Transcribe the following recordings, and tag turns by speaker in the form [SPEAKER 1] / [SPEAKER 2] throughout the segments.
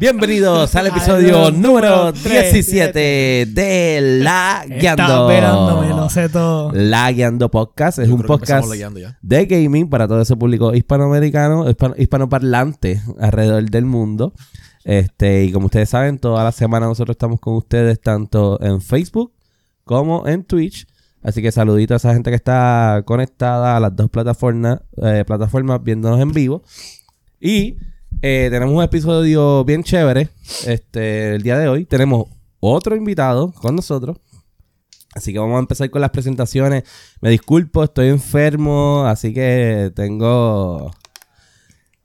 [SPEAKER 1] Bienvenidos al episodio número 17 de La
[SPEAKER 2] esperándome, lo
[SPEAKER 1] Guiando.
[SPEAKER 2] sé todo.
[SPEAKER 1] La Guiando Podcast es
[SPEAKER 3] Yo
[SPEAKER 1] un
[SPEAKER 3] creo que empezamos
[SPEAKER 1] podcast
[SPEAKER 3] leyendo ya.
[SPEAKER 1] de gaming para todo ese público hispanoamericano, hispan- hispanoparlante alrededor del mundo. Este, y como ustedes saben, toda la semana nosotros estamos con ustedes tanto en Facebook como en Twitch. Así que saludito a esa gente que está conectada a las dos plataformas, eh, plataformas viéndonos en vivo. Y eh, tenemos un episodio bien chévere este, el día de hoy. Tenemos otro invitado con nosotros. Así que vamos a empezar con las presentaciones. Me disculpo, estoy enfermo, así que tengo...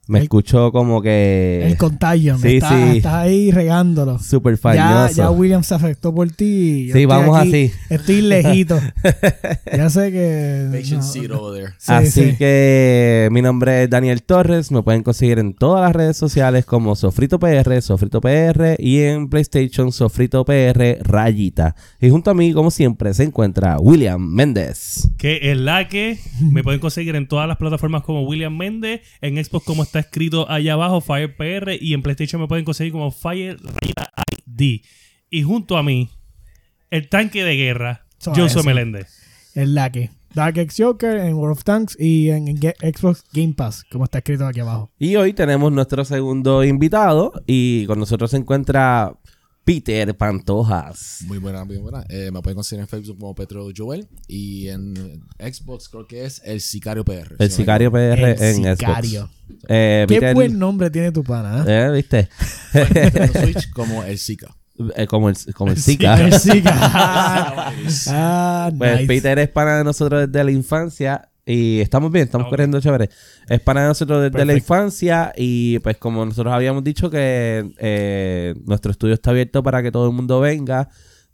[SPEAKER 1] Me
[SPEAKER 2] El-
[SPEAKER 1] escucho como
[SPEAKER 2] El
[SPEAKER 1] que...
[SPEAKER 2] contagio, me
[SPEAKER 1] sí,
[SPEAKER 2] estás,
[SPEAKER 1] sí.
[SPEAKER 2] estás ahí regándolo.
[SPEAKER 1] Súper
[SPEAKER 2] Ya,
[SPEAKER 1] falloso.
[SPEAKER 2] ya William se afectó por ti. Yo
[SPEAKER 1] Sí,
[SPEAKER 2] estoy
[SPEAKER 1] vamos
[SPEAKER 2] aquí,
[SPEAKER 1] así.
[SPEAKER 2] Estoy lejito. ya sé que.
[SPEAKER 3] Patient
[SPEAKER 2] no.
[SPEAKER 3] zero over there.
[SPEAKER 2] Sí,
[SPEAKER 1] Así
[SPEAKER 2] sí.
[SPEAKER 1] que mi nombre es Daniel Torres. Me pueden conseguir en todas las redes sociales como Sofrito PR, Sofrito PR y en PlayStation Sofrito PR Rayita. Y junto a mí, como siempre, se encuentra William Méndez.
[SPEAKER 4] Que es la que me pueden conseguir en todas las plataformas como William Méndez, en Xbox como está escrito allá abajo, FirePR, y en PlayStation me pueden conseguir como Fire rayita ID. Y junto a mí, el tanque de guerra,
[SPEAKER 2] Suave,
[SPEAKER 4] Joshua
[SPEAKER 2] sí.
[SPEAKER 4] Meléndez.
[SPEAKER 2] El laque. Dark X Joker en World of Tanks y en Ge- Xbox Game Pass, como está escrito aquí abajo.
[SPEAKER 1] Y hoy tenemos nuestro segundo invitado y con nosotros se encuentra Peter Pantojas.
[SPEAKER 3] Muy buena, muy buena. Eh, me pueden conseguir en Facebook como Petro Joel y en Xbox creo que es El Sicario PR.
[SPEAKER 1] El
[SPEAKER 3] si no me
[SPEAKER 1] sicario PR
[SPEAKER 2] El
[SPEAKER 1] en
[SPEAKER 2] sicario.
[SPEAKER 1] Xbox. Eh,
[SPEAKER 2] Qué
[SPEAKER 1] Peter-
[SPEAKER 2] buen nombre tiene tu pana. ¿eh?
[SPEAKER 1] eh, ¿Viste?
[SPEAKER 3] equivoco, tanto en Switch como El Sica.
[SPEAKER 1] Eh, como el, como el
[SPEAKER 4] El
[SPEAKER 1] Zika.
[SPEAKER 2] El sicario. ah,
[SPEAKER 1] Pues
[SPEAKER 2] nice.
[SPEAKER 1] Peter es pana de nosotros desde la infancia y estamos bien, estamos
[SPEAKER 4] Ok.
[SPEAKER 1] corriendo chévere. Es pana de nosotros desde la
[SPEAKER 4] Perfecto.
[SPEAKER 1] infancia y pues como nosotros habíamos dicho que eh, nuestro estudio está abierto para que todo el mundo venga,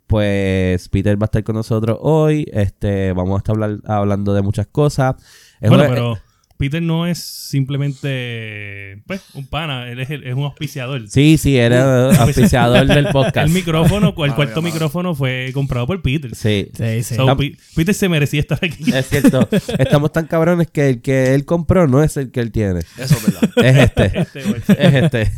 [SPEAKER 1] pues Peter va a estar con nosotros hoy. Este, vamos a estar hablar- hablando de muchas cosas. Es
[SPEAKER 4] bueno,
[SPEAKER 1] una-
[SPEAKER 4] pero Peter no es simplemente pues, un pana, él es, el- es un auspiciador.
[SPEAKER 1] Sí, sí, era auspiciador del podcast.
[SPEAKER 4] Pues, El micrófono, el cuarto
[SPEAKER 3] Madre, madre.
[SPEAKER 4] micrófono fue comprado por Peter.
[SPEAKER 1] Sí. Eh,
[SPEAKER 2] Sí, sí.
[SPEAKER 4] So,
[SPEAKER 1] Tam-
[SPEAKER 4] Pi- Peter se merecía estar aquí.
[SPEAKER 1] Es cierto, estamos tan cabrones que el que él compró no es el que él tiene.
[SPEAKER 3] Eso es verdad.
[SPEAKER 1] Es este.
[SPEAKER 4] Este, güey.
[SPEAKER 1] Es este.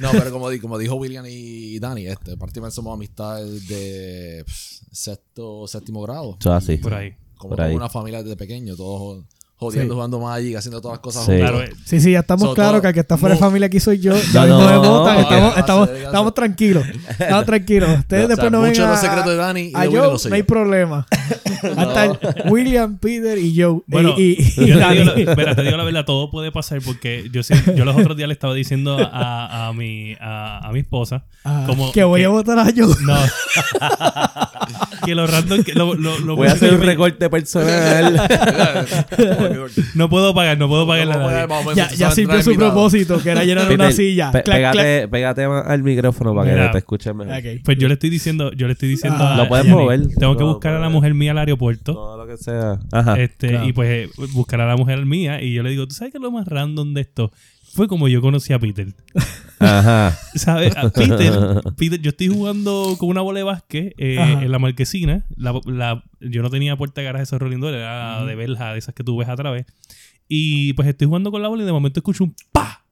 [SPEAKER 3] No, pero como, di- como dijo William y Dani, este, partimos somos amistad de pff, sexto, séptimo grado.
[SPEAKER 1] Eso así.
[SPEAKER 4] Por ahí.
[SPEAKER 3] Como
[SPEAKER 1] por ahí.
[SPEAKER 3] como una familia desde pequeño, todos
[SPEAKER 2] Sí.
[SPEAKER 3] jodiendo, jugando Magic, haciendo todas las cosas
[SPEAKER 1] Sí.
[SPEAKER 4] Claro, eh,
[SPEAKER 2] Sí, sí, ya estamos
[SPEAKER 3] So,
[SPEAKER 2] claros
[SPEAKER 3] todo-
[SPEAKER 2] que el que está fuera de
[SPEAKER 3] no.
[SPEAKER 2] familia aquí soy yo. Ya
[SPEAKER 1] No,
[SPEAKER 2] mismo
[SPEAKER 1] no,
[SPEAKER 2] me
[SPEAKER 1] no,
[SPEAKER 2] votan.
[SPEAKER 1] no,
[SPEAKER 2] Estamos,
[SPEAKER 3] no,
[SPEAKER 2] estamos,
[SPEAKER 3] no, no,
[SPEAKER 2] estamos tranquilos. Estamos tranquilos. Ustedes
[SPEAKER 3] No,
[SPEAKER 2] después
[SPEAKER 3] o sea,
[SPEAKER 2] no
[SPEAKER 3] mucho
[SPEAKER 2] vengan.
[SPEAKER 3] los
[SPEAKER 2] a-
[SPEAKER 3] secretos de Dani y
[SPEAKER 2] a
[SPEAKER 3] de William
[SPEAKER 2] Joe
[SPEAKER 3] los sé
[SPEAKER 2] no hay
[SPEAKER 3] yo.
[SPEAKER 2] problema. Hasta el William, Peter y Joe.
[SPEAKER 4] Bueno,
[SPEAKER 2] y, y- y
[SPEAKER 4] yo te
[SPEAKER 2] Dani.
[SPEAKER 4] digo, la, espera, te digo la verdad, todo puede pasar porque yo, sí- yo los otros días le estaba diciendo a, a mi, a, a mi esposa
[SPEAKER 2] Ah,
[SPEAKER 4] como
[SPEAKER 2] que voy a votar a Joe.
[SPEAKER 4] No. que lo random que lo, lo- lo
[SPEAKER 1] Voy a
[SPEAKER 4] mucho que
[SPEAKER 1] hacer un
[SPEAKER 4] yo-
[SPEAKER 1] recorte personal.
[SPEAKER 4] No puedo pagar, no puedo pagar la nadie.
[SPEAKER 2] eh. Ya, ya sirvió su propósito, que era llenar una
[SPEAKER 1] Peter,
[SPEAKER 2] silla.
[SPEAKER 1] pe-
[SPEAKER 2] Clac, clac.
[SPEAKER 1] pégate, pégate más al micrófono para que
[SPEAKER 4] Mira.
[SPEAKER 1] te escuchen mejor.
[SPEAKER 2] Ok.
[SPEAKER 4] Pues yo le estoy diciendo, yo le estoy diciendo
[SPEAKER 2] Ah.
[SPEAKER 4] a
[SPEAKER 1] Lo puedes
[SPEAKER 4] Yanni,
[SPEAKER 1] mover.
[SPEAKER 4] Tengo que
[SPEAKER 1] Lo
[SPEAKER 4] buscar a la
[SPEAKER 1] puedes. Ah,
[SPEAKER 4] mujer mía al aeropuerto.
[SPEAKER 1] Todo lo que sea. Ajá.
[SPEAKER 4] este,
[SPEAKER 2] claro.
[SPEAKER 4] Y pues eh, buscar a la mujer mía. Y yo le digo, ¿tú sabes qué es lo más random de esto? Fue como yo conocí a Peter.
[SPEAKER 1] Ajá.
[SPEAKER 4] ¿Sabes? A Peter, Peter, yo estoy jugando con una bola de básquet eh,
[SPEAKER 2] Ajá.
[SPEAKER 4] en la marquesina. La, la- yo no tenía puerta de garaje, esa rolling door, era de verja, de esas que tú ves a través. Y pues estoy jugando con la bola y de momento escucho un ¡pa!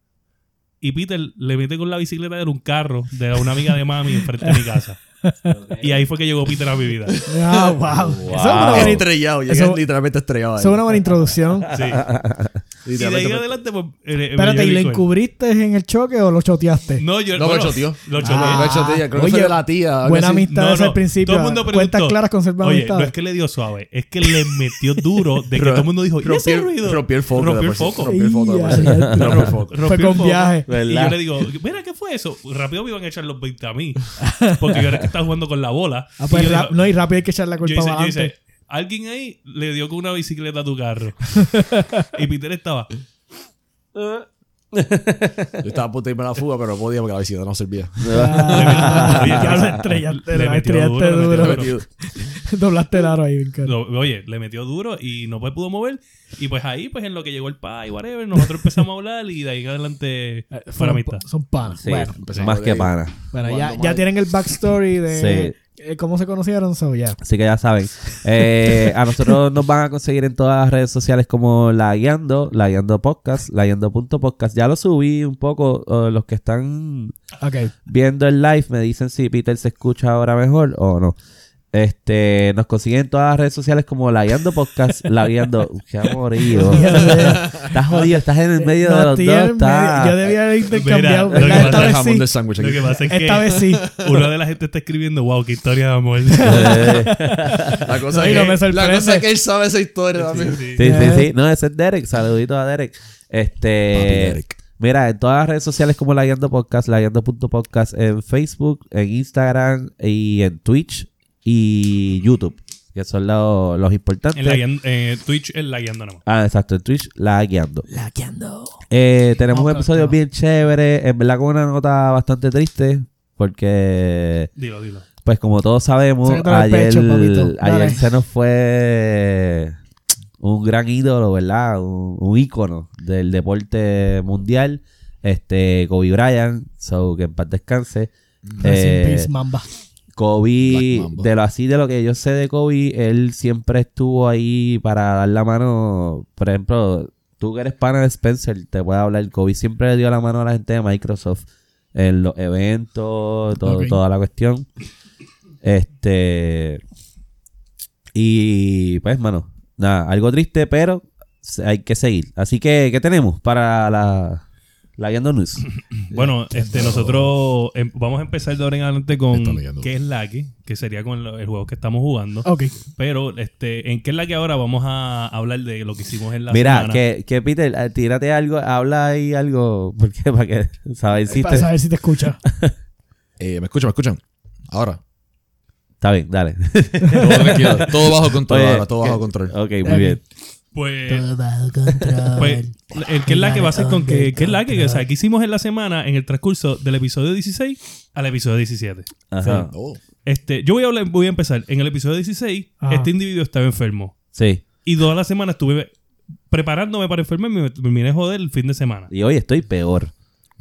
[SPEAKER 4] Y Peter le mete con la bicicleta de un carro de una amiga de mami enfrente de mi casa. Y ahí fue que llegó Peter a mi vida. Sí.
[SPEAKER 2] Ah,
[SPEAKER 4] pues,
[SPEAKER 2] wow. Eso es una
[SPEAKER 1] Wow.
[SPEAKER 2] buena-
[SPEAKER 3] Estrellado, llegué
[SPEAKER 2] Eso-
[SPEAKER 3] literalmente estrellado. ahí.
[SPEAKER 2] eso es una buena introducción.
[SPEAKER 4] Y de ahí
[SPEAKER 3] Literalmente-
[SPEAKER 4] en adelante, pues. eh, me
[SPEAKER 2] Espérate, ¿y
[SPEAKER 4] llevé
[SPEAKER 2] lo
[SPEAKER 4] con él.
[SPEAKER 2] encubriste en el choque o lo choteaste?
[SPEAKER 4] No, yo
[SPEAKER 3] No,
[SPEAKER 4] bueno,
[SPEAKER 3] me choteó.
[SPEAKER 4] Lo choteé.
[SPEAKER 2] Ah,
[SPEAKER 3] Lo he hecho, tía, creo que
[SPEAKER 2] oye,
[SPEAKER 3] fue de la tía. algo
[SPEAKER 2] Buena
[SPEAKER 3] así.
[SPEAKER 2] amistad
[SPEAKER 4] No,
[SPEAKER 2] desde
[SPEAKER 4] no.
[SPEAKER 2] el principio.
[SPEAKER 4] Todo el mundo preguntó,
[SPEAKER 2] Cuentas claras conservan
[SPEAKER 4] Oye,
[SPEAKER 2] amistad.
[SPEAKER 4] no es que le dio suave, es que le metió duro de que
[SPEAKER 3] Ro-
[SPEAKER 4] todo el mundo dijo, ¿y ese
[SPEAKER 3] rompió-
[SPEAKER 4] ruido?
[SPEAKER 3] Rompió el foco.
[SPEAKER 4] Rompió
[SPEAKER 3] de por
[SPEAKER 4] el
[SPEAKER 3] sí.
[SPEAKER 4] foco.
[SPEAKER 3] Rompió el foco. de por
[SPEAKER 4] pues.
[SPEAKER 3] sí.
[SPEAKER 2] Ya, ya, ya.
[SPEAKER 3] Rompió el foco.
[SPEAKER 4] Rompió
[SPEAKER 2] Fue
[SPEAKER 4] el
[SPEAKER 2] con
[SPEAKER 4] foco.
[SPEAKER 2] viaje.
[SPEAKER 4] Y
[SPEAKER 1] ¿Verdad?
[SPEAKER 4] yo le digo, mira, ¿qué fue eso? Rápido me iban a echar los 20 a mí. Porque yo era el que estaba jugando con la bola.
[SPEAKER 2] Ah, pues
[SPEAKER 4] Y yo
[SPEAKER 2] rap-
[SPEAKER 4] digo-
[SPEAKER 2] no, y rápido hay que echar la
[SPEAKER 4] yo
[SPEAKER 2] culpa
[SPEAKER 4] hice- yo
[SPEAKER 2] para
[SPEAKER 4] hice,
[SPEAKER 2] adelante.
[SPEAKER 4] alguien ahí le dio con una bicicleta a tu carro. y Peter estaba.
[SPEAKER 3] Yo estaba a punto de irme a la fuga, pero no podía porque la bicicleta no servía.
[SPEAKER 2] Ah,
[SPEAKER 4] Oye,
[SPEAKER 2] ya lo
[SPEAKER 4] le
[SPEAKER 2] estrellaste,
[SPEAKER 4] metió
[SPEAKER 2] lo estrellaste
[SPEAKER 4] duro, le metió
[SPEAKER 2] duro.
[SPEAKER 4] duro.
[SPEAKER 2] Doblaste el aro ahí, bien caro.
[SPEAKER 4] No, oye, le metió duro y no me pudo mover. Y pues ahí, pues en lo que llegó el pa y whatever, nosotros empezamos a hablar y de ahí en adelante fue
[SPEAKER 2] Son-
[SPEAKER 4] la amistad.
[SPEAKER 2] Eh, Son panas.
[SPEAKER 1] Sí,
[SPEAKER 2] Bueno,
[SPEAKER 3] empezamos
[SPEAKER 1] más
[SPEAKER 3] de
[SPEAKER 1] que
[SPEAKER 3] ahí.
[SPEAKER 1] pana.
[SPEAKER 2] bueno, ya,
[SPEAKER 3] Cuando
[SPEAKER 2] ya
[SPEAKER 3] mal-
[SPEAKER 2] tienen el backstory de eh, cómo se conocieron, so ya.
[SPEAKER 1] Así que ya saben. Eh, a nosotros nos van a conseguir en todas las redes sociales como La Guiando, La Guiando Podcast, La Guiando.podcast. Ya lo subí un poco. eh, los que están
[SPEAKER 2] Ok.
[SPEAKER 1] viendo el live me dicen si Peter se escucha ahora mejor o no. Este, nos consiguen en todas las redes sociales como La Guiando Podcast, La Guiando. Qué amorío. estás jodido, estás en el medio
[SPEAKER 2] No,
[SPEAKER 1] de los
[SPEAKER 2] estoy
[SPEAKER 1] dos.
[SPEAKER 2] en medio.
[SPEAKER 1] estás-
[SPEAKER 2] Yo debía haber intercambiado.
[SPEAKER 4] Mira, lo
[SPEAKER 2] ¿verdad?
[SPEAKER 4] que
[SPEAKER 2] esta
[SPEAKER 4] pasa
[SPEAKER 3] el
[SPEAKER 2] vez
[SPEAKER 3] jamón
[SPEAKER 2] sí.
[SPEAKER 3] del sándwich
[SPEAKER 4] Lo
[SPEAKER 3] aquí.
[SPEAKER 4] que pasa es que
[SPEAKER 2] Esta vez sí.
[SPEAKER 4] una de la gente está escribiendo, wow, qué historia de amor.
[SPEAKER 3] La cosa,
[SPEAKER 2] Ay,
[SPEAKER 3] es
[SPEAKER 2] no
[SPEAKER 3] que,
[SPEAKER 2] me sorprende.
[SPEAKER 3] la cosa es que él sabe esa historia también.
[SPEAKER 4] Sí, sí.
[SPEAKER 1] Sí, sí,
[SPEAKER 2] Eh.
[SPEAKER 1] sí. No, ese es Derek. Saludito a Derek. Este.
[SPEAKER 3] Papi Derek.
[SPEAKER 1] Mira, en todas las redes sociales como La Guiando Podcast, Layando.podcast en Facebook, en Instagram y en Twitch y YouTube, que son lo- los importantes.
[SPEAKER 4] En la guiando- eh, Twitch es la guiando nomás.
[SPEAKER 1] Ah, exacto, en Twitch, La Guiando. La Guiando. Eh, tenemos un episodio bien chévere, en verdad con una nota bastante triste, porque,
[SPEAKER 4] Dilo, dilo.
[SPEAKER 1] pues como todos sabemos,
[SPEAKER 2] Sácatelo del
[SPEAKER 1] ayer,
[SPEAKER 2] pecho, papito. Dale.
[SPEAKER 1] ayer se nos fue un gran ídolo, ¿verdad? Un, un ícono del deporte mundial, este Kobe Bryant, so que en paz descanse.
[SPEAKER 2] Rest in
[SPEAKER 1] Eh,
[SPEAKER 2] peace, Mamba.
[SPEAKER 1] Kobe,
[SPEAKER 3] Black Mamba.
[SPEAKER 1] de lo así de lo que yo sé de Kobe, él siempre estuvo ahí para dar la mano. Por ejemplo, tú que eres pana de Spencer, te voy a hablar. Kobe siempre le dio la mano a la gente de Microsoft en los eventos, todo-
[SPEAKER 2] Ok.
[SPEAKER 1] toda la cuestión. Este. Y pues, mano, nada, algo triste, pero se- hay que seguir. Así que, ¿qué tenemos para la, la Guiando News?
[SPEAKER 4] Bueno, este, nosotros em- vamos a empezar de ahora en adelante con
[SPEAKER 3] Está leyendo.
[SPEAKER 4] qué es la que, que sería con lo- el juego que estamos jugando.
[SPEAKER 2] Ok.
[SPEAKER 4] Pero este, en qué es la que ahora vamos a hablar de lo que hicimos en la
[SPEAKER 1] Mira,
[SPEAKER 4] semana.
[SPEAKER 1] que, que Peter, eh, tírate algo, habla ahí algo, porque para que saber si
[SPEAKER 2] Para
[SPEAKER 1] te...
[SPEAKER 2] saber si te escucha.
[SPEAKER 3] Eh, me escuchan, me escuchan. Ahora.
[SPEAKER 1] Está bien, dale.
[SPEAKER 3] Todo tranquilo. Todo bajo control
[SPEAKER 1] Oye,
[SPEAKER 3] ahora. Todo bajo
[SPEAKER 1] ¿qué?
[SPEAKER 3] control.
[SPEAKER 1] Ok, muy bien.
[SPEAKER 4] Pues
[SPEAKER 2] Todo bajo control.
[SPEAKER 4] Pues, el que es la que va a ser con que, que es la que, o sea, que hicimos en la semana en el transcurso del episodio 16 al episodio 17.
[SPEAKER 2] Ah.
[SPEAKER 1] Ajá.
[SPEAKER 3] Oh.
[SPEAKER 4] Este, yo voy a hablar- voy a empezar. En el episodio 16,
[SPEAKER 2] Ajá.
[SPEAKER 4] este individuo estaba enfermo.
[SPEAKER 1] Sí.
[SPEAKER 4] Y toda la semana estuve preparándome para enfermarme y me terminé de joder el fin de semana.
[SPEAKER 1] Y hoy estoy peor.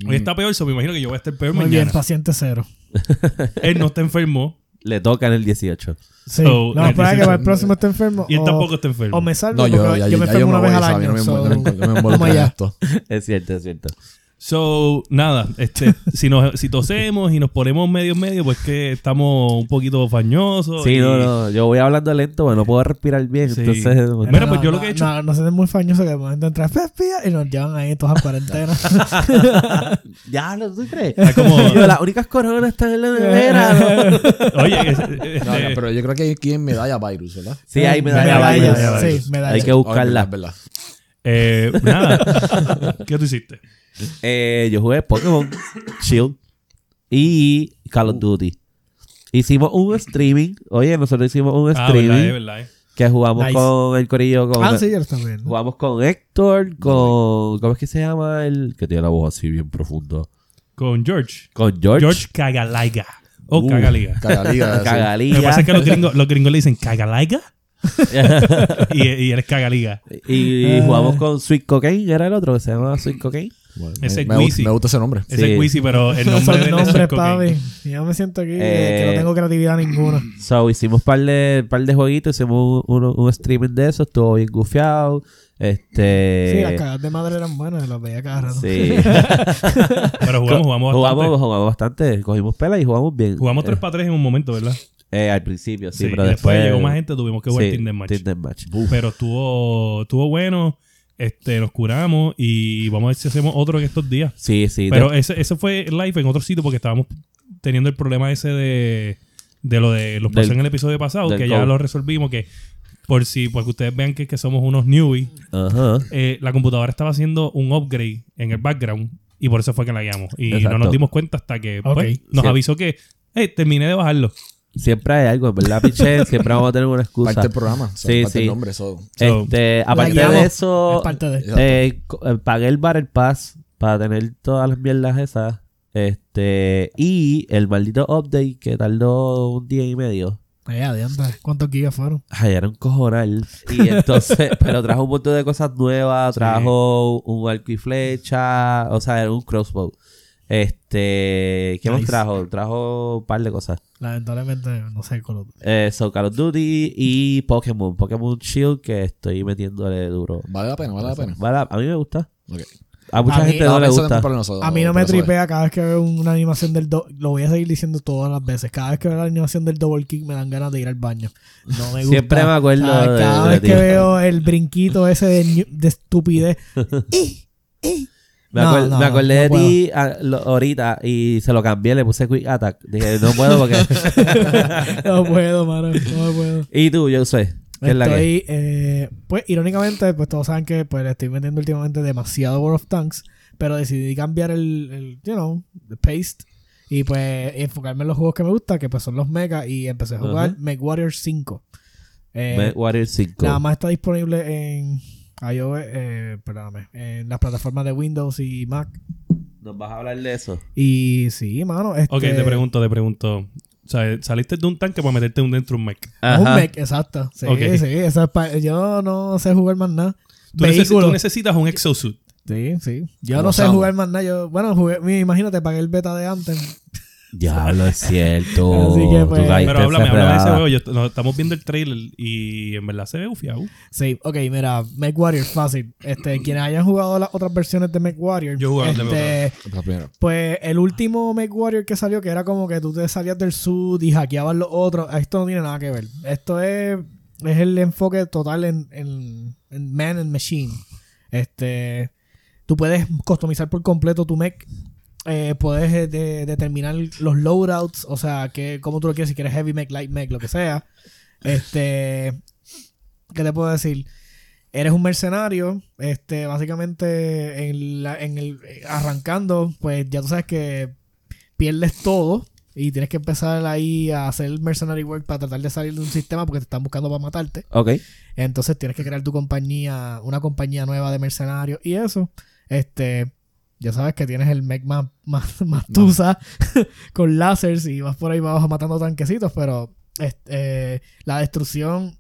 [SPEAKER 4] Hoy está peor, so me imagino que yo voy a estar peor
[SPEAKER 2] Muy bien,
[SPEAKER 4] mañana.
[SPEAKER 2] paciente cero.
[SPEAKER 4] Él no está enfermo
[SPEAKER 1] Le toca en el 18.
[SPEAKER 2] Sí.
[SPEAKER 4] So,
[SPEAKER 2] no,
[SPEAKER 4] el
[SPEAKER 2] espera que
[SPEAKER 4] 18.
[SPEAKER 2] para el próximo esté enfermo.
[SPEAKER 4] y él
[SPEAKER 2] o-
[SPEAKER 4] tampoco está enfermo.
[SPEAKER 2] O Oh, me salvo,
[SPEAKER 3] No, yo,
[SPEAKER 2] porque
[SPEAKER 3] ya,
[SPEAKER 2] yo me
[SPEAKER 3] ya
[SPEAKER 2] enfermo una
[SPEAKER 3] yo me
[SPEAKER 2] vez
[SPEAKER 3] voy,
[SPEAKER 2] al
[SPEAKER 3] ¿sabes?
[SPEAKER 2] año.
[SPEAKER 3] Yo no me-
[SPEAKER 2] so-
[SPEAKER 3] no me- no me
[SPEAKER 2] Vamos
[SPEAKER 3] involucro en
[SPEAKER 2] allá.
[SPEAKER 3] esto.
[SPEAKER 1] Es cierto, es cierto.
[SPEAKER 4] So, nada, este, si nos si tosemos y nos ponemos medio medio, pues que estamos un poquito fañosos.
[SPEAKER 1] Sí,
[SPEAKER 4] y-
[SPEAKER 1] no, no. Yo voy hablando lento, bueno, no puedo respirar bien.
[SPEAKER 4] Sí.
[SPEAKER 1] Entonces, bueno,
[SPEAKER 4] Mira, pues yo lo que he
[SPEAKER 2] no,
[SPEAKER 4] hecho-
[SPEAKER 2] No, no se den muy fañoso que de momento entras espía y nos llevan ahí todas a cuarentena.
[SPEAKER 1] ya lo tú crees.
[SPEAKER 4] Está como-
[SPEAKER 1] Yo, las únicas coronas están en la nevera. ¿no?
[SPEAKER 4] Oye, que- este,
[SPEAKER 3] No, no, pero yo creo que hay quien medalla virus, ¿verdad?
[SPEAKER 1] Sí, ahí me da
[SPEAKER 4] Medalla,
[SPEAKER 1] la
[SPEAKER 4] medalla,
[SPEAKER 1] vaina.
[SPEAKER 4] medalla.
[SPEAKER 2] Sí, medalla.
[SPEAKER 1] Hay que
[SPEAKER 3] Ay,
[SPEAKER 1] buscarla.
[SPEAKER 3] verdad, es
[SPEAKER 4] eh, nada. ¿Qué tú hiciste?
[SPEAKER 1] Eh, yo jugué Pokémon Shield y Call
[SPEAKER 4] Uh.
[SPEAKER 1] of Duty. Hicimos un streaming. Oye, nosotros hicimos un
[SPEAKER 4] Ah, verdad,
[SPEAKER 1] streaming
[SPEAKER 4] es verdad. eh.
[SPEAKER 1] que jugamos
[SPEAKER 2] Nice.
[SPEAKER 1] con el corillo. Con,
[SPEAKER 2] ah, sí, yo lo estoy viendo.
[SPEAKER 1] Jugamos con Héctor, con... ¿Cómo es que se llama el...? Que tiene la voz así bien profunda.
[SPEAKER 4] Con George.
[SPEAKER 1] Con George.
[SPEAKER 4] George Cagalaiga. O
[SPEAKER 1] Uh,
[SPEAKER 4] Cagaliga.
[SPEAKER 3] Cagaliga. sí.
[SPEAKER 4] Lo que
[SPEAKER 1] Cagalilla.
[SPEAKER 4] pasa es que los gringos, los gringos le dicen Cagalaiga y, y él es Cagaliga.
[SPEAKER 1] y,
[SPEAKER 4] Ah.
[SPEAKER 1] y jugamos con Sweet Cocaine. Era el otro que se llamaba Sweet Cocaine.
[SPEAKER 3] Bueno, me, me
[SPEAKER 4] Ese
[SPEAKER 3] gusta,
[SPEAKER 4] Wheezy.
[SPEAKER 3] me gusta ese nombre.
[SPEAKER 4] Ese
[SPEAKER 1] Sí.
[SPEAKER 4] es Wheezy, pero el nombre de
[SPEAKER 2] Son
[SPEAKER 4] él es
[SPEAKER 2] nombres,
[SPEAKER 4] Sweet Cocaine.
[SPEAKER 2] papi. Yo me siento aquí eh, que
[SPEAKER 1] Eh,
[SPEAKER 2] no tengo creatividad ninguna.
[SPEAKER 1] So, hicimos par de, par de jueguitos. Hicimos un, un- un streaming de eso. Estuvo bien gufiado. Este...
[SPEAKER 3] eh,
[SPEAKER 2] sí, las cagadas de madre eran buenas, las veía cada rato.
[SPEAKER 1] Sí.
[SPEAKER 4] Pero jugamos, jugamos bastante.
[SPEAKER 1] Jugamos,
[SPEAKER 4] Jugamos,
[SPEAKER 1] jugamos bastante. Cogimos pela y jugamos bien.
[SPEAKER 4] tres para tres en un momento, ¿verdad?
[SPEAKER 1] Eh, eh, al principio, sí,
[SPEAKER 4] y
[SPEAKER 1] pero después.
[SPEAKER 4] llegó más gente, tuvimos que jugar
[SPEAKER 1] Sí,
[SPEAKER 4] Tinder Match.
[SPEAKER 1] Tinder Match.
[SPEAKER 4] Pero estuvo, estuvo bueno. Este, nos curamos y vamos a ver si hacemos otro en estos días.
[SPEAKER 1] Sí, sí.
[SPEAKER 4] Pero eh, ese, ese fue live en otro sitio porque estábamos teniendo el problema ese de, de lo de los
[SPEAKER 1] Del-
[SPEAKER 4] pasó en el episodio pasado,
[SPEAKER 1] del
[SPEAKER 4] que ya
[SPEAKER 1] COVID.
[SPEAKER 4] lo resolvimos, que por si, para que ustedes vean que, que somos unos newbies,
[SPEAKER 1] de- Ajá.
[SPEAKER 4] eh, la computadora estaba haciendo un upgrade en el background y por eso fue que la guiamos. Y
[SPEAKER 1] Exacto.
[SPEAKER 4] no nos dimos cuenta hasta que
[SPEAKER 2] Ok.
[SPEAKER 4] pues, nos
[SPEAKER 1] Sí.
[SPEAKER 4] avisó que "Hey, terminé de bajarlo.
[SPEAKER 1] Siempre hay algo, en verdad, piche. siempre vamos a tener una
[SPEAKER 3] Parte
[SPEAKER 1] excusa.
[SPEAKER 3] del programa. o sea,
[SPEAKER 1] Sí,
[SPEAKER 3] parte
[SPEAKER 1] sí.
[SPEAKER 3] del nombre. eso-
[SPEAKER 4] So,
[SPEAKER 1] Este, aparte
[SPEAKER 2] llamo.
[SPEAKER 1] de
[SPEAKER 2] Es
[SPEAKER 1] eso,
[SPEAKER 2] parte de.
[SPEAKER 1] eh, co- eh, pagué el Battle Pass para tener todas las mierdas esas. Este, y el maldito update que tardó un día y medio.
[SPEAKER 2] Eh, adianta, ¿cuántos gigas fueron?
[SPEAKER 1] Ay, era un cojonal. Y entonces, pero trajo un montón de cosas nuevas. Trajo un arco y flecha. O sea, era un crossbow. Este, ¿qué más
[SPEAKER 2] Nice.
[SPEAKER 1] trajo? Trajo un par de cosas.
[SPEAKER 2] Lamentablemente, no sé con los-
[SPEAKER 1] Eh, so, Call of Duty y Pokémon. Pokémon Shield que estoy metiéndole duro.
[SPEAKER 3] Vale la pena, vale la pena.
[SPEAKER 1] Vale, a mí me gusta.
[SPEAKER 3] Ok.
[SPEAKER 1] A mucha
[SPEAKER 2] A mí-
[SPEAKER 1] gente no
[SPEAKER 3] Estaba
[SPEAKER 1] le
[SPEAKER 3] pensando en
[SPEAKER 1] gusta.
[SPEAKER 3] comprarlo nosotros, Oh,
[SPEAKER 2] A mí no me
[SPEAKER 3] pero eso es.
[SPEAKER 2] tripea cada vez que veo una animación del do- lo voy a seguir diciendo todas las veces. Cada vez que veo la animación del double kick me dan ganas de ir al baño. No me gusta.
[SPEAKER 1] Siempre me acuerdo
[SPEAKER 2] Ah,
[SPEAKER 1] de-
[SPEAKER 2] cada
[SPEAKER 1] de
[SPEAKER 2] vez
[SPEAKER 1] ti.
[SPEAKER 2] que veo el brinquito ese de, ñu- de estupidez.
[SPEAKER 1] Me,
[SPEAKER 2] No,
[SPEAKER 1] acuer-
[SPEAKER 2] no,
[SPEAKER 1] me acordé
[SPEAKER 2] no
[SPEAKER 1] de ti ah, lo- ahorita y se lo cambié, le puse Quick Attack. Dije, no puedo porque.
[SPEAKER 2] No puedo, mano. No puedo.
[SPEAKER 1] y tú, yo sé. ¿Qué es la que?
[SPEAKER 2] Estoy, eh, pues irónicamente, pues todos saben que pues, le estoy metiendo últimamente demasiado World of Tanks, pero decidí cambiar el, el, you know, the paste y pues enfocarme en los juegos que me gustan, que pues son los mechas, y empecé a jugar
[SPEAKER 1] Ujú.
[SPEAKER 2] Mech Warrior 5. Eh,
[SPEAKER 1] Me- Warrior 5.
[SPEAKER 2] Nada más está disponible en iOS, eh, perdóname, en las plataformas de Windows y Mac.
[SPEAKER 1] Nos vas a hablar de eso.
[SPEAKER 2] Y sí, mano. Este,
[SPEAKER 4] Ok, te pregunto, te pregunto. O sea, saliste de un tanque para meterte un dentro de un mech.
[SPEAKER 2] Un
[SPEAKER 1] Ajá.
[SPEAKER 2] mech, exacto. Sí,
[SPEAKER 4] Ok.
[SPEAKER 2] sí. eso es pa- yo no sé jugar más nada.
[SPEAKER 4] Tú, neces-
[SPEAKER 2] Vehículo.
[SPEAKER 4] tú necesitas un exosuit.
[SPEAKER 2] Sí, sí. Yo
[SPEAKER 3] Como
[SPEAKER 2] no sé
[SPEAKER 3] Samu.
[SPEAKER 2] jugar más nada. Yo, bueno, jugué, mira, imagínate, pagué el beta de antes.
[SPEAKER 1] Diablo, es cierto.
[SPEAKER 2] Así que, pues,
[SPEAKER 1] Tú caíste
[SPEAKER 4] Pero háblame, háblame de ese
[SPEAKER 1] encerrada.
[SPEAKER 4] juego. Yo, no, estamos viendo el trailer y en verdad se ve ufiado.
[SPEAKER 2] Sí, ok, mira, Mech Warrior, fácil. Este, quienes hayan jugado las otras versiones de Mech Warrior,
[SPEAKER 4] Yo jugué
[SPEAKER 2] este,
[SPEAKER 4] el de
[SPEAKER 3] La primera.
[SPEAKER 2] pues el último Mech Warrior que salió, que era como que tú te salías del sud y hackeabas los otros, esto no tiene nada que ver. Esto es, es el enfoque total en, en- en man and machine. Este, tú puedes customizar por completo tu mech. Eh, puedes eh, de- determinar los loadouts, o sea, que, cómo tú lo quieres, si quieres heavy mech, light mech, lo que sea. Este, ¿qué te puedo decir? Eres un mercenario, este, básicamente en, la- en el eh, arrancando, pues ya tú sabes que pierdes todo y tienes que empezar ahí a hacer mercenary work para tratar de salir de un sistema porque te están buscando para matarte.
[SPEAKER 1] Ok.
[SPEAKER 2] Entonces tienes que crear tu compañía, una compañía nueva de mercenarios y eso. Este, ya sabes que tienes el mech más, más, más tusa con lásers y vas por ahí vas matando tanquecitos, pero este, eh, la destrucción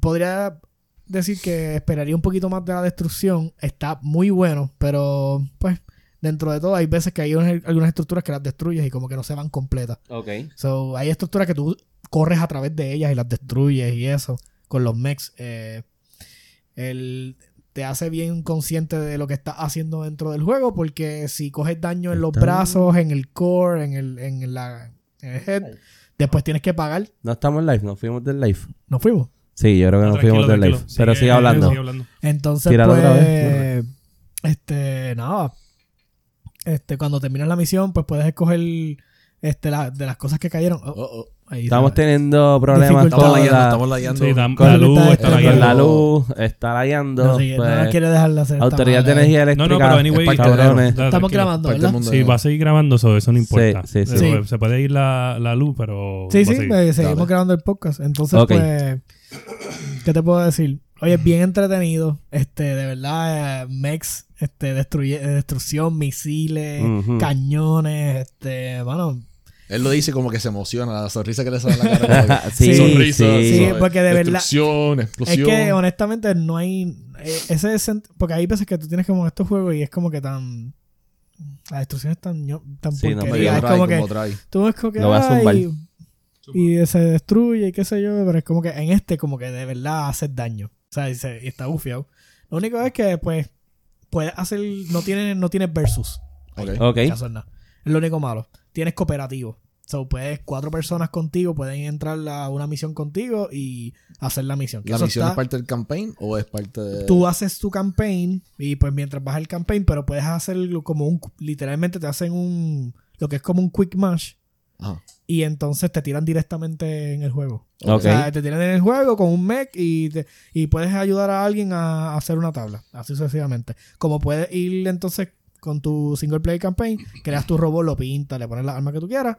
[SPEAKER 2] podría decir que esperaría un poquito más de la destrucción. Está muy bueno, pero pues dentro de todo hay veces que hay unas- algunas estructuras que las destruyes y como que no se van completas.
[SPEAKER 1] Ok.
[SPEAKER 2] So, hay estructuras que tú corres a través de ellas y las destruyes y eso, con los mechs. eh, el- te hace bien consciente de lo que estás haciendo dentro del juego, porque si coges daño en los
[SPEAKER 1] Está-
[SPEAKER 2] brazos, en el core, en el, en la, en el head, después tienes que pagar.
[SPEAKER 1] No estamos en live, nos fuimos del live.
[SPEAKER 2] Nos fuimos.
[SPEAKER 1] Sí, yo creo que
[SPEAKER 4] No,
[SPEAKER 1] nos fuimos del live.
[SPEAKER 4] tranquilo, tranquilo.
[SPEAKER 1] Pero sigue hablando.
[SPEAKER 4] sigue hablando.
[SPEAKER 2] Entonces,
[SPEAKER 1] Tíralo
[SPEAKER 2] pues,
[SPEAKER 1] otra vez.
[SPEAKER 2] este, nada. Este, cuando terminas la misión, pues puedes escoger este, la- de las cosas que cayeron. Oh,
[SPEAKER 3] Oh, oh.
[SPEAKER 2] ahí se
[SPEAKER 1] Estamos
[SPEAKER 2] ve.
[SPEAKER 1] teniendo problemas
[SPEAKER 2] Dificultad.
[SPEAKER 1] con
[SPEAKER 3] Estamos
[SPEAKER 1] la,
[SPEAKER 3] layando, estamos layando.
[SPEAKER 4] Sí, tam-
[SPEAKER 2] Con
[SPEAKER 4] la
[SPEAKER 2] el
[SPEAKER 4] luz
[SPEAKER 2] detalle-
[SPEAKER 4] está
[SPEAKER 1] con
[SPEAKER 4] la-
[SPEAKER 1] la
[SPEAKER 3] layando.
[SPEAKER 1] luz, está layando.
[SPEAKER 2] No, sí, no
[SPEAKER 1] pues,
[SPEAKER 2] quiere dejarla hacer. esta
[SPEAKER 1] autoridad de
[SPEAKER 2] madre.
[SPEAKER 1] energía eléctrica.
[SPEAKER 4] No, no, pero anyway,
[SPEAKER 1] es cabrones.
[SPEAKER 4] Dale,
[SPEAKER 2] Estamos
[SPEAKER 4] tranquilo.
[SPEAKER 2] grabando,
[SPEAKER 3] Parte
[SPEAKER 2] ¿verdad?
[SPEAKER 3] del mundo
[SPEAKER 4] Sí,
[SPEAKER 3] de-
[SPEAKER 4] va a seguir grabando eso, eso no importa.
[SPEAKER 1] Sí, sí, sí.
[SPEAKER 4] Pero
[SPEAKER 2] Sí.
[SPEAKER 4] Se puede ir la, la luz, pero.
[SPEAKER 2] Sí,
[SPEAKER 4] va a
[SPEAKER 2] sí,
[SPEAKER 4] seguir.
[SPEAKER 2] eh, seguimos
[SPEAKER 3] Dale.
[SPEAKER 2] grabando el podcast. Entonces,
[SPEAKER 1] Ok.
[SPEAKER 2] pues, ¿qué te puedo decir? Oye, es bien entretenido. Este, de verdad, eh, Mex, este, destruye, eh, destrucción, misiles,
[SPEAKER 1] Ujú.
[SPEAKER 2] cañones, este, bueno.
[SPEAKER 3] Él lo dice como que se emociona, la sonrisa que le sale a la cara. como que-
[SPEAKER 1] Sí,
[SPEAKER 3] sonrisas,
[SPEAKER 1] sí.
[SPEAKER 2] Sí,
[SPEAKER 3] ¿sabes?
[SPEAKER 2] porque de verdad-
[SPEAKER 3] Destrucción,
[SPEAKER 2] Es
[SPEAKER 3] explosión.
[SPEAKER 2] que honestamente no hay. eh, Ese es sent- Porque hay veces que tú tienes como estos juegos y es como que tan. La destrucción es tan, ño- tan
[SPEAKER 1] Sí, no,
[SPEAKER 3] Medio
[SPEAKER 2] porquería.
[SPEAKER 1] ya,
[SPEAKER 2] es
[SPEAKER 3] trae,
[SPEAKER 2] como
[SPEAKER 3] como
[SPEAKER 2] que.
[SPEAKER 3] trae.
[SPEAKER 2] Tú es como que.
[SPEAKER 1] Lo va a
[SPEAKER 2] "Ay",
[SPEAKER 1] zumbar.
[SPEAKER 2] y se destruye y qué sé yo, pero es como que en este como que de verdad haces daño. O sea, y, se- y está bufiado. Lo único es que pues puedes hacer, no tienes, no tienes versus.
[SPEAKER 3] Ok.
[SPEAKER 1] Ok.
[SPEAKER 2] que hacer nada. Es lo único malo. Tienes cooperativo. So, puedes, cuatro personas contigo pueden entrar a una misión contigo y hacer la misión. Que
[SPEAKER 3] ¿La
[SPEAKER 2] eso
[SPEAKER 3] misión
[SPEAKER 2] está-
[SPEAKER 3] es parte del campaign o es parte de...?
[SPEAKER 2] Tú haces tu campaign y pues mientras vas al campaign, pero puedes hacerlo como un, literalmente te hacen un, lo que es como un quick match
[SPEAKER 3] Ajá.
[SPEAKER 2] y entonces te tiran directamente en el juego.
[SPEAKER 1] Ok.
[SPEAKER 2] O sea, te tienen en el juego con un mech y, te- y puedes ayudar a alguien a hacer una tabla, así sucesivamente. Como puedes ir entonces con tu single player campaign, creas tu robot, lo pintas, le pones las armas que tú quieras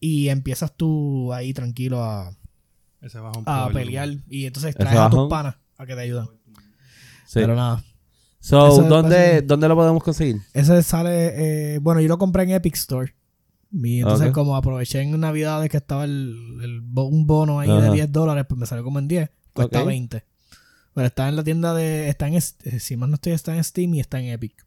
[SPEAKER 2] y empiezas tú ahí tranquilo a,
[SPEAKER 4] Ese bajón
[SPEAKER 2] a
[SPEAKER 4] puede haber
[SPEAKER 2] pelear y entonces
[SPEAKER 1] Ese
[SPEAKER 2] traes a tus
[SPEAKER 1] bajón.
[SPEAKER 2] panas a que te ayuden.
[SPEAKER 1] Sí.
[SPEAKER 2] Pero nada,
[SPEAKER 1] So,
[SPEAKER 2] Eso es
[SPEAKER 1] ¿dónde,
[SPEAKER 2] básicamente-
[SPEAKER 1] ¿dónde lo podemos conseguir?
[SPEAKER 2] ese sale, eh, bueno, yo lo compré en Epic Store. Y entonces
[SPEAKER 1] Ok.
[SPEAKER 2] como aproveché en Navidades que estaba el, el bo- un bono ahí de
[SPEAKER 1] Ajá.
[SPEAKER 2] 10 dólares, pues me salió como en 10. Cuesta
[SPEAKER 1] Ok.
[SPEAKER 2] 20. Pero está en la tienda de... Está en... es- eh, Si más no estoy, está en Steam y está en Epic.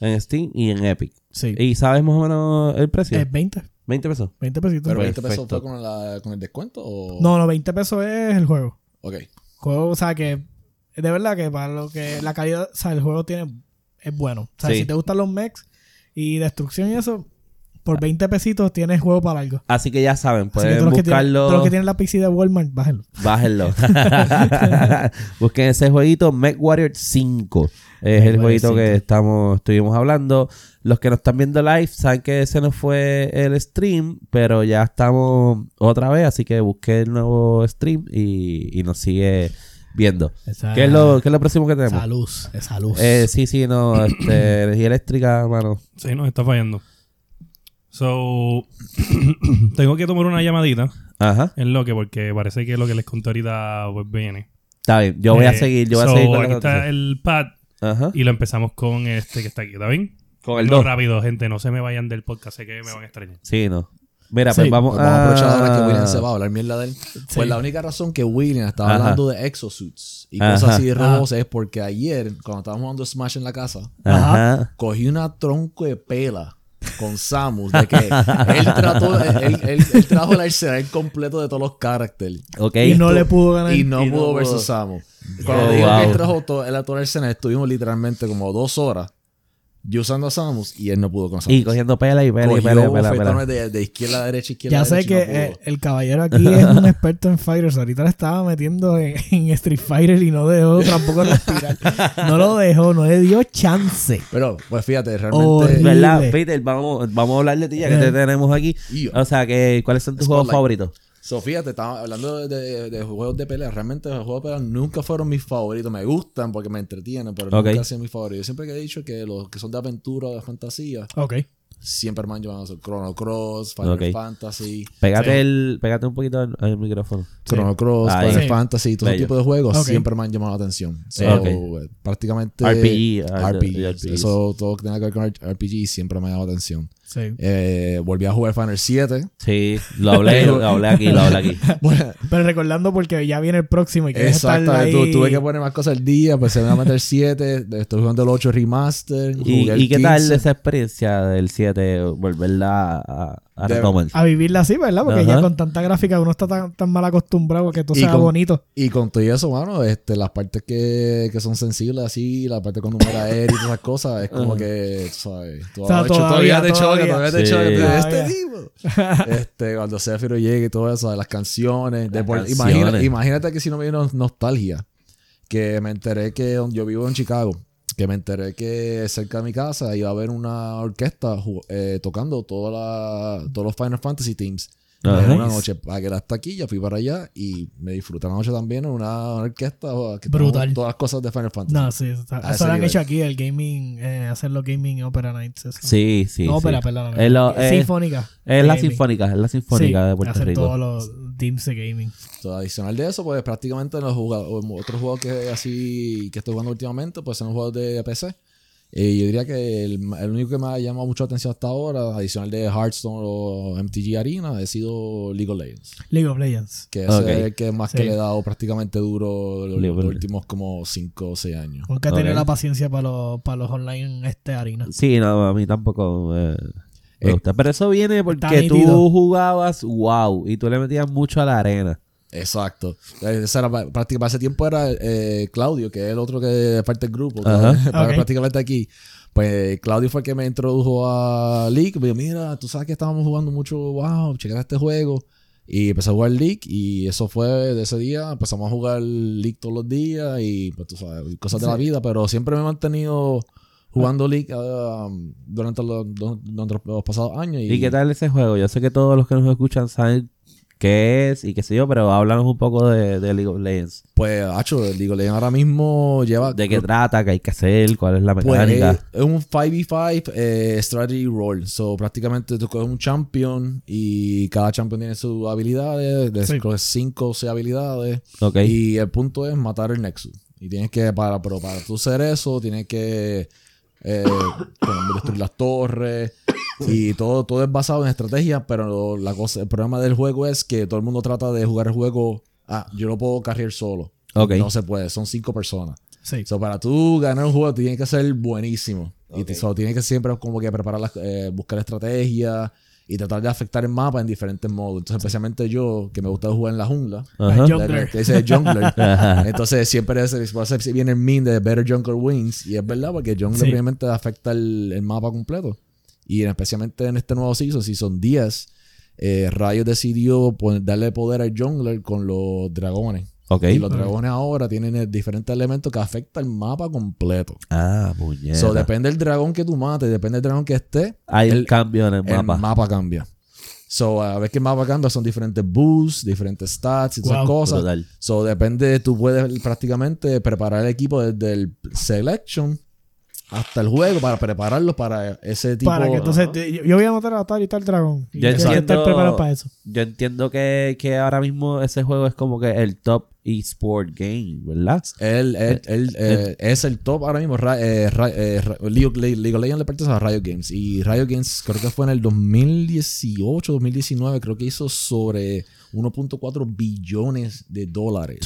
[SPEAKER 1] en Steam y en Epic.
[SPEAKER 2] Sí.
[SPEAKER 1] ¿Y sabes más o menos el precio?
[SPEAKER 2] Es 20.
[SPEAKER 1] 20 pesos.
[SPEAKER 2] 20 pesitos.
[SPEAKER 3] ¿Pero 20 pesos
[SPEAKER 1] Perfecto.
[SPEAKER 3] fue con, la- con el descuento o...?
[SPEAKER 2] no, Ah. no, 20 pesos es el juego.
[SPEAKER 3] Ok.
[SPEAKER 2] Juego, o sea que. De verdad que para lo que. La calidad. O sea, el juego tiene. Es bueno. O sea,
[SPEAKER 1] Sí.
[SPEAKER 2] si te gustan los mechs y destrucción y eso. Por 20 pesitos tienes juego para algo.
[SPEAKER 1] Así que ya saben,
[SPEAKER 2] Así que
[SPEAKER 1] pueden
[SPEAKER 2] todos los que tienen-
[SPEAKER 1] buscarlo.
[SPEAKER 2] todos los que tienen la PC de Walmart, bájenlo.
[SPEAKER 1] Bájenlo. Busquen ese jueguito, Mech Warrior 5. Es el
[SPEAKER 2] Warrior
[SPEAKER 1] jueguito
[SPEAKER 2] 5.
[SPEAKER 1] que estamos, estuvimos hablando. Los que nos están viendo live saben que se nos fue el stream, pero ya estamos otra vez, así que busqué el nuevo stream y, y nos sigue viendo.
[SPEAKER 2] Esa-
[SPEAKER 1] ¿Qué es lo, qué es lo próximo que tenemos?
[SPEAKER 2] Esa luz, esa luz.
[SPEAKER 1] Eh, sí, sí, no, este, energía eléctrica, mano.
[SPEAKER 4] Sí, nos está fallando. So, tengo que tomar una llamadita
[SPEAKER 1] Ajá.
[SPEAKER 4] en lo que, porque parece que lo que les conté ahorita pues viene.
[SPEAKER 1] Está bien, yo voy a
[SPEAKER 4] Eh,
[SPEAKER 1] seguir, yo voy
[SPEAKER 4] so,
[SPEAKER 1] a seguir con las
[SPEAKER 4] Aquí está
[SPEAKER 1] noticias.
[SPEAKER 4] el pad
[SPEAKER 1] Ajá.
[SPEAKER 4] y lo empezamos con este que está aquí, ¿está bien?
[SPEAKER 1] Con el
[SPEAKER 4] No,
[SPEAKER 1] 2.
[SPEAKER 4] rápido, gente, no se me vayan del podcast, sé que me van a extrañar.
[SPEAKER 1] Sí, no. Mira,
[SPEAKER 2] Sí,
[SPEAKER 1] pues vamos,
[SPEAKER 3] Pues vamos a aprovechar ahora que William se
[SPEAKER 1] a-
[SPEAKER 3] va a hablar mierda de él. Pues la única razón que William estaba
[SPEAKER 1] Ajá.
[SPEAKER 3] hablando de exosuits y cosas
[SPEAKER 1] Ajá.
[SPEAKER 3] así de robos es porque ayer, cuando estábamos jugando Smash en la casa,
[SPEAKER 1] Ajá.
[SPEAKER 3] cogí una tronco de pela con Samus de que él, trató, él, él- él trajo el arsenal completo de todos los caracteres.
[SPEAKER 1] Ok.
[SPEAKER 2] y no le pudo ganar.
[SPEAKER 3] Y no
[SPEAKER 1] Y no
[SPEAKER 3] pudo versus
[SPEAKER 1] pudo.
[SPEAKER 3] Samus. Cuando
[SPEAKER 1] Oh,
[SPEAKER 3] dijo que él
[SPEAKER 1] wow.
[SPEAKER 3] trajo todo, él a todo el arsenal, estuvimos literalmente como dos horas yo usando a Samus y él no pudo con Samus.
[SPEAKER 1] Y cogiendo pela y pela y
[SPEAKER 3] Cogió
[SPEAKER 1] pela y pela,
[SPEAKER 3] bofetones
[SPEAKER 1] pela.
[SPEAKER 3] de, de izquierda a derecha, izquierda
[SPEAKER 2] ya
[SPEAKER 3] a
[SPEAKER 2] sé
[SPEAKER 3] derecha.
[SPEAKER 2] que
[SPEAKER 3] y no pudo.
[SPEAKER 2] eh, el caballero aquí es un experto en fighters. Ahorita le estaba metiendo en, en Street Fighter y no dejó tampoco respirar. No lo dejó, no le dio chance.
[SPEAKER 3] Pero, pues fíjate,
[SPEAKER 2] Horrible.
[SPEAKER 3] realmente.
[SPEAKER 1] ¿Verdad, Peter? Vamos, vamos a hablar de ti ya que te
[SPEAKER 2] Eh.
[SPEAKER 1] tenemos aquí.
[SPEAKER 3] Y-
[SPEAKER 1] O sea, que, ¿cuáles son tus juegos
[SPEAKER 3] Spotlight.
[SPEAKER 1] favoritos?
[SPEAKER 3] Sofía, te estaba hablando de, de- de juegos de pelea. Realmente los juegos de pelea nunca fueron mis favoritos. Me gustan porque me entretienen, pero
[SPEAKER 1] Ok.
[SPEAKER 3] nunca han sido mis favoritos. Yo siempre que he dicho que los que son de aventura o de fantasía,
[SPEAKER 2] Ok.
[SPEAKER 3] siempre me han llevado a ser Chrono Cross, Final
[SPEAKER 1] Ok.
[SPEAKER 3] Fantasy.
[SPEAKER 1] Pégate,
[SPEAKER 4] Sí.
[SPEAKER 1] el, pégate un poquito al, al micrófono.
[SPEAKER 3] Chrono Cross,
[SPEAKER 1] Ahí.
[SPEAKER 3] Final
[SPEAKER 2] Sí.
[SPEAKER 3] Fantasy, todo ese
[SPEAKER 1] Bello.
[SPEAKER 3] tipo de juegos
[SPEAKER 2] Ok.
[SPEAKER 3] siempre me han llamado la atención. So,
[SPEAKER 1] Ok.
[SPEAKER 3] eh, prácticamente
[SPEAKER 1] RPG, ah, de- de
[SPEAKER 3] RPGs.
[SPEAKER 1] RPGs.
[SPEAKER 3] Eso, todo lo que tenga que ver con RPG siempre me ha llamado la atención.
[SPEAKER 2] Sí.
[SPEAKER 3] Eh, volví a jugar Final 7.
[SPEAKER 1] Sí, lo hablé, lo hablé aquí, lo hablé aquí.
[SPEAKER 3] Bueno,
[SPEAKER 2] Pero recordando porque ya viene el próximo y que estar
[SPEAKER 3] Exactamente,
[SPEAKER 2] ahí.
[SPEAKER 3] tu- tuve que poner más cosas al día, pues se me va a meter 7, estoy jugando el 8 remaster,
[SPEAKER 1] ¿Y,
[SPEAKER 3] jugué el
[SPEAKER 1] y qué tal
[SPEAKER 3] 15.
[SPEAKER 1] esa experiencia del 7? Volverla a, a
[SPEAKER 3] De-
[SPEAKER 1] retomar.
[SPEAKER 2] a vivirla así, ¿verdad? Porque
[SPEAKER 1] Ajá.
[SPEAKER 2] ya con tanta gráfica uno está tan, tan mal acostumbrado a que todo
[SPEAKER 3] Y
[SPEAKER 2] sea
[SPEAKER 3] con-
[SPEAKER 2] bonito.
[SPEAKER 3] Y con todo eso, mano, este, las partes que, que son sensibles así, la parte con número aéreo y todas esas cosas, es como
[SPEAKER 1] Ajá.
[SPEAKER 3] que, ¿sabes? Tú
[SPEAKER 2] O sea,
[SPEAKER 3] has hecho-
[SPEAKER 2] todavía,
[SPEAKER 3] todavía te choca,
[SPEAKER 2] todavía.
[SPEAKER 3] todavía te
[SPEAKER 1] Sí.
[SPEAKER 3] choca, tú dices,
[SPEAKER 2] Todavía.
[SPEAKER 3] este tipo. Este, cuando Zephyro llegue y todo eso, las canciones, de por- imagina-
[SPEAKER 1] canciones.
[SPEAKER 3] imagínate que si no me vino nostalgia, que me enteré que donde yo vivo en Chicago, que me enteré que cerca de mi casa iba a haber una orquesta ju- eh, tocando toda la- todos los Final Fantasy Teams.
[SPEAKER 1] Ajá.
[SPEAKER 3] Una noche, pagué las taquillas, fui para allá y me disfruté la noche también en una, una orquesta oh, que
[SPEAKER 2] Brutal.
[SPEAKER 3] tenemos todas las cosas de Final Fantasy.
[SPEAKER 2] No, sí, eso, está-
[SPEAKER 3] A
[SPEAKER 2] eso
[SPEAKER 3] ese
[SPEAKER 2] lo han
[SPEAKER 3] nivel.
[SPEAKER 2] hecho aquí, el gaming, eh, hacer los gaming opera nights. eso.
[SPEAKER 1] Sí, sí.
[SPEAKER 2] No,
[SPEAKER 1] sí.
[SPEAKER 2] ópera, perdóname.
[SPEAKER 1] Es, lo-
[SPEAKER 3] Eh,
[SPEAKER 1] es-
[SPEAKER 2] sinfónica.
[SPEAKER 1] es la
[SPEAKER 2] Gaming.
[SPEAKER 1] sinfónica, es la sinfónica
[SPEAKER 2] Sí,
[SPEAKER 1] de Puerto
[SPEAKER 2] hacer
[SPEAKER 1] Rico.
[SPEAKER 2] todos los teams de gaming.
[SPEAKER 3] Entonces, adicional de eso, pues prácticamente los jugadores, otros juegos que así que estoy jugando últimamente, pues son los juegos de PC. Y yo diría que el, el único que me ha llamado mucho la atención hasta ahora, adicional de Hearthstone o MTG Arena, ha sido League of Legends.
[SPEAKER 2] League of Legends.
[SPEAKER 3] Que ese
[SPEAKER 1] Ok.
[SPEAKER 3] es el que más
[SPEAKER 2] Sí.
[SPEAKER 3] que le he dado prácticamente duro los,
[SPEAKER 1] League of
[SPEAKER 3] los
[SPEAKER 1] Legends.
[SPEAKER 3] últimos como 5 o 6 años.
[SPEAKER 2] Nunca he tenido
[SPEAKER 1] Ok.
[SPEAKER 2] la paciencia para los, para los online este harina.
[SPEAKER 1] Sí, no, a mí tampoco eh, me
[SPEAKER 3] Eh,
[SPEAKER 1] gusta. Pero eso viene porque tú
[SPEAKER 2] nítido.
[SPEAKER 1] jugabas wow y tú le metías mucho a la arena.
[SPEAKER 3] Exacto. Eh, Esa era pa- práctica- para ese tiempo era eh, Claudio, que es el otro que parte del grupo, que
[SPEAKER 1] Ajá.
[SPEAKER 3] para-
[SPEAKER 2] Ok.
[SPEAKER 3] prácticamente aquí. Pues Claudio fue el que me introdujo a League. Me dijo, mira, tú sabes que estábamos jugando mucho, wow, checar este juego. Y empecé a jugar League y eso fue de ese día. Empezamos a jugar League todos los días y pues tú sabes, cosas de la vida, pero siempre me he mantenido jugando League ah, durante, los, durante los pasados años.
[SPEAKER 1] ¿Y qué tal ese juego? Yo sé que todos los que nos escuchan saben qué es y qué sé yo, pero háblanos un poco de, de League of Legends.
[SPEAKER 3] Pues, Hacho, digo, League ahora mismo lleva...
[SPEAKER 1] ¿De qué trata? ¿Qué hay que hacer? ¿Cuál es la
[SPEAKER 3] Ah, Pues eh,
[SPEAKER 1] mecánica?
[SPEAKER 3] es un 5v5 eh, strategy role. So, prácticamente tú coges un champion y cada champion tiene sus habilidades. De
[SPEAKER 2] Sí.
[SPEAKER 3] coges 5 o 6 habilidades.
[SPEAKER 1] ok.
[SPEAKER 3] Y el punto es matar el Nexus. Y tienes que, para, pero para tú hacer eso, tienes que eh, bueno, destruir las torres. Y todo, todo es basado en estrategia. Pero la cosa, el problema del juego es que todo el mundo trata de jugar el juego. Ah, yo lo puedo carrear solo.
[SPEAKER 1] ok.
[SPEAKER 3] No se puede, son cinco personas.
[SPEAKER 2] Sí.
[SPEAKER 3] So, para tú ganar un juego, tienes que ser buenísimo. Y
[SPEAKER 1] Ok.
[SPEAKER 3] te- so, tienes que siempre como que preparar, las- eh, buscar estrategias y tratar de afectar el mapa en diferentes modos. Entonces, especialmente yo, que me gusta jugar en la jungla.
[SPEAKER 1] Ajá.
[SPEAKER 2] yo- Jungler.
[SPEAKER 3] Te- te dice jungler. Entonces, siempre es, por eso viene el meme de Better Jungler Wings. Y es verdad, porque el jungler
[SPEAKER 4] Sí.
[SPEAKER 3] obviamente afecta el, el mapa completo. Y en- especialmente en este nuevo season, Season 10, eh, Riot decidió pon- darle poder al jungler con los dragones.
[SPEAKER 1] Ok.
[SPEAKER 3] Y los dragones ahora tienen eh, diferentes elementos que afectan el mapa completo.
[SPEAKER 1] Ah, puñeta.
[SPEAKER 3] So, depende del dragón que tú mates, depende del dragón que esté,
[SPEAKER 1] Hay un
[SPEAKER 3] el-
[SPEAKER 1] cambio en el
[SPEAKER 3] el
[SPEAKER 1] mapa.
[SPEAKER 3] mapa, cambia. So, a ver qué mapa cambia, son diferentes boosts, diferentes stats y todas esas
[SPEAKER 2] Wow.
[SPEAKER 3] cosas.
[SPEAKER 1] Brutal.
[SPEAKER 3] So, depende, tú puedes prácticamente preparar el equipo desde el selection hasta el juego para prepararlo para ese tipo
[SPEAKER 2] para que entonces te- yo, yo voy a matar a tal y tal dragón. Y
[SPEAKER 1] Ya
[SPEAKER 2] tienes que estar
[SPEAKER 1] entiendo.
[SPEAKER 2] preparado para eso.
[SPEAKER 1] Yo entiendo que, que ahora mismo ese juego es como que el top eSport game, ¿verdad?
[SPEAKER 3] Él, él- él, eh, es el top ahora mismo. Ra- eh, Ra- eh, Ra- League, of Le- League of Legends le pertenece a Riot Games. Y Riot Games creo que fue en el 2018, 2019, creo que hizo sobre 1.4 billones de dólares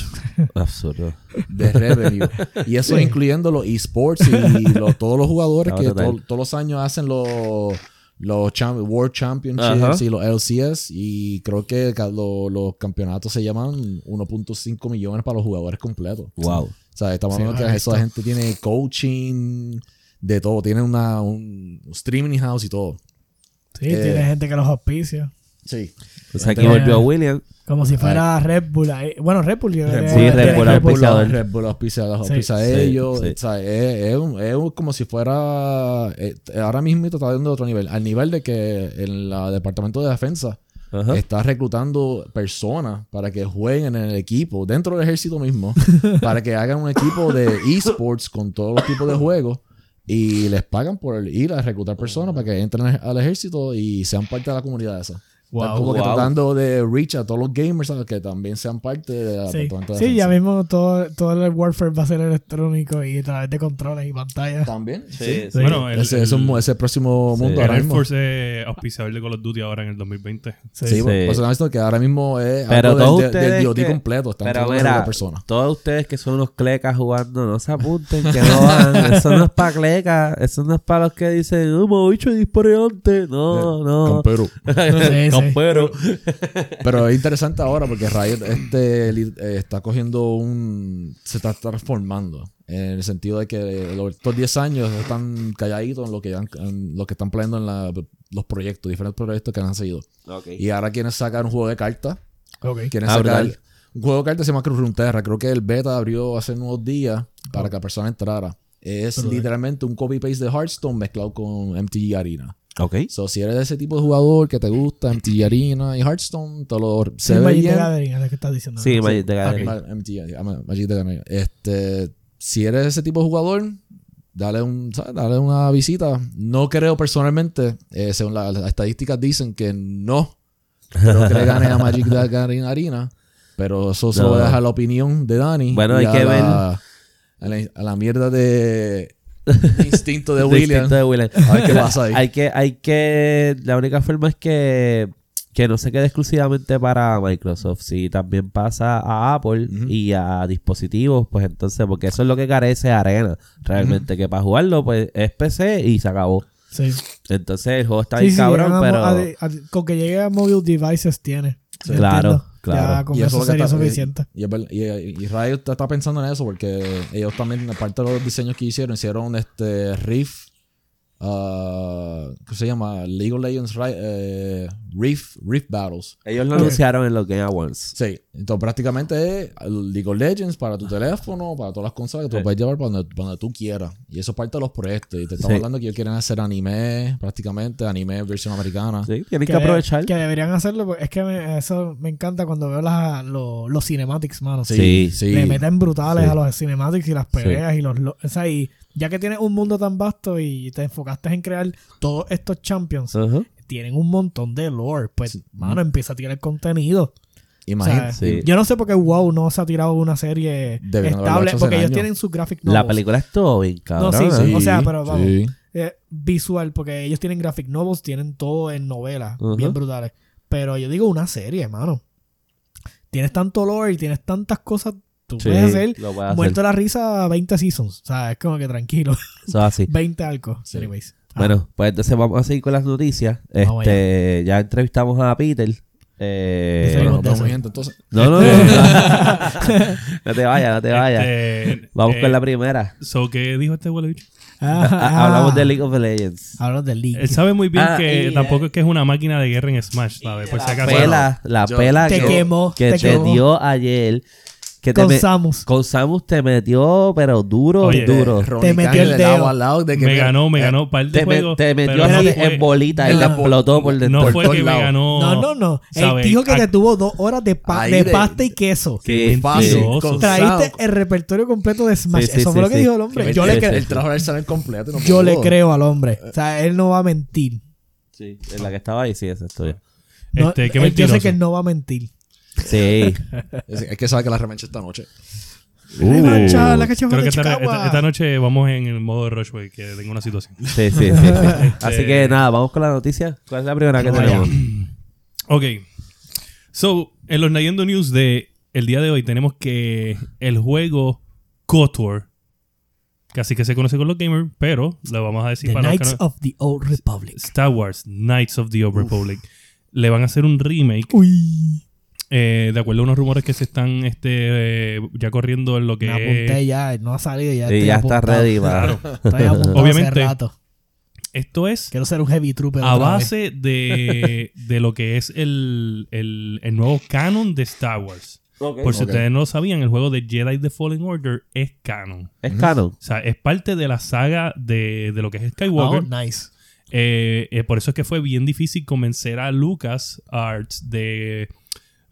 [SPEAKER 1] Absurdo.
[SPEAKER 3] de revenue. y eso incluyendo los esports y lo- todos los jugadores
[SPEAKER 1] No,
[SPEAKER 3] que
[SPEAKER 1] total.
[SPEAKER 3] to- todos los años hacen los, los cham- World Championships
[SPEAKER 1] Ajá.
[SPEAKER 3] y los LCS. Y creo que ca- lo- los campeonatos se llaman 1.5 millones para los jugadores completos.
[SPEAKER 1] Wow.
[SPEAKER 3] O sea, estamos
[SPEAKER 2] Sí,
[SPEAKER 3] hablando que
[SPEAKER 2] ahí
[SPEAKER 3] esa
[SPEAKER 2] está.
[SPEAKER 3] gente tiene coaching, de todo. Tiene una, un streaming house y todo.
[SPEAKER 2] Sí,
[SPEAKER 3] Eh.
[SPEAKER 2] tiene gente que los auspicia.
[SPEAKER 3] Sí.
[SPEAKER 1] Pues aquí volvió William.
[SPEAKER 2] Como si fuera Red Bull. ahí. Bueno, Red Bull. yo-
[SPEAKER 3] Red
[SPEAKER 2] eh,
[SPEAKER 1] Sí,
[SPEAKER 2] tiene
[SPEAKER 1] Red Bull
[SPEAKER 2] Red Bull.
[SPEAKER 1] auspicia. auspiciador.
[SPEAKER 3] Red Bull auspicia, los
[SPEAKER 2] Sí.
[SPEAKER 3] auspicia a
[SPEAKER 1] Sí,
[SPEAKER 3] ellos.
[SPEAKER 1] sí.
[SPEAKER 3] O sea, es, es un- es un- como si fuera. eh, ahora mismo está dando otro nivel. Al nivel de que en el Departamento de Defensa
[SPEAKER 1] Ajá.
[SPEAKER 3] está reclutando personas para que jueguen en el equipo, dentro del ejército mismo, para que hagan un equipo de esports con todos los tipos de juegos. Y les pagan por el ir a reclutar personas para que entren al ejército y sean parte de la comunidad esa. Están como que
[SPEAKER 1] wow.
[SPEAKER 3] tratando de reach a todos los gamers ¿sabes? que también sean parte de la
[SPEAKER 2] Sí,
[SPEAKER 3] Departamento de
[SPEAKER 2] Sí,
[SPEAKER 3] Defensa.
[SPEAKER 2] ya mismo todo, todo el Warfare va a ser electrónico y a través de controles y pantallas.
[SPEAKER 3] También.
[SPEAKER 1] Sí, sí.
[SPEAKER 4] Bueno, el,
[SPEAKER 3] ese, es un mu- ese próximo
[SPEAKER 1] Sí.
[SPEAKER 3] mundo
[SPEAKER 4] el
[SPEAKER 3] ahora
[SPEAKER 4] Air
[SPEAKER 3] mismo.
[SPEAKER 4] Force es auspiciador de Call of Duty ahora en el 2020.
[SPEAKER 2] Sí,
[SPEAKER 3] Sí,
[SPEAKER 1] Sí.
[SPEAKER 3] por por eso estamos diciendo que ahora mismo es
[SPEAKER 1] Pero
[SPEAKER 3] algo
[SPEAKER 1] todos
[SPEAKER 3] del, del- del
[SPEAKER 1] ustedes
[SPEAKER 3] DOD
[SPEAKER 1] que-
[SPEAKER 3] completo. Están
[SPEAKER 1] Pero
[SPEAKER 3] tratando de
[SPEAKER 1] mira,
[SPEAKER 3] la persona.
[SPEAKER 1] todos ustedes que son unos clecas jugando, no se apunten que no van. Eso no es para clecas. Eso no es para los que dicen, no, me bicho disparé antes. No, no.
[SPEAKER 3] Campero.
[SPEAKER 2] Sí, sí.
[SPEAKER 1] Campero.
[SPEAKER 3] Pero es interesante ahora porque Riot este, li- eh, está cogiendo un... Se está transformando. En el sentido de que los- estos 10 años están calladitos en lo que, han- en lo que están planeando en la- los proyectos, diferentes proyectos que han seguido. Y ahora quieren sacar un juego de cartas
[SPEAKER 2] Ok.
[SPEAKER 3] Quieren
[SPEAKER 1] Ah,
[SPEAKER 3] sacar
[SPEAKER 1] brutal.
[SPEAKER 3] un juego de cartas que se llama Runeterra. Creo que el beta abrió hace unos días
[SPEAKER 1] Ah.
[SPEAKER 3] para que la persona entrara. Es
[SPEAKER 1] eh.
[SPEAKER 2] Brutal.
[SPEAKER 3] literalmente un copy-paste de Hearthstone mezclado con MTG Arena.
[SPEAKER 1] Ok.
[SPEAKER 3] So, si eres de ese tipo de jugador que te gusta MTG Arena y Hearthstone, te lo
[SPEAKER 2] Sí,
[SPEAKER 3] se ve
[SPEAKER 2] Magic the
[SPEAKER 3] bien.
[SPEAKER 2] Gathering, es lo que estás diciendo.
[SPEAKER 1] Sí, Magic the Gathering.
[SPEAKER 3] Ma- MTG, ah, ma- Magic the Gathering. Este, si eres de ese tipo de jugador, dale, un, ¿sabes? dale una visita. No creo personalmente, eh, según la- las estadísticas dicen que no creo que le gane a Magic the Gathering Arena, pero eso se
[SPEAKER 1] No.
[SPEAKER 3] lo voy a dejar a la opinión de Dani.
[SPEAKER 1] Bueno, hay
[SPEAKER 3] y a
[SPEAKER 1] que
[SPEAKER 3] la-
[SPEAKER 1] ver.
[SPEAKER 3] A la, a la mierda de instinto de William.
[SPEAKER 1] Distinto de William.
[SPEAKER 3] A ver qué pasa ahí.
[SPEAKER 1] Hay que, hay que, la única forma es que, que no se quede exclusivamente para Microsoft. Si también pasa a Apple
[SPEAKER 3] Ujú.
[SPEAKER 1] y a dispositivos, pues entonces, porque eso es lo que carece Arena. Realmente, que para jugarlo, pues es PC y se acabó.
[SPEAKER 2] Sí.
[SPEAKER 1] Entonces el juego está
[SPEAKER 2] Sí,
[SPEAKER 1] bien
[SPEAKER 2] sí,
[SPEAKER 1] cabrón,
[SPEAKER 2] llegan a
[SPEAKER 1] pero.
[SPEAKER 2] mo- a- a- con que llegue a mobile devices tiene. Yo
[SPEAKER 1] Claro,
[SPEAKER 2] entiendo.
[SPEAKER 1] claro.
[SPEAKER 2] Ya con
[SPEAKER 3] Y
[SPEAKER 2] eso,
[SPEAKER 3] eso es lo que
[SPEAKER 2] sería
[SPEAKER 3] está-
[SPEAKER 2] suficiente.
[SPEAKER 3] Y, es verdad- y, y Riot está, está pensando en eso porque ellos también, aparte de los diseños que hicieron, hicieron este Rift. ah, ¿Qué se llama? League of Legends Ri- eh, Rift, Rift Battles.
[SPEAKER 1] Ellos lo
[SPEAKER 2] Ok.
[SPEAKER 1] anunciaron en los Game Awards.
[SPEAKER 3] Sí, entonces prácticamente es League of Legends para tu teléfono, para todas las consolas que tú
[SPEAKER 1] Sí.
[SPEAKER 3] puedes llevar para donde, donde tú quieras. Y eso es parte de los proyectos. Y te estamos
[SPEAKER 1] Sí.
[SPEAKER 3] hablando que ellos quieren hacer anime, prácticamente, anime versión americana.
[SPEAKER 1] Sí, tienen que aprovechar.
[SPEAKER 2] que deberían hacerlo, porque es que me- eso me encanta cuando veo las, lo- los cinematics, mano.
[SPEAKER 1] Sí.
[SPEAKER 3] sí.
[SPEAKER 2] Le meten brutales
[SPEAKER 1] Sí.
[SPEAKER 2] a los cinematics y las peleas y los... lo- o sea, y ya que tienes un mundo tan vasto y te enfocaste en crear todos estos champions,
[SPEAKER 1] Ajá.
[SPEAKER 2] tienen un montón de lore. Pues,
[SPEAKER 3] Sí.
[SPEAKER 2] mano, empieza a tirar contenido. O sea,
[SPEAKER 3] Imagínate.
[SPEAKER 1] Sí.
[SPEAKER 2] Yo no sé por qué WoW no se ha tirado una serie
[SPEAKER 3] Deberían haberlo
[SPEAKER 2] estable,
[SPEAKER 3] hecho hace
[SPEAKER 2] porque ellos
[SPEAKER 3] años.
[SPEAKER 2] tienen su graphic novels.
[SPEAKER 1] La película es todo bien cabrón.
[SPEAKER 2] sí, sí.
[SPEAKER 1] ¿eh?
[SPEAKER 2] o sea, pero vamos.
[SPEAKER 3] sí.
[SPEAKER 2] eh, visual, porque ellos tienen graphic novels, tienen todo en novelas,
[SPEAKER 1] Ujú.
[SPEAKER 2] bien brutales. Pero yo digo una serie, hermano. Tienes tanto lore y tienes tantas cosas tú
[SPEAKER 1] Sí,
[SPEAKER 2] puedes hacer
[SPEAKER 1] lo puedes hacer.
[SPEAKER 2] muerto la risa 20 seasons. O sea, es como que tranquilo.
[SPEAKER 1] Eso es así.
[SPEAKER 2] 20 algo. Anyways. Ah,
[SPEAKER 1] Bueno, pues entonces vamos a seguir con las noticias.
[SPEAKER 2] Vamos
[SPEAKER 1] Este, ya entrevistamos a Peter. Eh,
[SPEAKER 2] Seguimos
[SPEAKER 3] nos
[SPEAKER 2] de
[SPEAKER 3] vemos,
[SPEAKER 2] eso.
[SPEAKER 3] gente, entonces.
[SPEAKER 1] no, no, no, no. No te vayas, no te vayas.
[SPEAKER 4] Este,
[SPEAKER 1] Vamos
[SPEAKER 4] eh,
[SPEAKER 1] con la primera.
[SPEAKER 4] So, ¿Qué dijo este huele bicho?
[SPEAKER 1] Ha- Hablamos de League of Legends.
[SPEAKER 2] Ah, Hablamos del link.
[SPEAKER 4] Él sabe muy bien
[SPEAKER 1] Ah,
[SPEAKER 4] que
[SPEAKER 1] y,
[SPEAKER 4] tampoco es que es una máquina de guerra en Smash, ¿sabes? Por si
[SPEAKER 1] La
[SPEAKER 4] acaso.
[SPEAKER 1] pela, la
[SPEAKER 3] yo-
[SPEAKER 1] pela
[SPEAKER 2] Te
[SPEAKER 1] que,
[SPEAKER 2] quemó,
[SPEAKER 1] que
[SPEAKER 2] te
[SPEAKER 1] te,
[SPEAKER 2] quemó.
[SPEAKER 1] dio ayer. Que te
[SPEAKER 2] Con
[SPEAKER 1] me-
[SPEAKER 2] Samus. eh,
[SPEAKER 1] con Samus te metió, pero duro,
[SPEAKER 4] Oye,
[SPEAKER 1] duro.
[SPEAKER 3] Ronnie
[SPEAKER 2] metió
[SPEAKER 3] Khan
[SPEAKER 2] el
[SPEAKER 3] de
[SPEAKER 2] dedo.
[SPEAKER 3] lado a lado de que
[SPEAKER 4] me ganó, me ganó par de
[SPEAKER 1] eh, Te, me-
[SPEAKER 4] juegos.
[SPEAKER 1] te metió
[SPEAKER 4] pero no
[SPEAKER 1] así
[SPEAKER 4] fue-
[SPEAKER 1] en bolita y
[SPEAKER 3] en
[SPEAKER 1] te
[SPEAKER 3] la-
[SPEAKER 1] explotó por dentro.
[SPEAKER 4] No fue
[SPEAKER 3] todos
[SPEAKER 4] que me
[SPEAKER 3] lados.
[SPEAKER 4] ganó.
[SPEAKER 2] No, no, no.
[SPEAKER 4] ¿sabes?
[SPEAKER 2] El dijo que
[SPEAKER 4] Ah,
[SPEAKER 2] te tuvo dos horas de, pa-
[SPEAKER 3] Ahí
[SPEAKER 2] de
[SPEAKER 3] de-
[SPEAKER 2] pasta y queso.
[SPEAKER 1] Sí, sí.
[SPEAKER 3] fácil.
[SPEAKER 4] mentiroso.
[SPEAKER 3] con
[SPEAKER 2] Traíste
[SPEAKER 3] Sound.
[SPEAKER 2] el repertorio completo de Smash.
[SPEAKER 1] Sí, sí,
[SPEAKER 2] Eso
[SPEAKER 1] sí,
[SPEAKER 2] fue lo que
[SPEAKER 1] sí.
[SPEAKER 2] dijo el
[SPEAKER 1] Que
[SPEAKER 2] hombre. Yo
[SPEAKER 1] me- "Oh".
[SPEAKER 2] le,
[SPEAKER 1] que-
[SPEAKER 2] creo-
[SPEAKER 3] Él trajo el salón completo. no
[SPEAKER 2] yo le
[SPEAKER 3] pudo.
[SPEAKER 2] creo al hombre. O sea, él no va a mentir.
[SPEAKER 1] Sí, en la que estaba ahí, sí, esa es tuya.
[SPEAKER 2] No,
[SPEAKER 4] Este, qué
[SPEAKER 2] él- yo sé
[SPEAKER 4] mentiroso.
[SPEAKER 2] que él no va a mentir.
[SPEAKER 1] Sí.
[SPEAKER 3] Es, es que sabe que la remancha esta noche.
[SPEAKER 1] Uh.
[SPEAKER 2] Revancha, la cachafa
[SPEAKER 4] Creo
[SPEAKER 2] de
[SPEAKER 4] que esta,
[SPEAKER 2] Chicago.
[SPEAKER 4] esta- esta noche vamos en el modo de Rushway, que tengo una situación.
[SPEAKER 1] Sí, sí, sí. sí. Así que nada, vamos con la noticia. ¿Cuál es la primera que
[SPEAKER 2] Vamos
[SPEAKER 1] tenemos?
[SPEAKER 4] Ok. So, en los Nintendo News de el día de hoy tenemos que el juego KOTOR, que así que se conoce con los gamers, pero lo vamos a decir
[SPEAKER 2] The
[SPEAKER 4] para los que
[SPEAKER 2] Knights
[SPEAKER 4] no-
[SPEAKER 2] of the Old Republic.
[SPEAKER 4] Star Wars Knights of the Old Republic. Le van a hacer un remake,
[SPEAKER 2] Uy.
[SPEAKER 4] eh, de acuerdo a unos rumores que se están este, eh, ya corriendo en lo que
[SPEAKER 2] Me
[SPEAKER 4] es-
[SPEAKER 2] apunté ya, no ha salido ya.
[SPEAKER 1] Y
[SPEAKER 2] estoy
[SPEAKER 1] ya está
[SPEAKER 2] apuntado.
[SPEAKER 1] ready para.
[SPEAKER 2] Estoy apuntado
[SPEAKER 4] Obviamente.
[SPEAKER 2] hace rato.
[SPEAKER 4] Esto es
[SPEAKER 2] Quiero ser un heavy trooper.
[SPEAKER 4] a
[SPEAKER 2] otra vez.
[SPEAKER 4] base de, de lo que es el, el- el nuevo canon de Star Wars. Por si
[SPEAKER 3] Ok.
[SPEAKER 4] ustedes no lo sabían, el juego de Jedi The Fallen Order es canon.
[SPEAKER 1] Es canon.
[SPEAKER 4] O sea, es parte de la saga de, de lo que es
[SPEAKER 2] Oh,
[SPEAKER 4] Skywalker.
[SPEAKER 2] nice.
[SPEAKER 4] Eh, eh, por eso es que fue bien difícil convencer a Lucas Arts de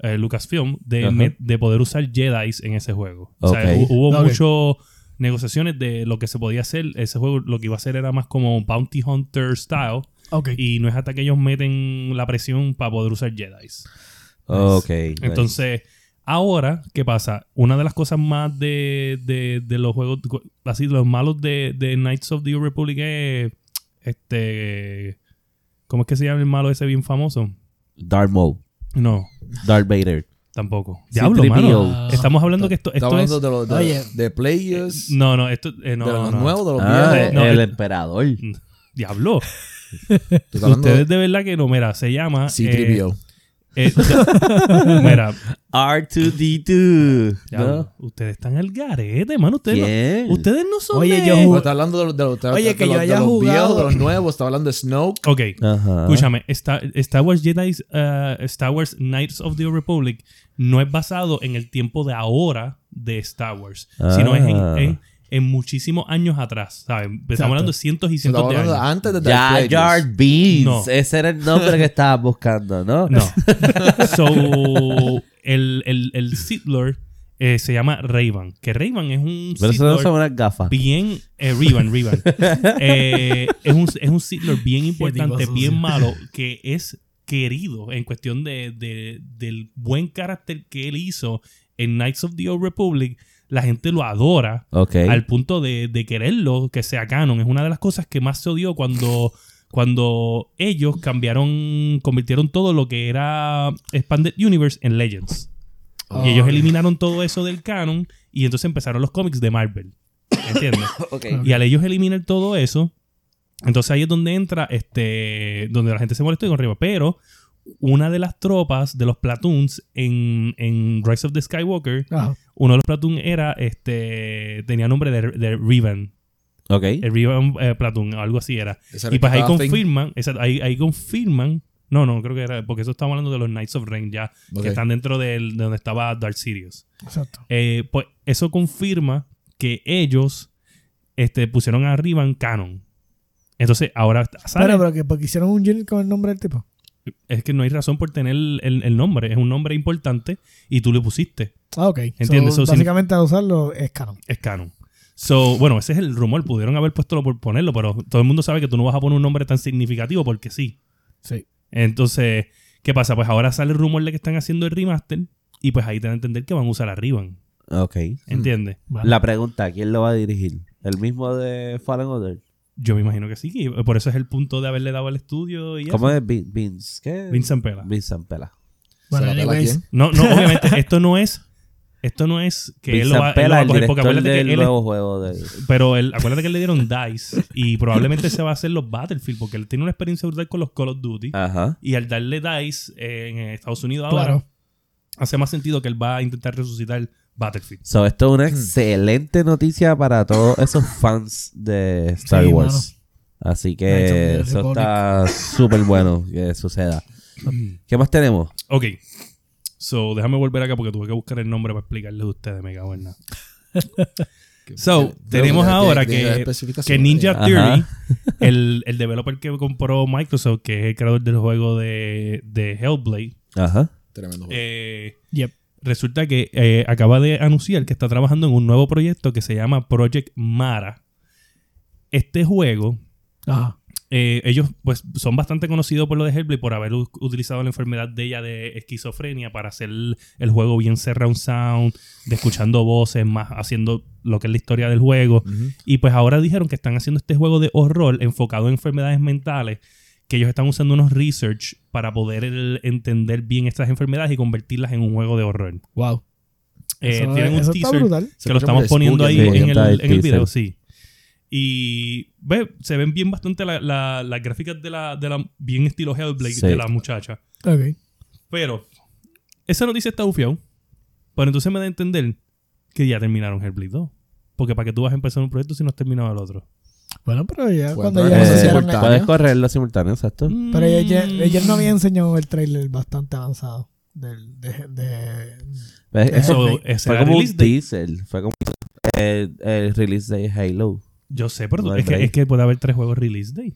[SPEAKER 4] eh, Lucasfilm de,
[SPEAKER 1] Ajá.
[SPEAKER 4] met- de poder usar Jedi en ese juego. O sea,
[SPEAKER 1] Ok.
[SPEAKER 4] hu- hubo
[SPEAKER 2] Ok.
[SPEAKER 4] muchas negociaciones de lo que se podía hacer. Ese juego lo que iba a hacer era más como Bounty Hunter style.
[SPEAKER 2] Ok.
[SPEAKER 4] Y no es hasta que ellos meten la presión para poder usar Jedi.
[SPEAKER 1] Ok.
[SPEAKER 4] Entonces, ahora, ¿qué pasa? Una de las cosas más de, de- de los juegos, así, los malos de, de Knights of the Old Republic es, este, ¿cómo es que se llama el malo ese bien famoso?
[SPEAKER 1] Darth Maul.
[SPEAKER 4] No,
[SPEAKER 1] Darth Vader.
[SPEAKER 4] tampoco.
[SPEAKER 1] Sí,
[SPEAKER 4] Diablo,
[SPEAKER 1] tripio.
[SPEAKER 4] mano. Estamos hablando que esto,
[SPEAKER 3] Está
[SPEAKER 4] esto
[SPEAKER 3] hablando
[SPEAKER 4] es...
[SPEAKER 3] de los de,
[SPEAKER 2] Oye.
[SPEAKER 3] de players,
[SPEAKER 4] No, no, esto... eh, no,
[SPEAKER 3] de los
[SPEAKER 4] no.
[SPEAKER 3] nuevos, de los
[SPEAKER 1] Ah,
[SPEAKER 3] viejos.
[SPEAKER 4] no,
[SPEAKER 1] el
[SPEAKER 4] eh,
[SPEAKER 1] emperador.
[SPEAKER 4] Diablo.
[SPEAKER 3] Tú estás hablando
[SPEAKER 4] Ustedes de verdad que no, mira, se llama...
[SPEAKER 3] Sí,
[SPEAKER 4] eh,
[SPEAKER 3] trivio.
[SPEAKER 4] eh, mira,
[SPEAKER 1] R2D2.
[SPEAKER 4] diablo,
[SPEAKER 1] ¿No?
[SPEAKER 4] ustedes están al garete, mano. Ustedes,
[SPEAKER 1] ¿Quién?
[SPEAKER 4] no, ustedes no son
[SPEAKER 2] Oye,
[SPEAKER 4] de-
[SPEAKER 2] yo
[SPEAKER 3] No,
[SPEAKER 2] jugué-
[SPEAKER 3] está hablando de los, de los, de los-
[SPEAKER 2] Oye,
[SPEAKER 3] de
[SPEAKER 2] que
[SPEAKER 3] los-
[SPEAKER 2] yo haya
[SPEAKER 3] de los
[SPEAKER 2] jugado-
[SPEAKER 3] viejos, de los nuevos. Está hablando de Snoke.
[SPEAKER 4] Ok.
[SPEAKER 1] Ajá.
[SPEAKER 4] Escúchame, Star, Star Wars Jedi, eh, Star Wars Knights of the Old Republic no es basado en el tiempo de ahora de Star Wars, sino es en,
[SPEAKER 1] Ah.
[SPEAKER 4] en- en muchísimos años atrás, ¿sabes? Estamos hablando de cientos y cientos
[SPEAKER 3] Estamos
[SPEAKER 4] de
[SPEAKER 3] hablando de
[SPEAKER 4] años.
[SPEAKER 3] antes de Dark
[SPEAKER 1] Ya,
[SPEAKER 3] Plagueis.
[SPEAKER 1] Jar Beans.
[SPEAKER 4] No.
[SPEAKER 1] Ese era el nombre que estabas buscando, ¿no?
[SPEAKER 4] No. so, el, el, el Sith Lord, eh, se llama Raven, que Raven es un
[SPEAKER 1] Pero
[SPEAKER 4] Sith
[SPEAKER 1] eso no
[SPEAKER 4] Lord
[SPEAKER 1] son unas gafas.
[SPEAKER 4] bien... eh, Revan, Revan. Eh, es un, es un Sith Lord bien importante,
[SPEAKER 2] sucio.
[SPEAKER 4] bien malo, que es querido en cuestión de, de- del buen carácter que él hizo en Knights of the Old Republic. La gente lo adora
[SPEAKER 1] Ok.
[SPEAKER 4] al punto de, de quererlo, que sea canon. Es una de las cosas que más se odió cuando, cuando ellos cambiaron, convirtieron todo lo que era Expanded Universe en Legends. Y ellos eliminaron todo eso del canon y entonces empezaron los cómics de Marvel. ¿Entiendes? Y al ellos eliminar todo eso, entonces ahí es donde entra, este, donde la gente se molesta y con arriba. Pero una de las tropas de los platoons en, en Rise of the Skywalker,
[SPEAKER 2] Ajá.
[SPEAKER 4] uno de los platoons era, este, tenía nombre de, de Revan,
[SPEAKER 1] Ok.
[SPEAKER 4] el Revan eh, platoon, algo así era.
[SPEAKER 3] Ese era
[SPEAKER 4] Y
[SPEAKER 3] el
[SPEAKER 4] pues
[SPEAKER 3] que
[SPEAKER 4] ahí
[SPEAKER 3] estaba Finn.
[SPEAKER 4] confirman, exacto, ahí, ahí confirman, no, no, creo que era, porque eso estamos hablando de los Knights of Rain ya,
[SPEAKER 3] Ok.
[SPEAKER 4] que están dentro del- de donde estaba Dark Sirius.
[SPEAKER 2] Exacto.
[SPEAKER 4] Eh, pues eso confirma que ellos este, pusieron arriba en canon. Entonces, ahora sale.
[SPEAKER 2] Pero, pero que porque hicieron un unit con el nombre del tipo.
[SPEAKER 4] es que no hay razón por tener el, el nombre. Es un nombre importante y tú le pusiste.
[SPEAKER 2] Ah, ok.
[SPEAKER 4] Entiendo,
[SPEAKER 2] So,
[SPEAKER 4] eso
[SPEAKER 2] básicamente al usarlo es canon.
[SPEAKER 4] Es canon. So, bueno, ese es el rumor. Pudieron haber puesto por ponerlo, pero todo el mundo sabe que tú no vas a poner un nombre tan significativo porque sí.
[SPEAKER 2] Sí.
[SPEAKER 4] Entonces, ¿qué pasa? Pues ahora sale el rumor de que están haciendo el remaster y pues ahí te van a entender que van a usar a Rivan.
[SPEAKER 1] Ok.
[SPEAKER 4] ¿Entiendes?
[SPEAKER 2] Vale.
[SPEAKER 1] La pregunta, ¿quién lo va a dirigir? ¿El mismo de Fallen Order?
[SPEAKER 4] Yo me imagino que sí. y por eso es el punto de haberle dado al estudio y
[SPEAKER 1] ¿Cómo es Vin- Vince? ¿Qué?
[SPEAKER 4] eso. Vincent Pela.
[SPEAKER 1] Vincent Pela.
[SPEAKER 2] Bueno,
[SPEAKER 3] ¿Se la pela
[SPEAKER 2] anyways,
[SPEAKER 3] quién?
[SPEAKER 4] No, no, obviamente, esto no es. Esto no es que él
[SPEAKER 1] Vincent
[SPEAKER 4] lo va, él lo
[SPEAKER 1] Pela,
[SPEAKER 4] va a
[SPEAKER 1] el
[SPEAKER 4] coger porque
[SPEAKER 1] director
[SPEAKER 4] acuérdate que
[SPEAKER 1] del
[SPEAKER 4] él es-
[SPEAKER 1] nuevo juego de...
[SPEAKER 4] pero él- acuérdate que él le dieron DICE y probablemente se va a hacer los Battlefield porque él tiene una experiencia brutal con los Call of Duty.
[SPEAKER 1] Ajá.
[SPEAKER 4] Y al darle DICE eh, en Estados Unidos ahora,
[SPEAKER 2] Claro.
[SPEAKER 4] hace más sentido que él va a intentar resucitar Battlefield.
[SPEAKER 1] So, esto es
[SPEAKER 4] Mm.
[SPEAKER 1] una excelente noticia para todos esos fans de Star
[SPEAKER 2] Sí,
[SPEAKER 1] Wars. Así
[SPEAKER 2] Knights of
[SPEAKER 1] que
[SPEAKER 2] the
[SPEAKER 1] eso está súper bueno que suceda.
[SPEAKER 4] Mm.
[SPEAKER 1] ¿Qué más tenemos?
[SPEAKER 4] Ok. So, déjame volver acá porque tuve que buscar el nombre para explicarles a ustedes, me cago en nada. So, tenemos ahora que- Que
[SPEAKER 3] eh,
[SPEAKER 4] Ninja
[SPEAKER 1] Ajá.
[SPEAKER 4] Theory, el, el developer que compró Microsoft, que es el creador del juego de, de Hellblade,
[SPEAKER 1] Ajá.
[SPEAKER 3] Tremendo juego.
[SPEAKER 4] eh,
[SPEAKER 2] Yep.
[SPEAKER 4] resulta que eh, acaba de anunciar que está trabajando en un nuevo proyecto que se llama Project Mara. Este juego,
[SPEAKER 2] Ajá.
[SPEAKER 4] eh, ellos pues son bastante conocidos por lo de Hellblade por haber u- utilizado la enfermedad de ella de esquizofrenia para hacer el, el juego bien surround sound, de escuchando voces, más haciendo lo que es la historia del juego.
[SPEAKER 3] Ujú.
[SPEAKER 4] Y pues ahora dijeron que están haciendo este juego de horror enfocado en enfermedades mentales, que ellos están usando unos research para poder el- entender bien estas enfermedades y convertirlas en un juego de horror.
[SPEAKER 2] Wow.
[SPEAKER 4] Eh,
[SPEAKER 2] eso
[SPEAKER 4] tienen
[SPEAKER 2] eso
[SPEAKER 4] un
[SPEAKER 2] está
[SPEAKER 4] teaser
[SPEAKER 2] brutal.
[SPEAKER 4] que lo
[SPEAKER 3] Se
[SPEAKER 4] estamos
[SPEAKER 3] escucha
[SPEAKER 4] poniendo ahí
[SPEAKER 3] muy
[SPEAKER 1] spooky,
[SPEAKER 4] en el,
[SPEAKER 1] está el
[SPEAKER 4] en el video,
[SPEAKER 1] teaser.
[SPEAKER 4] sí. Y ve, se ven bien bastante la- la- las gráficas de la, de la bien estilo Hellblade
[SPEAKER 1] Sí.
[SPEAKER 4] de la muchacha.
[SPEAKER 2] Ok.
[SPEAKER 4] Pero esa noticia está ufiao. Pero entonces me da a entender que ya terminaron Hellblade 2. Porque para que tú vas a empezar un proyecto si no has terminado el otro.
[SPEAKER 2] Bueno, pero ya
[SPEAKER 3] Bueno,
[SPEAKER 2] cuando
[SPEAKER 3] pero
[SPEAKER 1] Eh,
[SPEAKER 2] ya
[SPEAKER 3] eso es
[SPEAKER 2] anunciaron
[SPEAKER 3] simultáneo.
[SPEAKER 1] Puedes correrlo simultáneo, exacto.
[SPEAKER 2] Pero ayer,
[SPEAKER 4] Mm,
[SPEAKER 2] ayer no había enseñado el trailer bastante avanzado del, de, de-
[SPEAKER 1] Eh,
[SPEAKER 2] Eso
[SPEAKER 1] eso
[SPEAKER 4] So, ese
[SPEAKER 1] fue
[SPEAKER 4] era
[SPEAKER 1] como
[SPEAKER 4] release
[SPEAKER 1] un
[SPEAKER 4] date.
[SPEAKER 1] teaser. Fue como el, el release de Halo.
[SPEAKER 4] Yo sé, pero tú-
[SPEAKER 1] No
[SPEAKER 4] es,
[SPEAKER 1] hay
[SPEAKER 4] que,
[SPEAKER 1] break.
[SPEAKER 4] es que puede haber tres juegos release day.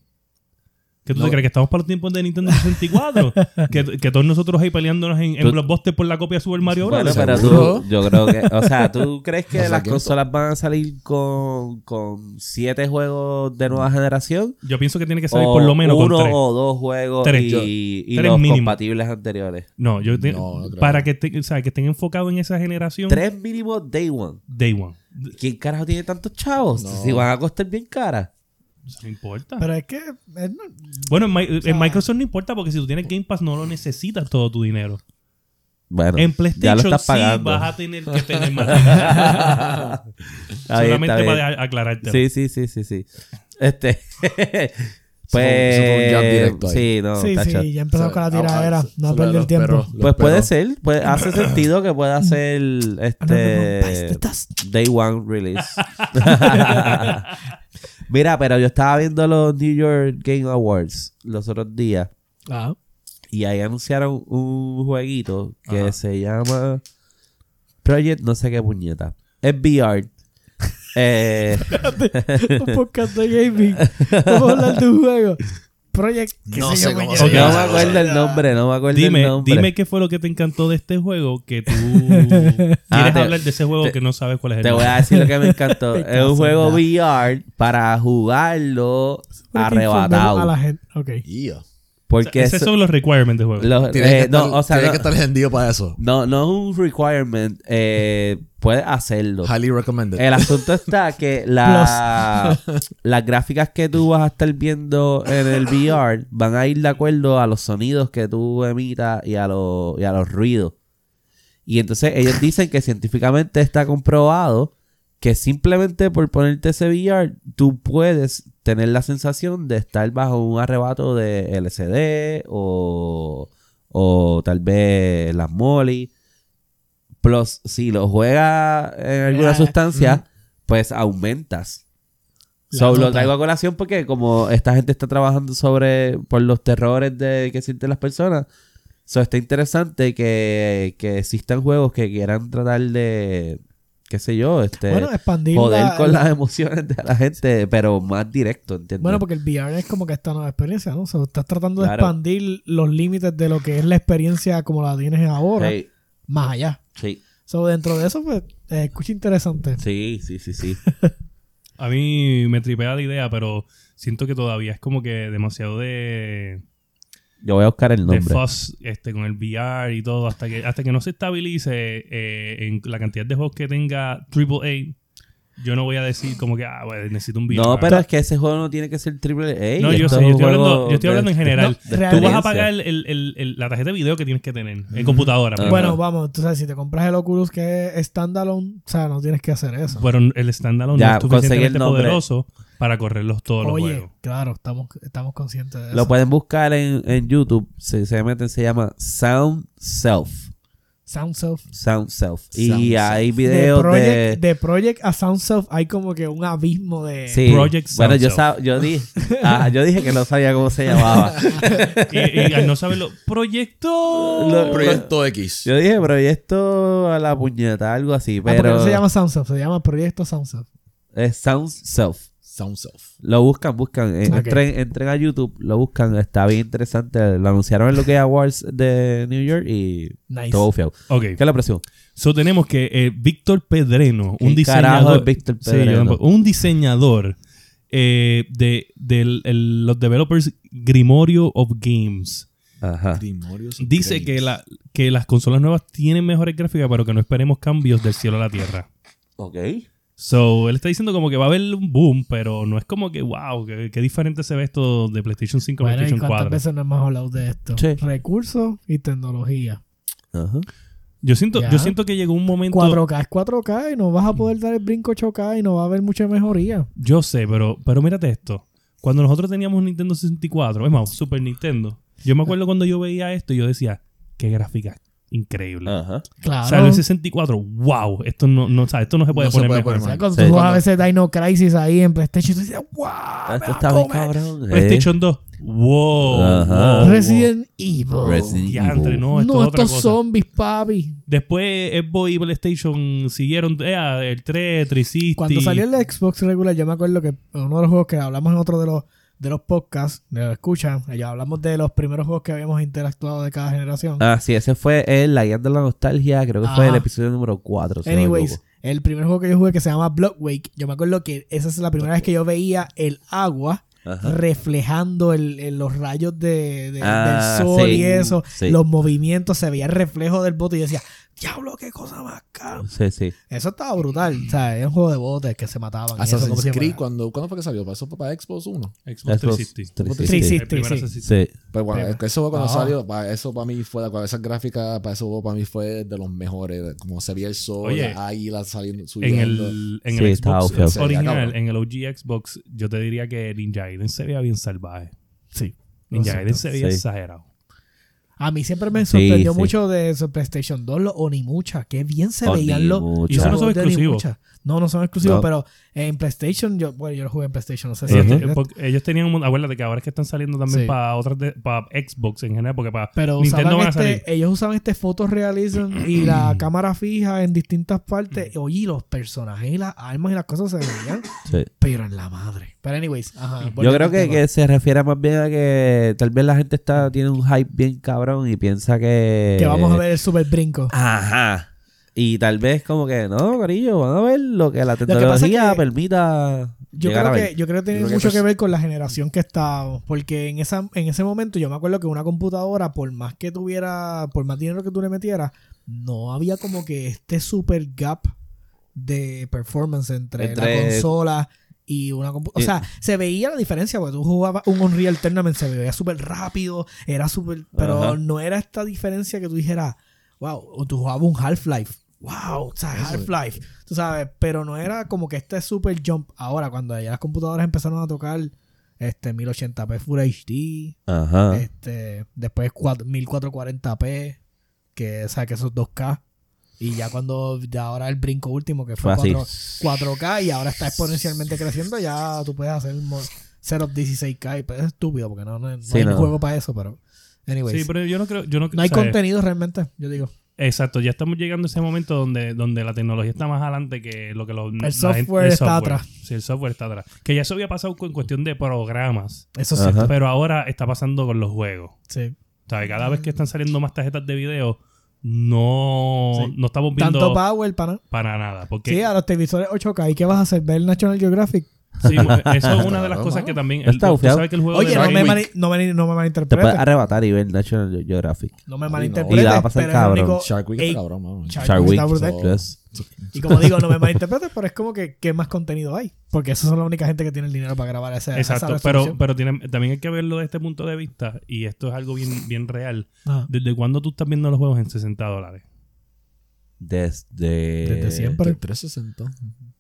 [SPEAKER 4] ¿Que tú
[SPEAKER 3] No.
[SPEAKER 4] te crees que estamos para los tiempos de Nintendo 64? que, que todos nosotros ahí peleándonos en, en
[SPEAKER 1] Tú-
[SPEAKER 4] Blockbuster por la copia de Super Mario
[SPEAKER 1] Bueno,
[SPEAKER 4] Bros.
[SPEAKER 1] pero
[SPEAKER 3] Seguro.
[SPEAKER 1] tú, yo creo que, o sea, ¿tú crees que
[SPEAKER 3] O sea,
[SPEAKER 1] las
[SPEAKER 3] que-
[SPEAKER 1] consolas van a salir con, con siete juegos de nueva generación?
[SPEAKER 4] Yo pienso que tiene que salir
[SPEAKER 1] O
[SPEAKER 4] Mm. por lo menos con
[SPEAKER 1] uno
[SPEAKER 4] tres.
[SPEAKER 1] o dos juegos
[SPEAKER 4] Tres.
[SPEAKER 1] y,
[SPEAKER 4] Yo-
[SPEAKER 1] y
[SPEAKER 4] tres
[SPEAKER 1] los
[SPEAKER 4] mínimo.
[SPEAKER 1] compatibles anteriores.
[SPEAKER 4] No, yo te-
[SPEAKER 3] No, no creo.
[SPEAKER 4] para que, te- o sea, que estén enfocados en esa generación,
[SPEAKER 1] Tres mínimo day one.
[SPEAKER 4] day one. D-
[SPEAKER 1] ¿Quién carajo tiene tantos chavos?
[SPEAKER 3] No.
[SPEAKER 1] Si van a costar bien cara.
[SPEAKER 4] No importa.
[SPEAKER 2] Pero es que... es no-
[SPEAKER 4] bueno, en, Mi-
[SPEAKER 2] sea-
[SPEAKER 4] en Microsoft no importa porque si tú tienes Game Pass no lo necesitas todo tu dinero.
[SPEAKER 1] Bueno, ya
[SPEAKER 4] en
[SPEAKER 1] lo
[SPEAKER 4] PlayStation
[SPEAKER 1] estás
[SPEAKER 4] sí
[SPEAKER 1] pagando.
[SPEAKER 4] vas a tener que tener más dinero.
[SPEAKER 1] Está bien,
[SPEAKER 4] Solamente
[SPEAKER 1] está bien.
[SPEAKER 4] para aclararte.
[SPEAKER 1] Sí, sí, sí, sí, sí. Este.
[SPEAKER 3] fue un jab
[SPEAKER 1] pues.
[SPEAKER 3] directo ahí.
[SPEAKER 1] Sí, no,
[SPEAKER 2] sí,
[SPEAKER 1] tacho.
[SPEAKER 2] sí, ya empezamos con la
[SPEAKER 3] Ah,
[SPEAKER 2] tiradera.
[SPEAKER 3] ah,
[SPEAKER 2] No
[SPEAKER 3] lo-
[SPEAKER 2] perdió el
[SPEAKER 3] los
[SPEAKER 2] tiempo.
[SPEAKER 3] perros, los
[SPEAKER 1] Pues puede
[SPEAKER 3] perros.
[SPEAKER 1] ser, puede- hace sentido que pueda ser este Day One Release. Mira, pero yo estaba viendo los New York Game Awards los otros días
[SPEAKER 2] Ah,
[SPEAKER 1] y ahí anunciaron un jueguito que
[SPEAKER 4] Ajá.
[SPEAKER 1] se llama Project no sé qué puñeta. Es VR. Eh,
[SPEAKER 2] un podcast de gaming. Vamos a hablar de un juego. Project... qué
[SPEAKER 3] No
[SPEAKER 2] yo,
[SPEAKER 3] sé cómo
[SPEAKER 2] mañana.
[SPEAKER 3] se
[SPEAKER 1] no me
[SPEAKER 3] llama.
[SPEAKER 1] acuerdo el nombre, no me acuerdo el
[SPEAKER 4] Dime,
[SPEAKER 1] nombre.
[SPEAKER 4] dime qué fue lo que te encantó de este juego que tú quieres
[SPEAKER 1] Ah, te-
[SPEAKER 4] hablar de ese juego
[SPEAKER 1] te-
[SPEAKER 4] que no sabes cuál es el
[SPEAKER 1] Te voy
[SPEAKER 4] nombre.
[SPEAKER 1] a decir lo que me encantó.
[SPEAKER 2] Te
[SPEAKER 1] es
[SPEAKER 2] caso,
[SPEAKER 1] un juego
[SPEAKER 2] ya.
[SPEAKER 1] VR para jugarlo
[SPEAKER 2] Porque informemos A
[SPEAKER 1] arrebatado.
[SPEAKER 2] la gente. Ok.
[SPEAKER 3] Yeah.
[SPEAKER 4] O sea,
[SPEAKER 1] Porque
[SPEAKER 4] esos
[SPEAKER 1] eso-
[SPEAKER 4] son los requirements del juego.
[SPEAKER 1] los-
[SPEAKER 3] Tienes
[SPEAKER 1] eh,
[SPEAKER 3] que estar-
[SPEAKER 1] no, o sea,
[SPEAKER 3] tienes
[SPEAKER 1] no-
[SPEAKER 3] que estar vendido para eso.
[SPEAKER 1] no, no es un requirement. eh, puedes hacerlo.
[SPEAKER 3] Highly recommended.
[SPEAKER 1] El asunto está que la, las gráficas que tú vas a estar viendo en el VR van a ir de acuerdo a los sonidos que tú emitas y a, los- y a los ruidos. Y entonces ellos dicen que científicamente está comprobado que simplemente por ponerte ese VR tú puedes tener la sensación de estar bajo un arrebato de LCD o, o tal vez las molly. Plus, si lo juega en alguna
[SPEAKER 2] Ah,
[SPEAKER 1] sustancia, pues aumentas.
[SPEAKER 2] La
[SPEAKER 1] So, lo
[SPEAKER 2] nota.
[SPEAKER 1] traigo a colación porque como esta gente está trabajando sobre por los terrores de que sienten las personas, so, está interesante que, que existan juegos que quieran tratar de, qué sé yo, este,
[SPEAKER 2] Bueno, expandir
[SPEAKER 1] joder
[SPEAKER 2] la-
[SPEAKER 1] con
[SPEAKER 2] la-
[SPEAKER 1] las emociones de la gente, pero más directo, ¿entiendes?
[SPEAKER 2] Bueno, porque el VR es como que esta nueva experiencia, ¿no? O sea, estás tratando de
[SPEAKER 1] Claro.
[SPEAKER 2] expandir los límites de lo que es la experiencia como la tienes ahora,
[SPEAKER 1] Sí,
[SPEAKER 2] más allá.
[SPEAKER 1] sí,
[SPEAKER 2] So, dentro de eso, pues, eh, escucha interesante.
[SPEAKER 1] sí, sí, sí, sí.
[SPEAKER 4] A mí me tripea la idea, pero siento que todavía es como que demasiado de,
[SPEAKER 1] Yo voy a buscar el
[SPEAKER 4] de
[SPEAKER 1] nombre.
[SPEAKER 4] fuss este, con el VR y todo. Hasta que, hasta que no se estabilice eh, en la cantidad de juegos que tenga AAA, yo no voy a decir como que, ah, bueno, necesito un video.
[SPEAKER 1] No, pero es que ese juego no tiene que ser triple A.
[SPEAKER 4] No, yo
[SPEAKER 1] esto
[SPEAKER 4] sé,
[SPEAKER 1] es
[SPEAKER 4] yo
[SPEAKER 1] un
[SPEAKER 4] estoy hablando,
[SPEAKER 1] juego
[SPEAKER 4] yo estoy hablando en
[SPEAKER 1] de-
[SPEAKER 4] general.
[SPEAKER 2] No,
[SPEAKER 4] Tú vas
[SPEAKER 1] experiencia.
[SPEAKER 4] a pagar el- el- el- la tarjeta de video que tienes que tener en computadora. pues. pero-
[SPEAKER 2] Bueno, vamos, tú sabes, si te compras el Oculus que es standalone, o sea, no tienes que hacer eso.
[SPEAKER 4] pero el standalone
[SPEAKER 1] Ya,
[SPEAKER 4] no es
[SPEAKER 1] conseguí el
[SPEAKER 4] suficientemente
[SPEAKER 1] nombre.
[SPEAKER 4] poderoso para correrlos todos los
[SPEAKER 2] Oye,
[SPEAKER 4] juegos.
[SPEAKER 2] claro, estamos, estamos conscientes de eso.
[SPEAKER 1] Lo pueden buscar en, en YouTube. Si se meten, se llama Sound Self.
[SPEAKER 2] Sound Self.
[SPEAKER 1] Sound Self.
[SPEAKER 3] Sound
[SPEAKER 1] y hay
[SPEAKER 2] De
[SPEAKER 1] videos de.
[SPEAKER 2] project, de Project a Sound Self hay como que un abismo de...
[SPEAKER 1] Sí.
[SPEAKER 4] Project
[SPEAKER 1] bueno,
[SPEAKER 4] Sound
[SPEAKER 1] yo,
[SPEAKER 4] Self.
[SPEAKER 1] sab- yo, dije, ah, yo dije que no sabía cómo se llamaba.
[SPEAKER 4] Y, y al no saberlo,
[SPEAKER 2] Oh.
[SPEAKER 4] proyecto.
[SPEAKER 1] Lo-
[SPEAKER 3] Proyecto X.
[SPEAKER 1] Yo dije proyecto a la puñeta, algo así.
[SPEAKER 2] Ah, porque
[SPEAKER 1] Pero
[SPEAKER 2] no se llama Sound Self, se llama Proyecto Sound Self.
[SPEAKER 1] es Sound Self.
[SPEAKER 3] Sound Self.
[SPEAKER 1] Lo buscan, buscan. Eh,
[SPEAKER 2] Ok.
[SPEAKER 1] Entren, entren a YouTube, lo buscan. Está bien interesante. Lo anunciaron en lo que es Awards de New York y
[SPEAKER 2] Nice.
[SPEAKER 1] todo fiado.
[SPEAKER 4] Ok.
[SPEAKER 1] ¿Qué es la próxima?
[SPEAKER 4] So tenemos que eh, Víctor Pedreno, un
[SPEAKER 1] ¿Quién carajo es
[SPEAKER 4] diseñador.
[SPEAKER 1] Víctor
[SPEAKER 4] Sí,
[SPEAKER 1] Pedreno?
[SPEAKER 4] yo tampoco. un diseñador eh, de, del- el- los developers Grimorio of Games.
[SPEAKER 1] Ajá.
[SPEAKER 3] Grimorios
[SPEAKER 4] Dice
[SPEAKER 3] Games.
[SPEAKER 4] que, la, que las consolas nuevas tienen mejores gráficas, pero que no esperemos cambios del cielo a la tierra.
[SPEAKER 1] Ok.
[SPEAKER 4] So, él está diciendo como que va a haber un boom, pero no es como que, wow, qué, qué diferente se ve esto de PlayStation 5 a
[SPEAKER 2] Bueno, ¿y
[SPEAKER 4] PlayStation
[SPEAKER 2] cuántas
[SPEAKER 4] 4.
[SPEAKER 2] veces no hemos hablado de esto?
[SPEAKER 1] Sí.
[SPEAKER 2] Recursos y tecnología.
[SPEAKER 1] Ajá.
[SPEAKER 4] Yo siento,
[SPEAKER 2] Ya.
[SPEAKER 4] yo siento que llegó un momento...
[SPEAKER 2] 4K es 4K y no vas a poder dar el brinco 8K y no va a haber mucha mejoría.
[SPEAKER 4] Yo sé, pero, pero mírate esto. Cuando nosotros teníamos un Nintendo 64, es más, Super Nintendo, yo me acuerdo cuando yo veía esto y yo decía, qué gráfica
[SPEAKER 2] Ah.
[SPEAKER 4] increíble.
[SPEAKER 1] Ajá.
[SPEAKER 2] Claro.
[SPEAKER 4] Salió el 64, wow, esto no, no, o sea, esto no se puede
[SPEAKER 3] No se
[SPEAKER 4] poner
[SPEAKER 3] puede
[SPEAKER 4] mejor.
[SPEAKER 2] O sea,
[SPEAKER 3] Sí.
[SPEAKER 2] cuando tú
[SPEAKER 1] Sí.
[SPEAKER 2] juegas a veces Dino Crisis ahí en PlayStation, tú dices, ¡Wow!
[SPEAKER 1] Ah, Esto está bien cabrón. eh.
[SPEAKER 2] este
[SPEAKER 4] PlayStation 2, wow.
[SPEAKER 1] Ajá.
[SPEAKER 4] Ah, wow,
[SPEAKER 2] Resident Evil.
[SPEAKER 1] Resident
[SPEAKER 4] wow. Diantre,
[SPEAKER 1] Evil.
[SPEAKER 4] no, esto
[SPEAKER 2] no,
[SPEAKER 4] es otra
[SPEAKER 2] estos
[SPEAKER 4] cosa.
[SPEAKER 2] zombies, papi.
[SPEAKER 4] Después Xbox y PlayStation siguieron eh, el 3, 360.
[SPEAKER 2] Cuando salió el Xbox regular, yo me acuerdo que uno de los juegos que hablamos en otro de los de los podcasts, me lo escuchan, ya hablamos de los primeros juegos que habíamos interactuado de cada generación.
[SPEAKER 1] Ah, sí, ese fue el La Guía de la Nostalgia. Creo que
[SPEAKER 2] Ajá.
[SPEAKER 1] fue el episodio número 4.
[SPEAKER 2] Anyways, el primer juego que yo jugué que se llama Blood Wake, yo me acuerdo que esa es la primera vez que yo veía el agua
[SPEAKER 1] Ajá.
[SPEAKER 2] reflejando el, el- los rayos de, de-
[SPEAKER 1] Ah,
[SPEAKER 2] del sol
[SPEAKER 1] sí,
[SPEAKER 2] y eso,
[SPEAKER 1] sí.
[SPEAKER 2] los movimientos, se veía el reflejo del bote y yo decía, diablo, qué cosa más cara.
[SPEAKER 1] Sí, sí.
[SPEAKER 2] Eso estaba brutal, o sea, era un juego de botes que se mataban. y eso como
[SPEAKER 3] Assassin's
[SPEAKER 2] si
[SPEAKER 3] Creed,
[SPEAKER 2] fuera-
[SPEAKER 3] cuando, ¿cuándo fue que salió? ¿Pasó para Xbox 1?
[SPEAKER 4] Xbox
[SPEAKER 1] Xbox
[SPEAKER 4] 360.
[SPEAKER 1] 360.
[SPEAKER 4] El primer
[SPEAKER 2] Sí, sí.
[SPEAKER 4] Assassin's
[SPEAKER 1] Sí.
[SPEAKER 3] Pues bueno,
[SPEAKER 2] Pero-
[SPEAKER 3] eso fue cuando
[SPEAKER 2] Ah.
[SPEAKER 3] salió. Para eso para mí fue, para esas gráficas, para eso juego para mí fue de los mejores. Como se veía el sol,
[SPEAKER 4] Oye,
[SPEAKER 3] las águilas saliendo,
[SPEAKER 4] en
[SPEAKER 3] subiendo.
[SPEAKER 4] el, en
[SPEAKER 1] Sí,
[SPEAKER 4] el
[SPEAKER 1] estaba
[SPEAKER 4] Xbox
[SPEAKER 1] feo.
[SPEAKER 4] eh,
[SPEAKER 3] Sí,
[SPEAKER 4] original,
[SPEAKER 3] cabrón.
[SPEAKER 4] en el OG Xbox, yo te diría que Ninja Gaiden se veía bien salvaje.
[SPEAKER 2] Sí.
[SPEAKER 4] Ninja
[SPEAKER 2] Lo
[SPEAKER 4] Gaiden se veía
[SPEAKER 1] Sí.
[SPEAKER 4] exagerado.
[SPEAKER 2] A mí siempre me
[SPEAKER 1] Sí,
[SPEAKER 2] sorprendió
[SPEAKER 1] sí.
[SPEAKER 2] mucho de eso, PlayStation 2, los Onimucha. Qué bien se veían los.
[SPEAKER 1] Onimucha.
[SPEAKER 4] Y eso no
[SPEAKER 2] los
[SPEAKER 4] son
[SPEAKER 2] de
[SPEAKER 4] exclusivos.
[SPEAKER 2] Onimucha. No, no son exclusivos,
[SPEAKER 1] No.
[SPEAKER 2] pero en PlayStation, yo, bueno, yo lo jugué en PlayStation, no sé si.
[SPEAKER 4] Ellos, te-
[SPEAKER 2] este-
[SPEAKER 4] porque ellos tenían un mon- acuérdate que ahora es que están saliendo también
[SPEAKER 2] Sí.
[SPEAKER 4] para otras de- para Xbox en general, porque para
[SPEAKER 2] Pero
[SPEAKER 4] Nintendo
[SPEAKER 2] usaban
[SPEAKER 4] van a salir.
[SPEAKER 2] este, ellos usaban este photorealism y la cámara fija en distintas partes. Oye, los personajes y las armas y las cosas se veían,
[SPEAKER 1] Sí.
[SPEAKER 2] pero en la madre. Pero, anyways, ajá,
[SPEAKER 1] Yo
[SPEAKER 2] volviendo
[SPEAKER 1] creo
[SPEAKER 2] al
[SPEAKER 1] que,
[SPEAKER 2] tema.
[SPEAKER 1] que se refiere más bien a que tal vez la gente está tiene un hype bien cabrón y piensa que... eh, ah,
[SPEAKER 2] Que vamos a ver el super brinco.
[SPEAKER 1] Ajá. Y tal vez como que, no, cariño, van a ver lo que la
[SPEAKER 2] que pasa es
[SPEAKER 1] tecnología
[SPEAKER 2] que-
[SPEAKER 1] permita
[SPEAKER 2] Yo
[SPEAKER 1] llegar
[SPEAKER 2] creo,
[SPEAKER 1] a ver.
[SPEAKER 2] que, yo creo que tiene
[SPEAKER 3] Yo creo que
[SPEAKER 2] mucho que
[SPEAKER 3] pers-
[SPEAKER 2] ver con la generación que estábamos. Porque en, esa, en ese momento yo me acuerdo que una computadora, por más que tuviera, por más dinero que tú le metieras, no había como que este super gap de performance entre, la
[SPEAKER 1] Entre-
[SPEAKER 2] consola y una computadora. O
[SPEAKER 1] Eh.
[SPEAKER 2] sea, se veía la diferencia porque tú jugabas un Unreal Tournament, se veía súper rápido, era súper... Pero
[SPEAKER 1] Ajá.
[SPEAKER 2] no era esta diferencia que tú dijeras, wow, o tú jugabas un Half-Life. Wow, o sea, Half-Life, tú sabes, pero no era como que este super jump. Ahora, cuando ya las computadoras empezaron a tocar este 1080p Full HD,
[SPEAKER 1] Ajá.
[SPEAKER 2] este, después cuat- 1440p, que o sea, que esos 2K. Y ya cuando, ya ahora el brinco último, que fue
[SPEAKER 1] Fue así.
[SPEAKER 2] 4, k y ahora está exponencialmente creciendo, ya tú puedes hacer mo- 0 16K y pues, es estúpido, porque no, no, no
[SPEAKER 1] Sí,
[SPEAKER 2] hay
[SPEAKER 1] no.
[SPEAKER 2] juego para eso, pero. Anyways,
[SPEAKER 4] Sí, pero yo no creo, yo no,
[SPEAKER 2] no hay
[SPEAKER 4] o sea,
[SPEAKER 2] contenido realmente, yo digo.
[SPEAKER 4] Exacto, ya estamos llegando a ese momento donde, donde la tecnología está más adelante que lo que los
[SPEAKER 2] El software está atrás.
[SPEAKER 4] Sí, el software está atrás. Que ya eso había pasado con- en cuestión de programas,
[SPEAKER 2] Eso sí.
[SPEAKER 1] Ajá.
[SPEAKER 4] pero ahora está pasando con los juegos.
[SPEAKER 2] sí.
[SPEAKER 4] ¿Sabes? Cada vez que están saliendo más tarjetas de video, no,
[SPEAKER 2] Sí.
[SPEAKER 4] no estamos viendo
[SPEAKER 2] Tanto power, pana.
[SPEAKER 4] para nada. Porque
[SPEAKER 2] Sí, a los televisores 8K. ¿Y qué vas a hacer? ¿Ver National Geographic?
[SPEAKER 4] Sí, porque eso es una de las
[SPEAKER 3] Claro,
[SPEAKER 4] cosas
[SPEAKER 3] mano.
[SPEAKER 4] que también.
[SPEAKER 1] Está
[SPEAKER 4] tú
[SPEAKER 1] bufiado.
[SPEAKER 4] sabes que el juego
[SPEAKER 2] Oye,
[SPEAKER 4] de
[SPEAKER 2] no
[SPEAKER 4] Game
[SPEAKER 2] me,
[SPEAKER 4] Boy-
[SPEAKER 2] mani- no me, no me
[SPEAKER 1] Te puedes
[SPEAKER 2] malinterpretes.
[SPEAKER 1] arrebatar y ver National Geographic.
[SPEAKER 2] No me
[SPEAKER 3] Ay, no.
[SPEAKER 1] Y
[SPEAKER 2] malinterpretes.
[SPEAKER 1] la va a pasar
[SPEAKER 2] pero es el
[SPEAKER 1] cabrón.
[SPEAKER 2] único-
[SPEAKER 3] Shark Week
[SPEAKER 2] Ey,
[SPEAKER 3] está cabrón, mano.
[SPEAKER 2] Shark
[SPEAKER 1] Shark
[SPEAKER 2] Week
[SPEAKER 1] Week.
[SPEAKER 2] está brutal.
[SPEAKER 3] so-
[SPEAKER 1] Yes.
[SPEAKER 2] Y como digo, no me malinterpretes, pero es como que ¿qué más contenido hay? Porque esas son la única gente que tiene el dinero para grabar esa
[SPEAKER 4] Exacto,
[SPEAKER 2] esa
[SPEAKER 4] pero,
[SPEAKER 2] resolución.
[SPEAKER 4] pero tiene- también hay que verlo desde este punto de vista, y esto es algo bien, bien real.
[SPEAKER 2] Ajá.
[SPEAKER 4] ¿Desde cuándo tú estás viendo los juegos en 60 dólares?
[SPEAKER 1] Desde...
[SPEAKER 2] Desde siempre.
[SPEAKER 3] Del 360.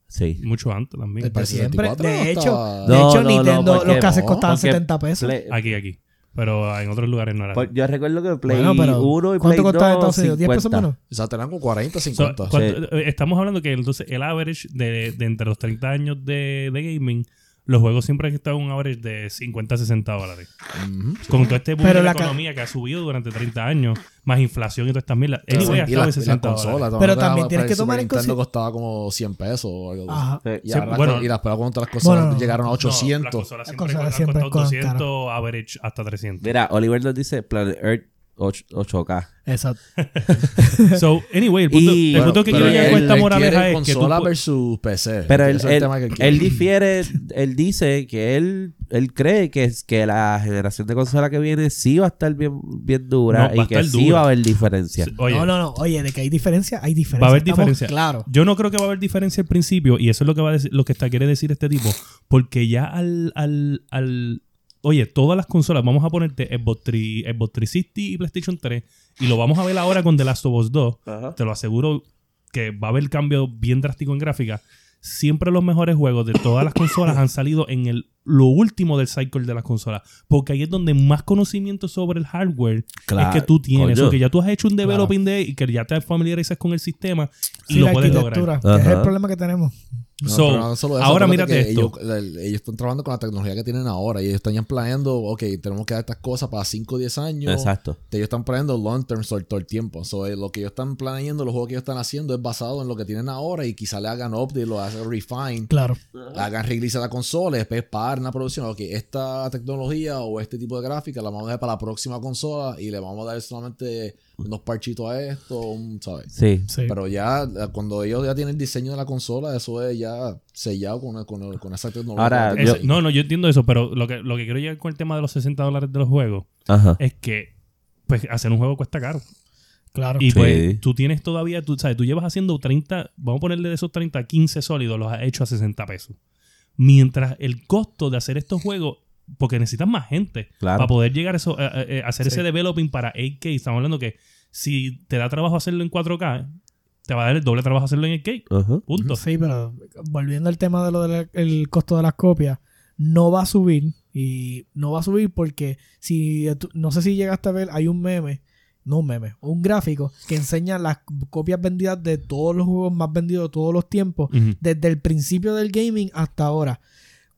[SPEAKER 1] Sí.
[SPEAKER 4] Mucho antes también.
[SPEAKER 3] Del
[SPEAKER 2] Desde siempre.
[SPEAKER 3] 64
[SPEAKER 2] De
[SPEAKER 3] hasta-
[SPEAKER 2] hecho, de
[SPEAKER 1] No, no,
[SPEAKER 2] hecho
[SPEAKER 1] no,
[SPEAKER 2] Nintendo,
[SPEAKER 1] porque
[SPEAKER 2] los cassettes
[SPEAKER 3] no,
[SPEAKER 2] costaban
[SPEAKER 1] porque
[SPEAKER 2] 70 pesos.
[SPEAKER 1] Play-
[SPEAKER 4] Aquí, aquí. Pero en otros lugares no era.
[SPEAKER 1] por- yo recuerdo que Play
[SPEAKER 2] Bueno, pero
[SPEAKER 1] 1 y Play
[SPEAKER 2] ¿Cuánto
[SPEAKER 1] 2,
[SPEAKER 2] costaba entonces? ¿10 pesos
[SPEAKER 1] 50.
[SPEAKER 2] menos?
[SPEAKER 3] O sea, tenían como 40,
[SPEAKER 4] So,
[SPEAKER 3] 50.
[SPEAKER 4] ¿cuánto- eh, Estamos hablando que entonces el average de, de entre los 30 años de, de gaming, los juegos siempre han estado en un average de 50 a 60 dólares.
[SPEAKER 3] Ujú.
[SPEAKER 4] Con todo este boom
[SPEAKER 2] Pero
[SPEAKER 4] de la
[SPEAKER 2] la ca-
[SPEAKER 4] economía que ha subido durante 30 años, más inflación y todas estas mierdas.
[SPEAKER 3] Y
[SPEAKER 4] Anyway, ha
[SPEAKER 3] la-
[SPEAKER 4] estado en
[SPEAKER 3] y
[SPEAKER 4] 60
[SPEAKER 3] las
[SPEAKER 4] dólares.
[SPEAKER 3] consolas,
[SPEAKER 2] Pero
[SPEAKER 3] la-
[SPEAKER 2] también
[SPEAKER 3] la
[SPEAKER 2] tienes que
[SPEAKER 3] Super
[SPEAKER 2] tomar en
[SPEAKER 3] Nintendo
[SPEAKER 2] consi-
[SPEAKER 3] costaba como 100 pesos o algo así.
[SPEAKER 2] Ajá.
[SPEAKER 1] Sí,
[SPEAKER 3] Y,
[SPEAKER 1] ya.
[SPEAKER 3] ahora-
[SPEAKER 4] bueno.
[SPEAKER 3] y las cuando otras cosas
[SPEAKER 2] Bueno, no.
[SPEAKER 3] llegaron a
[SPEAKER 4] No, las
[SPEAKER 3] 800.
[SPEAKER 4] consolas
[SPEAKER 2] Las
[SPEAKER 4] siempre
[SPEAKER 2] consolas
[SPEAKER 4] han
[SPEAKER 2] siempre
[SPEAKER 4] costado
[SPEAKER 2] con
[SPEAKER 4] 200, average hasta 300.
[SPEAKER 1] Mira, Oliver nos dice Planet Earth 8, 8K.
[SPEAKER 2] Exacto.
[SPEAKER 4] So, anyway, el punto,
[SPEAKER 1] Y-
[SPEAKER 4] el punto que
[SPEAKER 1] Bueno,
[SPEAKER 4] quiero
[SPEAKER 1] pero
[SPEAKER 4] llegar con
[SPEAKER 1] él-
[SPEAKER 4] esta
[SPEAKER 3] él
[SPEAKER 4] moraleja
[SPEAKER 3] quiere
[SPEAKER 4] es que tú...
[SPEAKER 3] consola
[SPEAKER 4] pu-
[SPEAKER 3] versus PC.
[SPEAKER 1] Pero
[SPEAKER 3] Ese
[SPEAKER 1] él,
[SPEAKER 3] es el
[SPEAKER 1] él-
[SPEAKER 3] tema que él quiere.
[SPEAKER 1] él difiere, él dice que él, él cree que, es, que la generación de consola que viene sí va a estar bien, bien
[SPEAKER 4] No,
[SPEAKER 1] dura
[SPEAKER 4] va a
[SPEAKER 1] y que
[SPEAKER 4] estar
[SPEAKER 1] sí
[SPEAKER 4] dura.
[SPEAKER 1] va a haber diferencia.
[SPEAKER 4] Oye,
[SPEAKER 2] No, no, no. Oye, de que hay diferencia, hay diferencia.
[SPEAKER 4] Va a haber
[SPEAKER 2] Estamos
[SPEAKER 4] diferencia.
[SPEAKER 2] Claro.
[SPEAKER 4] Yo no creo que va a haber diferencia al principio, y eso es lo que va a decir, lo que está, quiere decir este tipo. Porque ya al, al, al- Oye, todas las consolas, vamos a ponerte Xbox, 3, Xbox 360 y PlayStation 3, y lo vamos a ver ahora con The Last of Us 2. Te lo aseguro que va a haber cambio bien drástico en gráfica. Siempre los mejores juegos de todas las consolas han salido en el, lo último del cycle de las consolas. Porque ahí es donde más conocimiento sobre el hardware
[SPEAKER 1] Claro,
[SPEAKER 4] es que tú tienes.
[SPEAKER 1] coño.
[SPEAKER 4] O que ya tú has hecho un developing de y que ya te familiarizas con el sistema y
[SPEAKER 2] Sí,
[SPEAKER 4] lo
[SPEAKER 2] la
[SPEAKER 4] puedes
[SPEAKER 2] arquitectura.
[SPEAKER 4] lograr.
[SPEAKER 2] que es el
[SPEAKER 1] Ajá.
[SPEAKER 2] problema que tenemos.
[SPEAKER 3] No,
[SPEAKER 4] So,
[SPEAKER 3] pero no solo eso,
[SPEAKER 4] ahora
[SPEAKER 3] acuérdate
[SPEAKER 4] mírate
[SPEAKER 3] que
[SPEAKER 4] esto.
[SPEAKER 3] Ellos, el- ellos están trabajando con la tecnología que tienen ahora y ellos están ya planeando, ok, tenemos que dar estas cosas para 5 o 10 años.
[SPEAKER 1] Exacto.
[SPEAKER 3] Ellos están planeando long term so- todo el tiempo. So, eh, lo que ellos están planeando, los juegos que ellos están haciendo es basado en lo que tienen ahora y quizá le hagan update, lo hagan refine,
[SPEAKER 2] Claro.
[SPEAKER 3] hagan release a la consola y después paren la producción. Ok, esta tecnología o este tipo de gráfica la vamos a dejar para la próxima consola y le vamos a dar solamente unos parchitos a esto, un- ¿sabes?
[SPEAKER 1] Sí.
[SPEAKER 2] Sí.
[SPEAKER 3] Pero ya, eh, cuando ellos ya tienen el diseño de la consola, eso es ya sellado con, con, con esa tecnología.
[SPEAKER 1] Ahora,
[SPEAKER 3] que
[SPEAKER 4] Eso-
[SPEAKER 3] tienen.
[SPEAKER 4] no, no, yo entiendo eso, pero lo que, lo que quiero llegar con el tema de los 60 dólares de los juegos
[SPEAKER 1] Ajá.
[SPEAKER 4] es que pues hacer un juego cuesta caro.
[SPEAKER 2] Claro.
[SPEAKER 4] Y
[SPEAKER 1] Sí.
[SPEAKER 4] pues tú tienes todavía, tú sabes, tú llevas haciendo 30, vamos a ponerle de esos 30, 15 sólidos, los has hecho a 60 pesos. Mientras el costo de hacer estos juegos, porque necesitas más gente
[SPEAKER 1] Claro.
[SPEAKER 4] para poder llegar a eso, a- a- a hacer
[SPEAKER 2] Sí.
[SPEAKER 4] ese developing para 8K. Estamos hablando que si te da trabajo hacerlo en 4K, te va a dar el doble trabajo hacerlo en 8K.
[SPEAKER 1] Ajá.
[SPEAKER 4] Punto.
[SPEAKER 2] Sí, pero volviendo al tema de lo del el costo de las copias, no va a subir y no va a subir porque si tú- no sé si llegaste a ver, hay un meme, no un meme, un gráfico que enseña las copias vendidas de todos los juegos más vendidos de todos los tiempos
[SPEAKER 4] Ujú.
[SPEAKER 2] desde el principio del gaming hasta ahora.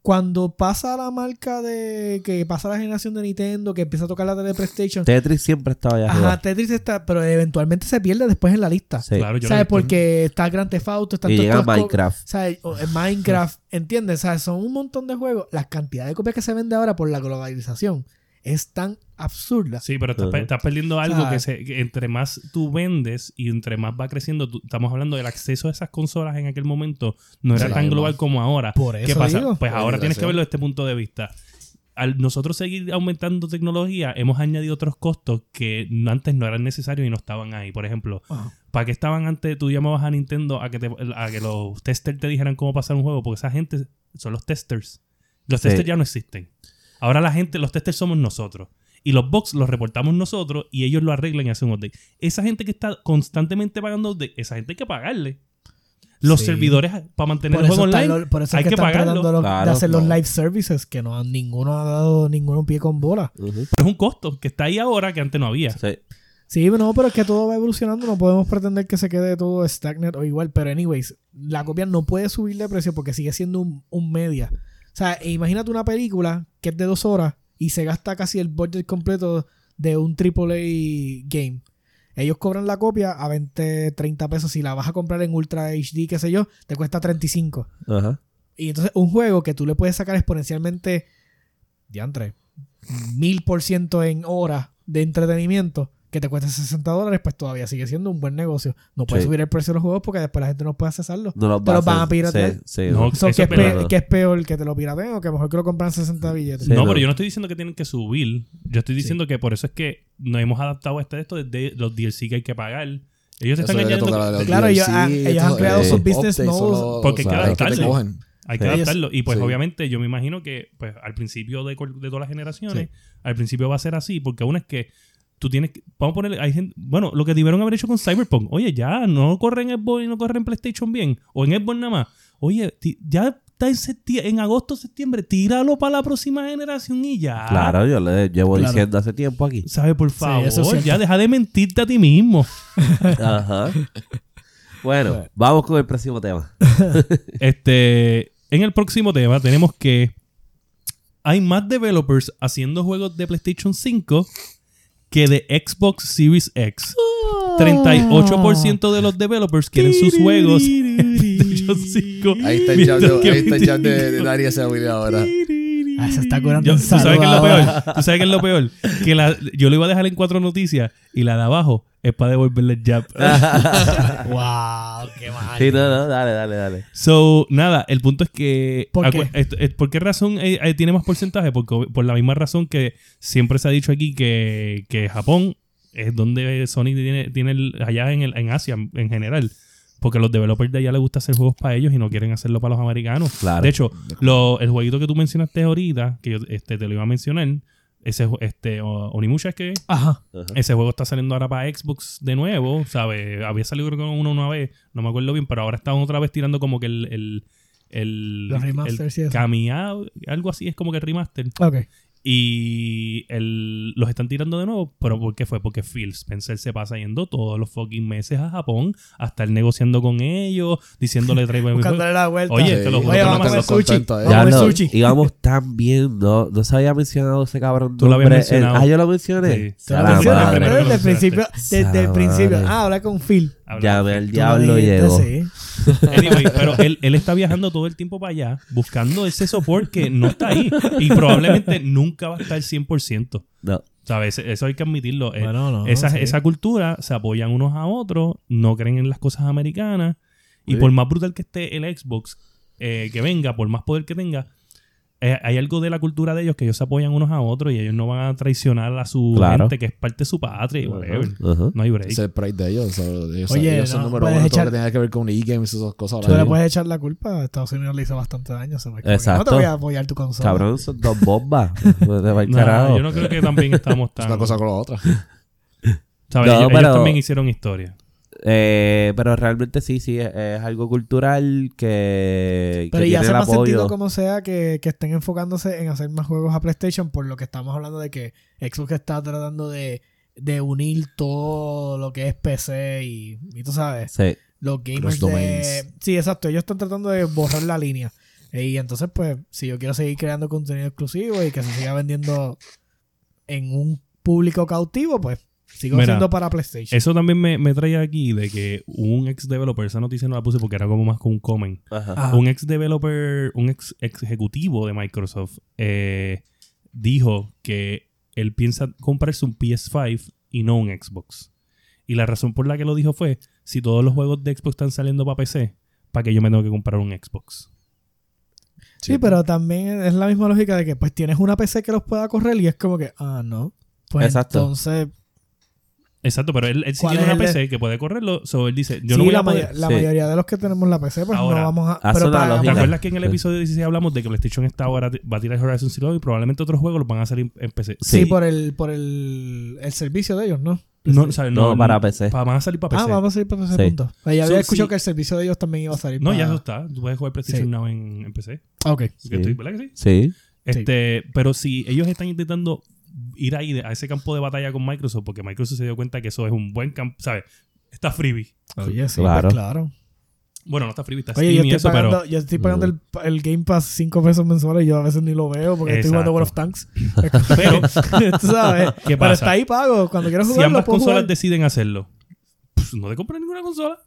[SPEAKER 2] Cuando pasa la marca de que pasa la generación de Nintendo, que empieza a tocar la de PlayStation,
[SPEAKER 1] Tetris siempre estaba allá
[SPEAKER 2] ajá,
[SPEAKER 1] arriba.
[SPEAKER 2] Tetris está, pero eventualmente se pierde después en la lista.
[SPEAKER 1] Sí.
[SPEAKER 4] Claro, yo lo he
[SPEAKER 2] ¿Sabes?
[SPEAKER 4] visto.
[SPEAKER 2] Porque está Grand Theft Auto, está
[SPEAKER 1] Y
[SPEAKER 2] todas
[SPEAKER 1] llega
[SPEAKER 2] estas co-
[SPEAKER 1] Minecraft.
[SPEAKER 2] ¿sabes? O- en Minecraft, ¿entiendes? ¿Sabes? Son un montón de juegos. La cantidad de copias que se vende ahora por la globalización es tan absurda.
[SPEAKER 4] Sí, pero estás,
[SPEAKER 1] Ajá.
[SPEAKER 4] pe- estás perdiendo algo
[SPEAKER 2] sea,
[SPEAKER 4] que, se- que entre más tú vendes y entre más va creciendo, tú- estamos hablando del acceso a esas consolas en aquel momento no era
[SPEAKER 3] Sí.
[SPEAKER 4] tan global como ahora.
[SPEAKER 2] Por
[SPEAKER 4] ¿Qué
[SPEAKER 2] eso
[SPEAKER 4] pasa?
[SPEAKER 2] digo.
[SPEAKER 4] Pues ahora tienes que
[SPEAKER 3] Globalización.
[SPEAKER 4] verlo desde este punto de vista. Al nosotros seguir aumentando tecnología, hemos añadido otros costos que no- antes no eran necesarios y no estaban ahí. Por ejemplo,
[SPEAKER 2] Ajá.
[SPEAKER 4] ¿para qué estaban antes? Tú llamabas a Nintendo a que, te- a que los testers te dijeran cómo pasar un juego, porque esa gente son los testers. Los
[SPEAKER 1] Sí.
[SPEAKER 4] testers ya no existen. Ahora la gente, los testers somos nosotros. Y los bugs los reportamos nosotros y ellos lo arreglan y hacen un update. Esa gente que está constantemente pagando update, esa gente hay que pagarle. Los
[SPEAKER 2] Sí.
[SPEAKER 4] servidores para mantener
[SPEAKER 2] Por
[SPEAKER 4] el
[SPEAKER 2] eso,
[SPEAKER 4] juego
[SPEAKER 2] están
[SPEAKER 4] online.
[SPEAKER 2] los- por eso
[SPEAKER 4] hay
[SPEAKER 2] es que,
[SPEAKER 4] que
[SPEAKER 2] están
[SPEAKER 4] pagarlo.
[SPEAKER 2] tratando los-
[SPEAKER 1] Claro,
[SPEAKER 2] de hacer los
[SPEAKER 1] no.
[SPEAKER 2] live services que no han, ninguno ha dado ningún pie con bola.
[SPEAKER 1] Ujú.
[SPEAKER 4] Pero es un costo que está ahí ahora que antes no había.
[SPEAKER 1] Sí.
[SPEAKER 2] Sí, no, pero es que todo va evolucionando. No podemos pretender que se quede todo stagnant o igual. Pero, anyways, la copia no puede subir de precio porque sigue siendo un, un media. O sea, e imagínate una película que es de dos horas y se gasta casi el budget completo de un AAA game. Ellos cobran la copia a 20, 30 pesos. Si la vas a comprar en Ultra HD, qué sé yo, te cuesta 35.
[SPEAKER 1] Ajá.
[SPEAKER 2] Y entonces, un juego que tú le puedes sacar exponencialmente, diantre, mil por ciento en horas de entretenimiento, que te cueste 60 dólares, pues todavía sigue siendo un buen negocio. No puedes
[SPEAKER 1] Sí.
[SPEAKER 2] subir el precio de los juegos porque después la gente no puede accesarlo.
[SPEAKER 1] No los
[SPEAKER 2] Te
[SPEAKER 1] va
[SPEAKER 2] los van a
[SPEAKER 1] hacer.
[SPEAKER 2] piratear.
[SPEAKER 1] Sí, sí,
[SPEAKER 4] No,
[SPEAKER 2] So,
[SPEAKER 4] Eso
[SPEAKER 2] ¿qué,
[SPEAKER 4] es
[SPEAKER 2] es pe-
[SPEAKER 1] verdad.
[SPEAKER 2] qué es peor? ¿Que te lo pirateen o que mejor que lo compran 60 billetes?
[SPEAKER 1] Sí,
[SPEAKER 4] no,
[SPEAKER 1] no.
[SPEAKER 4] pero yo no estoy diciendo que tienen que subir. Yo estoy diciendo que por eso es que nos hemos adaptado a este de esto desde los DLC que hay que pagar. Ellos se
[SPEAKER 3] Eso
[SPEAKER 4] están
[SPEAKER 3] debería
[SPEAKER 4] engañando.
[SPEAKER 3] tocar a los
[SPEAKER 2] Claro, ellos
[SPEAKER 3] DLC,
[SPEAKER 2] han- ellos
[SPEAKER 3] estos-
[SPEAKER 2] han creado
[SPEAKER 3] eh,
[SPEAKER 1] sus
[SPEAKER 2] business
[SPEAKER 3] updates,
[SPEAKER 2] models.
[SPEAKER 3] solo- o
[SPEAKER 4] Porque
[SPEAKER 3] sea,
[SPEAKER 4] cada
[SPEAKER 3] es que te
[SPEAKER 4] tarde.
[SPEAKER 3] cogen.
[SPEAKER 4] Hay que
[SPEAKER 1] Sí.
[SPEAKER 4] adaptarlo. Y pues
[SPEAKER 3] Sí.
[SPEAKER 4] obviamente yo me imagino que pues al principio de, cual- de todas las generaciones, al principio va a ser así, porque aún es que tú tienes que... Vamos a ponerle... Hay gente, bueno, lo que debieron haber hecho con Cyberpunk. Oye, ya no corre en Xbox y no corre en PlayStation bien. O en Xbox nada más. Oye, ti- ya está en, septi- en agosto, septiembre. Tíralo para la próxima generación y ya.
[SPEAKER 1] Claro, yo le llevo
[SPEAKER 2] Claro.
[SPEAKER 1] diciendo hace tiempo aquí.
[SPEAKER 4] ¿Sabes? Por favor,
[SPEAKER 2] eso es cierto.
[SPEAKER 4] ya deja de mentirte a ti mismo.
[SPEAKER 1] Ajá. Bueno, vamos con el próximo tema.
[SPEAKER 4] Este, en el próximo tema tenemos que hay más developers haciendo juegos de PlayStation 5 que de Xbox Series X.
[SPEAKER 2] Oh.
[SPEAKER 4] 38% de los developers quieren sus juegos en PlayStation 5.
[SPEAKER 3] Ahí está el
[SPEAKER 4] mientras
[SPEAKER 3] jab de,
[SPEAKER 4] que
[SPEAKER 3] ahí está el jab de,
[SPEAKER 4] 25.
[SPEAKER 3] de Darius Avila ahora.
[SPEAKER 2] Ah, se está curando
[SPEAKER 4] Yo-
[SPEAKER 2] en
[SPEAKER 4] ¿Tú sabes qué es lo
[SPEAKER 2] salud ahora.
[SPEAKER 4] peor? ¿Tú sabes qué es lo peor? Que la, yo lo iba a dejar en cuatro noticias y la de abajo es para devolverle el jab.
[SPEAKER 2] wow, qué mal.
[SPEAKER 1] Sí, no, no, dale, dale, dale.
[SPEAKER 4] So, nada, el punto es que...
[SPEAKER 2] ¿Por qué?
[SPEAKER 4] acu- esto- es- ¿por qué razón eh, eh, tiene más porcentaje? Porque, ob- por la misma razón que siempre se ha dicho aquí que, que Japón es donde Sony tiene, tiene el- allá en, el- en Asia en general. Porque los developers de allá les gusta hacer juegos para ellos y no quieren hacerlo para los americanos.
[SPEAKER 1] Claro.
[SPEAKER 4] De hecho, lo- el jueguito que tú mencionaste ahorita, que yo este, te lo iba a mencionar, ese ju- este, o- Onimusha es que...
[SPEAKER 2] Ajá.
[SPEAKER 1] Ajá.
[SPEAKER 4] Ese juego está saliendo ahora para Xbox de nuevo, ¿sabes? Había salido creo que uno una vez, no me acuerdo bien, pero ahora están otra vez tirando como que el... el, el
[SPEAKER 2] Los remasters y
[SPEAKER 4] el
[SPEAKER 2] eso.
[SPEAKER 4] cameado, algo así, es como que el remaster.
[SPEAKER 2] Ok.
[SPEAKER 4] Y el- los están tirando de nuevo, pero ¿por qué fue? Porque Phil Spencer se pasa yendo todos los fucking meses a Japón a estar negociando con ellos, diciéndole tráeme mi juego".
[SPEAKER 2] Buscándole la vuelta.
[SPEAKER 4] Oye, te lo juro
[SPEAKER 2] Oye,
[SPEAKER 4] que
[SPEAKER 2] vamos
[SPEAKER 4] no
[SPEAKER 2] a comer
[SPEAKER 3] están
[SPEAKER 2] sushi.
[SPEAKER 3] contentos, eh.
[SPEAKER 2] Vamos a
[SPEAKER 1] Ya
[SPEAKER 2] comer
[SPEAKER 1] lo,
[SPEAKER 2] sushi.
[SPEAKER 1] íbamos tan bien, no, no se había mencionado ese cabrón.
[SPEAKER 4] Tú lo habías
[SPEAKER 1] nombre.
[SPEAKER 4] mencionado.
[SPEAKER 1] Ah, yo lo mencioné.
[SPEAKER 4] Sí.
[SPEAKER 2] Te lo
[SPEAKER 1] Ya la
[SPEAKER 2] mencioné,
[SPEAKER 4] mencionaste,
[SPEAKER 1] madre.
[SPEAKER 2] pero
[SPEAKER 4] creo que lo
[SPEAKER 2] desde el principio.
[SPEAKER 1] mencionaste.
[SPEAKER 2] Desde el principio.
[SPEAKER 1] Madre.
[SPEAKER 2] Ah, habla con Phil.
[SPEAKER 4] Habla-
[SPEAKER 1] Llamé el
[SPEAKER 2] Tú
[SPEAKER 1] diablo
[SPEAKER 2] lo dijiste,
[SPEAKER 1] llegó.
[SPEAKER 2] sí.
[SPEAKER 4] Anyway, pero él, él está viajando todo el tiempo para allá buscando ese soporte que no está ahí y probablemente nunca va a estar 100%.
[SPEAKER 1] No.
[SPEAKER 4] ¿Sabes? Eso hay que admitirlo. Eh,
[SPEAKER 2] Bueno, no,
[SPEAKER 4] esa,
[SPEAKER 2] sí.
[SPEAKER 4] esa cultura se apoyan unos a otros, no creen en las cosas americanas. Y
[SPEAKER 1] Sí.
[SPEAKER 4] por más brutal que esté el Xbox eh, que venga, por más poder que tenga, eh, hay algo de la cultura de ellos que ellos se apoyan unos a otros y ellos no van a traicionar a su
[SPEAKER 1] Claro.
[SPEAKER 4] gente que es parte de su patria y whatever.
[SPEAKER 1] Ajá.
[SPEAKER 4] No hay break.
[SPEAKER 3] Ese es el pride de ellos. o sea, ellos
[SPEAKER 2] Oye,
[SPEAKER 3] ellos son
[SPEAKER 2] no,
[SPEAKER 3] número uno.
[SPEAKER 2] puedes
[SPEAKER 3] en Todo lo
[SPEAKER 2] echar-
[SPEAKER 3] que tenga que ver con e-games y esas cosas.
[SPEAKER 2] Tú le
[SPEAKER 3] ahora.
[SPEAKER 2] puedes echar la culpa. A Estados Unidos le hizo bastante daño. se fue como que No te
[SPEAKER 1] Exacto.
[SPEAKER 2] voy a apoyar tu consola.
[SPEAKER 1] Cabrón, son dos bombas. Pues Vete pa'l
[SPEAKER 4] No,
[SPEAKER 1] carajo.
[SPEAKER 4] yo no creo que también estamos
[SPEAKER 3] Es
[SPEAKER 4] tan...
[SPEAKER 3] una cosa con la otra.
[SPEAKER 4] ¿sabes?
[SPEAKER 1] No,
[SPEAKER 4] ellos, ellos
[SPEAKER 1] pero-
[SPEAKER 4] también hicieron historia.
[SPEAKER 1] Eh, pero realmente sí, sí, es, es algo cultural que,
[SPEAKER 2] Pero
[SPEAKER 1] que
[SPEAKER 2] ya
[SPEAKER 1] tiene
[SPEAKER 2] hace
[SPEAKER 1] el
[SPEAKER 2] más sentido
[SPEAKER 1] apoyo.
[SPEAKER 2] como sea que, que estén enfocándose en hacer más juegos a PlayStation por lo que estamos hablando de que Xbox está tratando de, de unir todo lo que es PC y, y tú sabes,
[SPEAKER 1] Sí,
[SPEAKER 2] los gamers
[SPEAKER 3] domains.
[SPEAKER 2] de... Sí, exacto, ellos están tratando de borrar la línea. Y entonces, pues, si yo quiero seguir creando contenido exclusivo y que se siga vendiendo en un público cautivo, pues, sigo
[SPEAKER 4] Mira,
[SPEAKER 2] siendo para PlayStation.
[SPEAKER 4] Eso también me, me trae aquí de que un ex developer, esa noticia no la puse porque era como más con un comment.
[SPEAKER 1] ajá.
[SPEAKER 2] Ah,
[SPEAKER 4] Un ex developer, un ex, ex ejecutivo de Microsoft eh, dijo que él piensa comprarse un PS5 y no un Xbox. Y la razón por la que lo dijo fue, si todos los juegos de Xbox están saliendo para PC, ¿para que yo me tengo que comprar un Xbox?
[SPEAKER 2] Sí, pero también es la misma lógica de que pues tienes una PC que los pueda correr y es como que, ah, no. Pues
[SPEAKER 1] Exacto.
[SPEAKER 2] entonces,
[SPEAKER 4] Exacto, pero él, él sí
[SPEAKER 2] ¿Cuál
[SPEAKER 4] tiene
[SPEAKER 2] es
[SPEAKER 4] una
[SPEAKER 2] el de-
[SPEAKER 4] PC que puede correrlo, so él dice, yo
[SPEAKER 2] sí,
[SPEAKER 4] no voy
[SPEAKER 2] la,
[SPEAKER 4] a poder...
[SPEAKER 2] may- la
[SPEAKER 1] sí.
[SPEAKER 2] mayoría de los que tenemos la PC, pues
[SPEAKER 4] Ahora,
[SPEAKER 2] no vamos a...
[SPEAKER 1] haz una
[SPEAKER 4] ¿Te
[SPEAKER 1] Mira.
[SPEAKER 4] acuerdas que en el
[SPEAKER 1] Sí.
[SPEAKER 4] episodio 16 hablamos de que PlayStation está ahora va a tirar Horizon Zero y probablemente otros juegos los van a hacer en en PC?
[SPEAKER 2] Sí,
[SPEAKER 1] Sí.
[SPEAKER 2] por, el, por el, el servicio de ellos, ¿no?
[SPEAKER 4] No, o sea, no,
[SPEAKER 1] No, para PC.
[SPEAKER 4] pa- van a salir para
[SPEAKER 2] Ah,
[SPEAKER 4] PC.
[SPEAKER 2] vamos a ir para ese
[SPEAKER 1] Sí.
[SPEAKER 2] punto. Pues, ya había
[SPEAKER 4] So,
[SPEAKER 2] escuchado
[SPEAKER 4] sí.
[SPEAKER 2] que el servicio de ellos también iba a salir.
[SPEAKER 4] no,
[SPEAKER 2] para-
[SPEAKER 4] ya eso está. Tú puedes jugar PlayStation
[SPEAKER 2] Sí.
[SPEAKER 4] Now en, en PC.
[SPEAKER 2] Ah, Ok.
[SPEAKER 1] Sí.
[SPEAKER 4] Que estoy- ¿Verdad que sí?
[SPEAKER 1] Sí.
[SPEAKER 4] Este, Pero si ellos están intentando ir ahí de- a ese campo de batalla con Microsoft, porque Microsoft se dio cuenta que eso es un buen campo, ¿sabes? Está freebie.
[SPEAKER 2] Oye, sí,
[SPEAKER 1] Claro.
[SPEAKER 2] claro. claro.
[SPEAKER 4] Bueno, no está freebie, está
[SPEAKER 2] Oye, yo
[SPEAKER 4] Steam y
[SPEAKER 2] estoy,
[SPEAKER 4] eso,
[SPEAKER 2] pagando,
[SPEAKER 4] pero...
[SPEAKER 2] yo estoy pagando el, el Game Pass 5 pesos mensuales y yo a veces ni lo veo porque estoy jugando
[SPEAKER 4] Exacto.
[SPEAKER 2] World of Tanks.
[SPEAKER 4] Pero
[SPEAKER 2] Tú sabes.
[SPEAKER 4] ¿Qué
[SPEAKER 2] Pero
[SPEAKER 4] pasa?
[SPEAKER 2] está ahí pago. Cuando quiero
[SPEAKER 4] si
[SPEAKER 2] jugar,
[SPEAKER 4] ambas
[SPEAKER 2] lo puedo
[SPEAKER 4] consolas
[SPEAKER 2] jugar.
[SPEAKER 4] deciden hacerlo, pues, no te compras ninguna consola.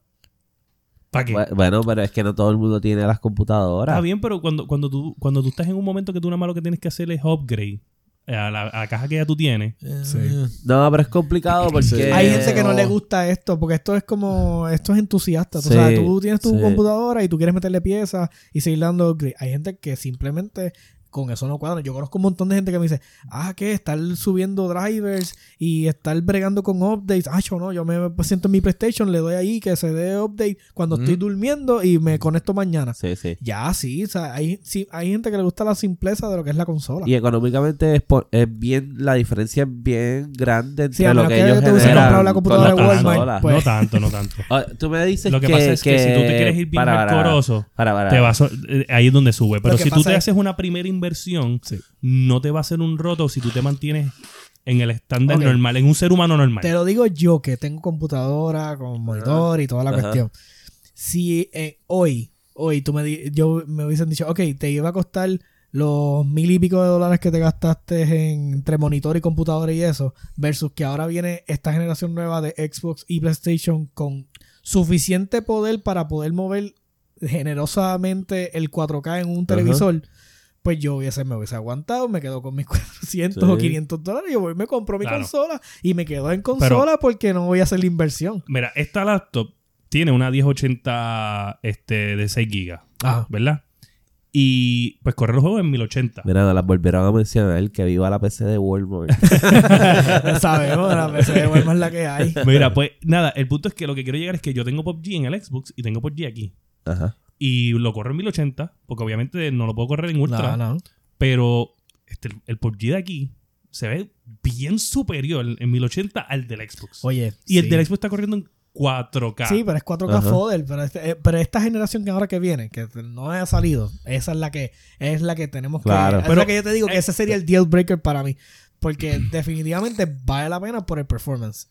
[SPEAKER 4] ¿Para qué?
[SPEAKER 1] Bu- Bueno, pero es que no todo el mundo tiene las computadoras.
[SPEAKER 4] Está bien, pero cuando, cuando, tú, cuando tú estás en un momento que tú nada más lo que tienes que hacer es upgrade a la, a la caja que ya tú tienes.
[SPEAKER 3] Sí.
[SPEAKER 1] No, pero es complicado porque.
[SPEAKER 3] Sí.
[SPEAKER 2] Hay gente que no
[SPEAKER 1] oh,
[SPEAKER 2] le gusta esto, porque esto es como, esto es entusiasta. tú
[SPEAKER 1] Sí,
[SPEAKER 2] sabes, tú tienes tu
[SPEAKER 1] sí.
[SPEAKER 2] computadora y tú quieres meterle piezas y seguir dando upgrade. Hay gente que simplemente con eso no cuadra. Yo conozco un montón de gente que me dice, ah, ¿qué? Estar subiendo drivers y estar bregando con updates. Ah, yo no, yo me siento en mi PlayStation, le doy ahí que se dé update cuando
[SPEAKER 1] Mm.
[SPEAKER 2] estoy durmiendo y me conecto mañana.
[SPEAKER 1] Sí, sí.
[SPEAKER 2] Ya, sí, o sea, hay, sí, hay gente que le gusta la simpleza de lo que es la consola.
[SPEAKER 1] Y económicamente es, por- es bien, la diferencia es bien grande entre
[SPEAKER 2] Sí, a
[SPEAKER 1] lo
[SPEAKER 2] menos
[SPEAKER 1] que
[SPEAKER 2] que
[SPEAKER 1] ellos
[SPEAKER 2] te hubiesen
[SPEAKER 1] generan
[SPEAKER 2] comprado la
[SPEAKER 1] con
[SPEAKER 2] computadora
[SPEAKER 1] las
[SPEAKER 2] de Walmart,
[SPEAKER 1] consolas.
[SPEAKER 2] pues.
[SPEAKER 4] No tanto, no tanto.
[SPEAKER 1] Ah, Tú me dices
[SPEAKER 4] Lo que, pasa es que, si tú te quieres ir bien
[SPEAKER 1] para, para,
[SPEAKER 4] coroso,
[SPEAKER 1] para, para.
[SPEAKER 4] te vas, eh, ahí es donde sube. Pero
[SPEAKER 2] Lo que
[SPEAKER 4] si tú
[SPEAKER 2] pasa
[SPEAKER 4] te
[SPEAKER 2] es-
[SPEAKER 4] haces una primera inversión,
[SPEAKER 3] Sí.
[SPEAKER 4] no te va a hacer un roto si tú te mantienes en el estándar
[SPEAKER 2] Ok.
[SPEAKER 4] normal, en un ser humano normal.
[SPEAKER 2] Te lo digo yo que tengo computadora con monitor y toda la
[SPEAKER 1] Ajá.
[SPEAKER 2] cuestión. Si eh, hoy, hoy tú me, di- yo, me hubiesen dicho, ok, te iba a costar los mil y pico de dólares que te gastaste en- entre monitor y computadora y eso, versus que ahora viene esta generación nueva de Xbox y PlayStation con suficiente poder para poder mover generosamente el 4K en un televisor. Pues yo hubiese, me hubiese aguantado, me quedo con mis 400 o
[SPEAKER 1] Sí.
[SPEAKER 2] 500 dólares, yo voy, y me compro mi
[SPEAKER 4] Claro.
[SPEAKER 2] consola y me quedo en consola porque no voy a hacer la inversión.
[SPEAKER 4] Mira, esta laptop tiene una 1080 este, de 6 GB,
[SPEAKER 2] Ajá.
[SPEAKER 4] ¿verdad? Y pues corre los juegos en 1080.
[SPEAKER 1] Mira, no las volvieron a mencionar que viva la PC de Walmart.
[SPEAKER 2] Sabemos, la PC de Walmart es la que hay.
[SPEAKER 4] Mira, pues nada, el punto es que lo que quiero llegar es que yo tengo PUBG en el Xbox y tengo PUBG aquí.
[SPEAKER 1] Ajá.
[SPEAKER 4] Y lo corro en 1080, porque obviamente no lo puedo correr en Ultra.
[SPEAKER 2] No, no.
[SPEAKER 4] Pero este, el PUBG de aquí se ve bien superior en 1080 al del Xbox.
[SPEAKER 2] Oye,
[SPEAKER 4] y el
[SPEAKER 2] sí.
[SPEAKER 4] del Xbox está corriendo en 4K.
[SPEAKER 2] Sí, pero es 4K
[SPEAKER 1] Ajá.
[SPEAKER 2] fodder, pero, este- eh, pero esta generación que ahora que viene, que no ha salido, esa es la que es la que tenemos que
[SPEAKER 1] Claro.
[SPEAKER 2] es la
[SPEAKER 4] Pero- eh,
[SPEAKER 2] que yo te digo que ese sería el deal breaker para mí, porque definitivamente vale la pena por el performance.